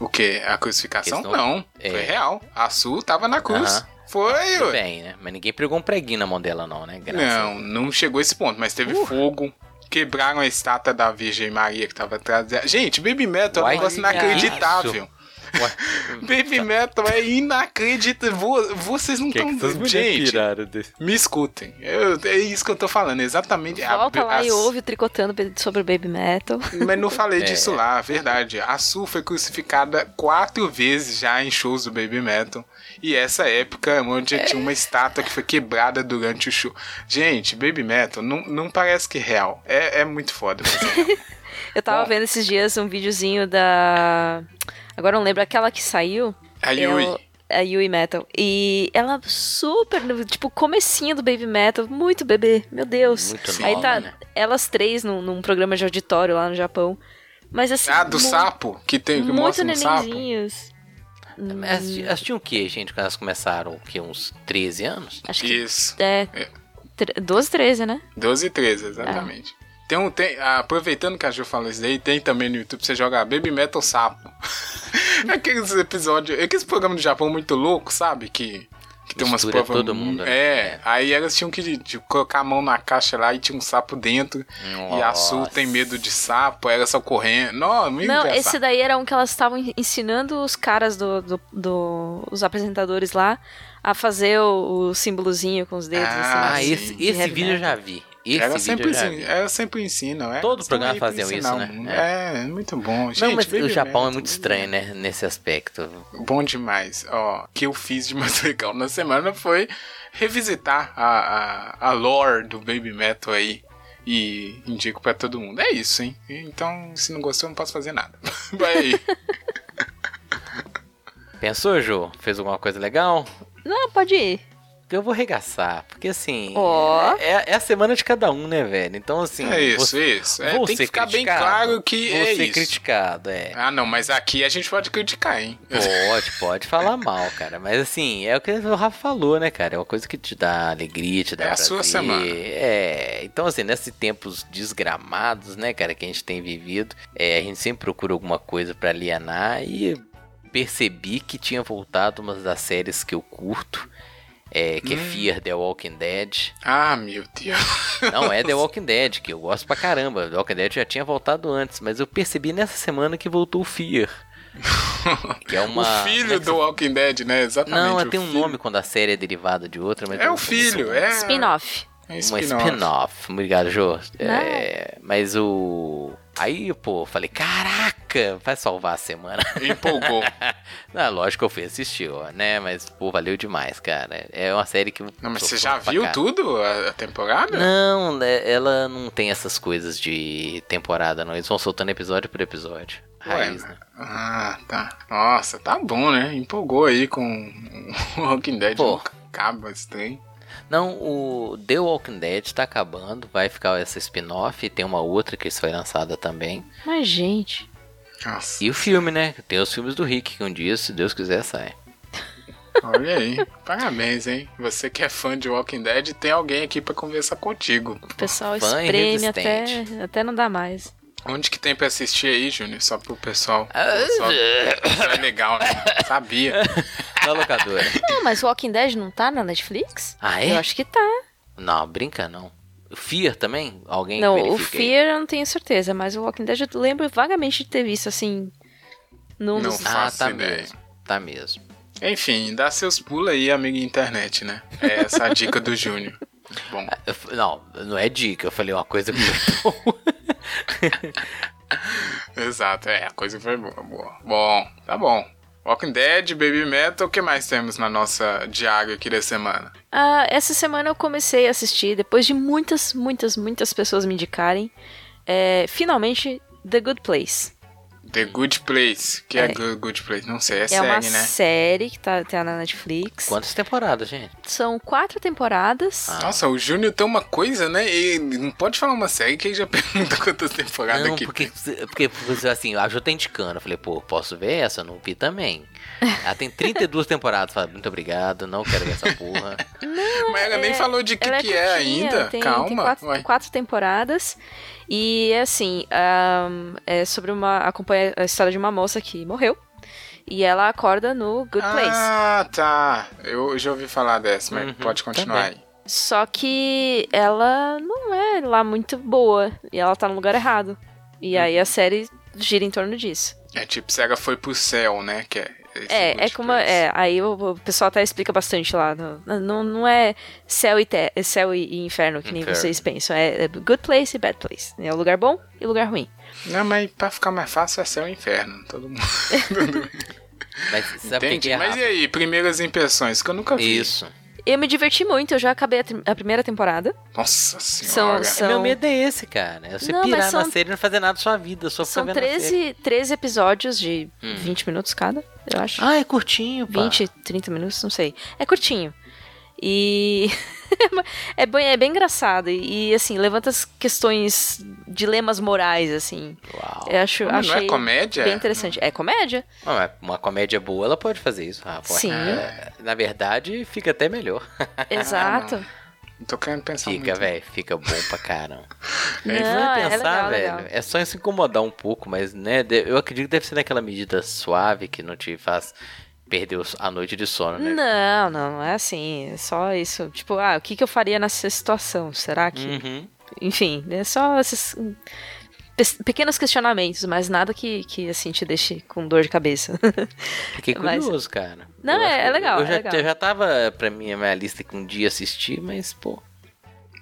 Speaker 1: o que? A crucificação?
Speaker 2: Questão-
Speaker 1: Não.
Speaker 2: é.
Speaker 1: Foi real. A Su tava na cruz.
Speaker 2: Aham.
Speaker 1: Foi,
Speaker 2: Tudo
Speaker 1: ué.
Speaker 2: bem, né? Mas ninguém pregou um preguinho na mão dela, não, né? Graças a
Speaker 1: Não, não chegou a esse ponto, mas teve
Speaker 5: Uh.
Speaker 1: fogo. Quebraram a estátua da Virgem Maria que tava atrás dela. Gente, Baby Metal é um
Speaker 2: Uai,
Speaker 1: negócio
Speaker 2: que é
Speaker 1: inacreditável.
Speaker 2: isso? Tá. Ué,
Speaker 1: Baby Metal é inacreditável. Vo- Vocês não
Speaker 5: O que, é
Speaker 1: estão
Speaker 5: que essas
Speaker 1: dando.
Speaker 5: mulheres
Speaker 1: Gente,
Speaker 5: tiraram desse?
Speaker 1: me escutem. Eu- é isso que eu tô falando, exatamente. É, A-
Speaker 3: Volta lá
Speaker 1: as-
Speaker 3: e ouve o Tricotando sobre o Baby Metal.
Speaker 1: Mas não
Speaker 3: É.
Speaker 1: falei disso lá, verdade. A Su foi crucificada quatro vezes já em shows do Baby Metal. E essa época onde
Speaker 3: É.
Speaker 1: tinha uma estátua que foi quebrada durante o show. Gente, Baby Metal não, não parece que é real. É, é muito foda.
Speaker 3: Eu tava
Speaker 1: Bom.
Speaker 3: vendo esses dias um videozinho da. Agora eu não lembro, aquela que saiu.
Speaker 1: A
Speaker 3: Eu-
Speaker 1: Yui.
Speaker 3: A Yui Metal. E ela super, tipo, comecinho do Baby Metal, muito bebê, meu Deus.
Speaker 2: Muito
Speaker 3: Aí
Speaker 2: nova,
Speaker 3: tá
Speaker 2: né?
Speaker 3: elas três num, num programa de auditório lá no Japão. Mas assim.
Speaker 1: Ah, do
Speaker 3: mu-
Speaker 1: sapo? Que tem que
Speaker 3: Muito
Speaker 1: mostra um sapo?
Speaker 3: nenenzinhos. Hum,
Speaker 2: Elas ti- elas tinham o quê, gente, quando elas começaram? O quê? Uns 13 anos?
Speaker 3: Acho que
Speaker 1: Isso.
Speaker 3: é.
Speaker 1: É.
Speaker 3: tre- 12, 13, né?
Speaker 1: 12 e 13, exatamente.
Speaker 3: É.
Speaker 1: Tem um, tem, aproveitando que a Ju falou isso daí, tem também no YouTube, você joga Baby Metal Sapo. É aqueles episódios, aqueles programas do Japão muito louco, sabe? Que, que tem umas
Speaker 2: Mistura
Speaker 1: provas.
Speaker 2: todo mundo, né?
Speaker 1: é,
Speaker 2: É.
Speaker 1: aí elas tinham que de- colocar a mão na caixa lá e tinha um sapo dentro. E a Su
Speaker 2: Nossa.
Speaker 1: tem medo de sapo, aí ela só correndo. Não, muito
Speaker 3: Não,
Speaker 1: engraçado.
Speaker 3: esse daí era um que elas estavam en- ensinando os caras do, do, do- os apresentadores lá a fazer o, o símbolozinho com os dedos.
Speaker 1: Ah,
Speaker 2: Ah,
Speaker 3: assim,
Speaker 2: esse,
Speaker 3: de
Speaker 2: esse
Speaker 3: heavy
Speaker 2: vídeo eu já
Speaker 3: metal.
Speaker 2: vi. Esse
Speaker 1: Ela
Speaker 2: vídeo
Speaker 1: sempre, assim.
Speaker 2: eu já
Speaker 1: ensina,
Speaker 2: vi.
Speaker 1: ela sempre ensina.
Speaker 2: Todo
Speaker 1: elas estão
Speaker 2: programa
Speaker 1: aí pra
Speaker 2: faziam isso,
Speaker 1: ensinar o
Speaker 2: né?
Speaker 1: mundo. É.
Speaker 2: É.
Speaker 1: é muito bom.
Speaker 2: Não,
Speaker 1: Gente,
Speaker 2: mas o
Speaker 1: Baby
Speaker 2: Japão é
Speaker 1: Metal.
Speaker 2: muito estranho, né? Nesse aspecto.
Speaker 1: Bom demais. Ó, o que eu fiz de mais legal na semana foi revisitar a, a, a lore do Baby Metal aí. E indico pra todo mundo. É isso, hein? Então, se não gostou, não posso fazer nada. Vai aí.
Speaker 2: Pensou, Ju? Fez alguma coisa legal?
Speaker 3: Não, pode ir.
Speaker 2: Eu vou regaçar, porque assim.
Speaker 3: Ó.
Speaker 2: É, é a semana de cada um, né, velho? Então, assim.
Speaker 1: É isso,
Speaker 2: você-
Speaker 1: isso. É,
Speaker 2: vou
Speaker 1: tem que
Speaker 2: ser
Speaker 1: ficar bem
Speaker 2: criticado,
Speaker 1: claro que
Speaker 2: vou
Speaker 1: é
Speaker 2: ser
Speaker 1: isso.
Speaker 2: criticado, é.
Speaker 1: Ah, não, mas aqui a gente pode criticar, hein?
Speaker 2: Pode, pode falar mal, cara. Mas assim, é o que o Rafa falou, né, cara? É uma coisa que te dá alegria, te dá
Speaker 1: É a
Speaker 2: prazer.
Speaker 1: sua semana.
Speaker 2: É. Então, assim, nesses tempos desgramados, né, cara, que a gente tem vivido, é, a gente sempre procura alguma coisa pra alienar e percebi que tinha voltado uma das séries que eu curto. é, que é
Speaker 1: Hum.
Speaker 2: Fear The Walking Dead.
Speaker 1: Ah, meu Deus.
Speaker 2: Não, é The Walking Dead, que eu gosto pra caramba. The Walking Dead já tinha voltado antes, mas eu percebi nessa semana que voltou o Fear. Que é uma.
Speaker 1: O filho do Walking Dead, né? Exatamente.
Speaker 2: Não,
Speaker 1: o
Speaker 2: ela tem um
Speaker 1: filho.
Speaker 2: nome quando a série é derivada de outra, mas.
Speaker 1: É
Speaker 2: eu
Speaker 1: o
Speaker 2: não sei
Speaker 1: filho,
Speaker 2: como
Speaker 1: é.
Speaker 3: Spin-off.
Speaker 1: É um
Speaker 2: Uma
Speaker 1: spin-off.
Speaker 2: spin-off. Obrigado, Jô. É, mas o. Aí, pô, falei, caraca, vai salvar a semana.
Speaker 1: Empolgou.
Speaker 2: Ah, lógico que eu fui assistir, ó, né? Mas, pô, valeu demais, cara. É uma série que. eu
Speaker 1: Não, mas
Speaker 2: tô
Speaker 1: você já
Speaker 2: falando pra
Speaker 1: viu
Speaker 2: cá.
Speaker 1: tudo a a temporada?
Speaker 2: Não, né, ela não tem essas coisas de temporada, não. Eles vão soltando episódio por episódio.
Speaker 1: Ué,
Speaker 2: Raiz, né?
Speaker 1: Ah, tá. Nossa, tá bom, né? Empolgou aí com o Walking Dead.
Speaker 2: Pô.
Speaker 1: Nunca acaba esse trem.
Speaker 2: Não, o The Walking Dead tá acabando, vai ficar essa spin-off, tem uma outra que foi lançada também.
Speaker 3: Mas, gente.
Speaker 1: Nossa,
Speaker 2: E o filme, né? Tem os filmes do Rick, que um dia, se Deus quiser, sai.
Speaker 1: olha aí. Parabéns, hein? Você que é fã de Walking Dead, tem alguém aqui pra conversar contigo.
Speaker 3: O pessoal
Speaker 2: Fã
Speaker 3: espreme até,
Speaker 2: irresistente.
Speaker 3: até não dá mais.
Speaker 1: Onde que tem pra assistir aí, Júnior? Só pro pessoal. Só... Isso é legal, né? Sabia.
Speaker 2: Na locadora.
Speaker 3: Não, mas Walking Dead não tá na Netflix?
Speaker 2: Ah,
Speaker 3: Eu
Speaker 2: é?
Speaker 3: acho que tá.
Speaker 2: Não, brinca não. O Fear também? Alguém
Speaker 3: não, o
Speaker 2: verifica aí.
Speaker 3: Fear eu não tenho certeza, mas o Walking Dead eu lembro vagamente de ter visto, assim, num
Speaker 1: Não.
Speaker 3: dos...
Speaker 2: Ah,
Speaker 1: Faço
Speaker 2: tá
Speaker 1: ideia.
Speaker 2: mesmo. Tá mesmo.
Speaker 1: Enfim, dá seus pulos aí, amigo internet, né? É essa a dica do Júnior. Bom,
Speaker 2: Eu f- Não, não é dica, eu falei uma coisa que foi boa.
Speaker 1: exato. É, a coisa foi boa. boa. Bom, tá bom. Walking Dead, Baby Metal, o que mais temos na nossa diária aqui da semana?
Speaker 3: Ah, essa semana eu comecei a assistir, depois de muitas, muitas, muitas pessoas me indicarem, é, finalmente, The Good Place.
Speaker 1: The Good Place. Que é,
Speaker 3: É.
Speaker 1: Good, Good Place? Não sei, é,
Speaker 3: é
Speaker 1: série,
Speaker 3: uma
Speaker 1: né?
Speaker 3: série que tá, tá na Netflix.
Speaker 2: Quantas temporadas, gente?
Speaker 3: São quatro temporadas.
Speaker 1: Nossa, o Júnior tem uma coisa, né? E não pode falar uma série que ele já pergunta quantas temporadas
Speaker 2: Não,
Speaker 1: aqui.
Speaker 2: porque, porque, porque, assim, a Ju tá indicando. Eu falei, pô, posso ver essa? Eu não vi também. Ela tem 32 temporadas. Eu Falei, muito obrigado, não quero ver essa porra.
Speaker 1: Mas ela nem
Speaker 3: é-
Speaker 1: falou de que
Speaker 3: Ela
Speaker 1: que é
Speaker 3: curtinha,
Speaker 1: ainda.
Speaker 3: tem-
Speaker 1: Calma.
Speaker 3: Tem quatro,
Speaker 1: uai.
Speaker 3: quatro temporadas. E é assim, ahn, é sobre uma. acompanha a história de uma moça que morreu. e ela acorda no
Speaker 2: é
Speaker 3: Good Place.
Speaker 1: Ah, tá. Eu já ouvi falar dessa,
Speaker 2: Uhum,
Speaker 1: mas pode continuar aí.
Speaker 3: Só que ela não é lá muito boa e ela tá no lugar errado.
Speaker 2: Hum.
Speaker 3: E aí a série gira em torno disso.
Speaker 1: É tipo, Sega foi pro céu, né? Que é, esse
Speaker 3: É, é
Speaker 1: Good
Speaker 3: como.
Speaker 1: Place.
Speaker 3: É, aí o, o pessoal até explica bastante lá. no- não, não é céu e, te- é céu e, e inferno, que nem
Speaker 2: Inferno.
Speaker 3: vocês pensam. É, é good place e bad place. É o lugar bom e o lugar ruim.
Speaker 1: Não, mas pra ficar mais fácil é céu e inferno. Todo mundo.
Speaker 2: Mas sabe o que que
Speaker 1: Entende?
Speaker 2: é
Speaker 1: mas
Speaker 2: Rafa?
Speaker 1: e aí, primeiras impressões, que eu nunca vi.
Speaker 2: Isso.
Speaker 3: Eu me diverti muito, eu já acabei a, tri- a primeira temporada.
Speaker 1: Nossa senhora. Ah,
Speaker 3: são-
Speaker 2: Meu medo é esse, cara. É você
Speaker 3: Não, mas
Speaker 2: pirar na
Speaker 3: são-
Speaker 2: série e não fazer nada da sua vida, só ficar
Speaker 3: São
Speaker 2: vendo a série. Hum.
Speaker 3: 13, 13 episódios de 20 minutos cada, eu acho.
Speaker 2: Ah, é curtinho, pá.
Speaker 3: 20, 30 minutos, não sei. É curtinho. E é, bem, é bem engraçado. E, e, assim, levanta as questões, dilemas morais, assim.
Speaker 2: Uau.
Speaker 3: Eu acho,
Speaker 1: Mas não
Speaker 3: achei
Speaker 1: é comédia?
Speaker 3: bem interessante. É comédia?
Speaker 2: Não, mas Uma comédia boa, ela pode fazer isso, Rafa.
Speaker 3: Sim.
Speaker 2: É, Na verdade, fica até melhor.
Speaker 3: Exato.
Speaker 1: Não é tô querendo pensar
Speaker 2: Fica,
Speaker 1: muito.
Speaker 2: velho. Fica bom pra caramba.
Speaker 3: Não,
Speaker 2: Mas não
Speaker 3: é legal,
Speaker 2: velho.
Speaker 3: legal.
Speaker 2: É só em se incomodar um pouco, mas, né, de- eu acredito que deve ser naquela medida suave que não te faz perder os- a noite de sono, né?
Speaker 3: Não, não, não é assim. É só isso. Tipo, ah, o que, que eu faria nessa situação? Será que.
Speaker 2: Uhum.
Speaker 3: Enfim, é só esses hum, pe- pequenos questionamentos, mas nada que, que assim, te deixe com dor de cabeça.
Speaker 2: Fiquei
Speaker 3: Mas-
Speaker 2: curioso, cara.
Speaker 3: Não,
Speaker 2: Eu
Speaker 3: é-
Speaker 2: acho-
Speaker 3: é legal,
Speaker 2: Eu já,
Speaker 3: é legal.
Speaker 2: eu já tava pra minha, minha lista que um dia assistir, mas, pô.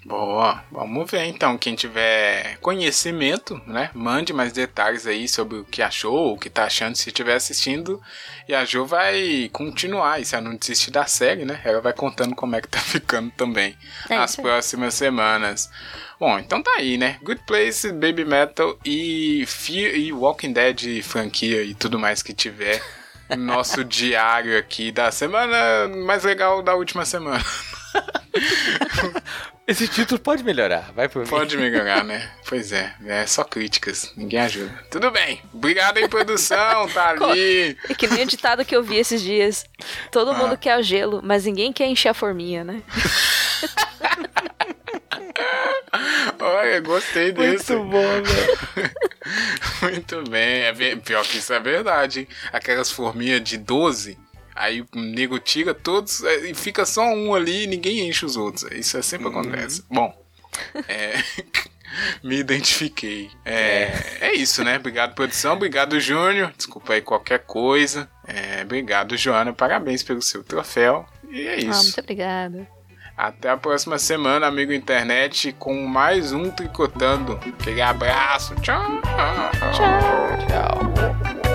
Speaker 1: Boa, vamos ver então. Quem tiver conhecimento, né? Mande mais detalhes aí sobre o que achou, o que tá achando, se estiver assistindo. E a Jo vai continuar, e se ela não desistir da série, né? Ela vai contando como é que tá ficando também
Speaker 3: É
Speaker 1: as
Speaker 3: isso aí.
Speaker 1: próximas semanas. Bom, então tá aí, né? Good Place, Baby Metal e, Fear, e Walking Dead franquia e tudo mais que tiver. no Nosso diário aqui da semana mais legal da última semana.
Speaker 2: Esse título pode melhorar, vai por
Speaker 1: Pode melhorar, né? Pois é, é só críticas, ninguém ajuda. Tudo bem, obrigado aí, produção, tá ali.
Speaker 3: É que nem o ditado que eu vi esses dias. Todo mundo quer o gelo, mas ninguém quer encher a forminha, né?
Speaker 1: Olha, gostei desse.
Speaker 5: Muito bom, velho.
Speaker 1: Muito bem, é ve- pior que isso é verdade. hein? Aquelas forminhas de 12, aí o nego tira todos é, e fica só um ali e ninguém enche os outros. Isso é sempre acontece. Bom, é, me identifiquei. É, é isso, né? Obrigado, produção. Obrigado, Júnior. Desculpa aí qualquer coisa. É, obrigado, Joana. Parabéns pelo seu troféu. E é
Speaker 3: Ah,
Speaker 1: isso.
Speaker 3: muito obrigada.
Speaker 1: Até a próxima semana, amigo internet, com mais um Tricotando. Aquele abraço. Tchau.
Speaker 2: Tchau.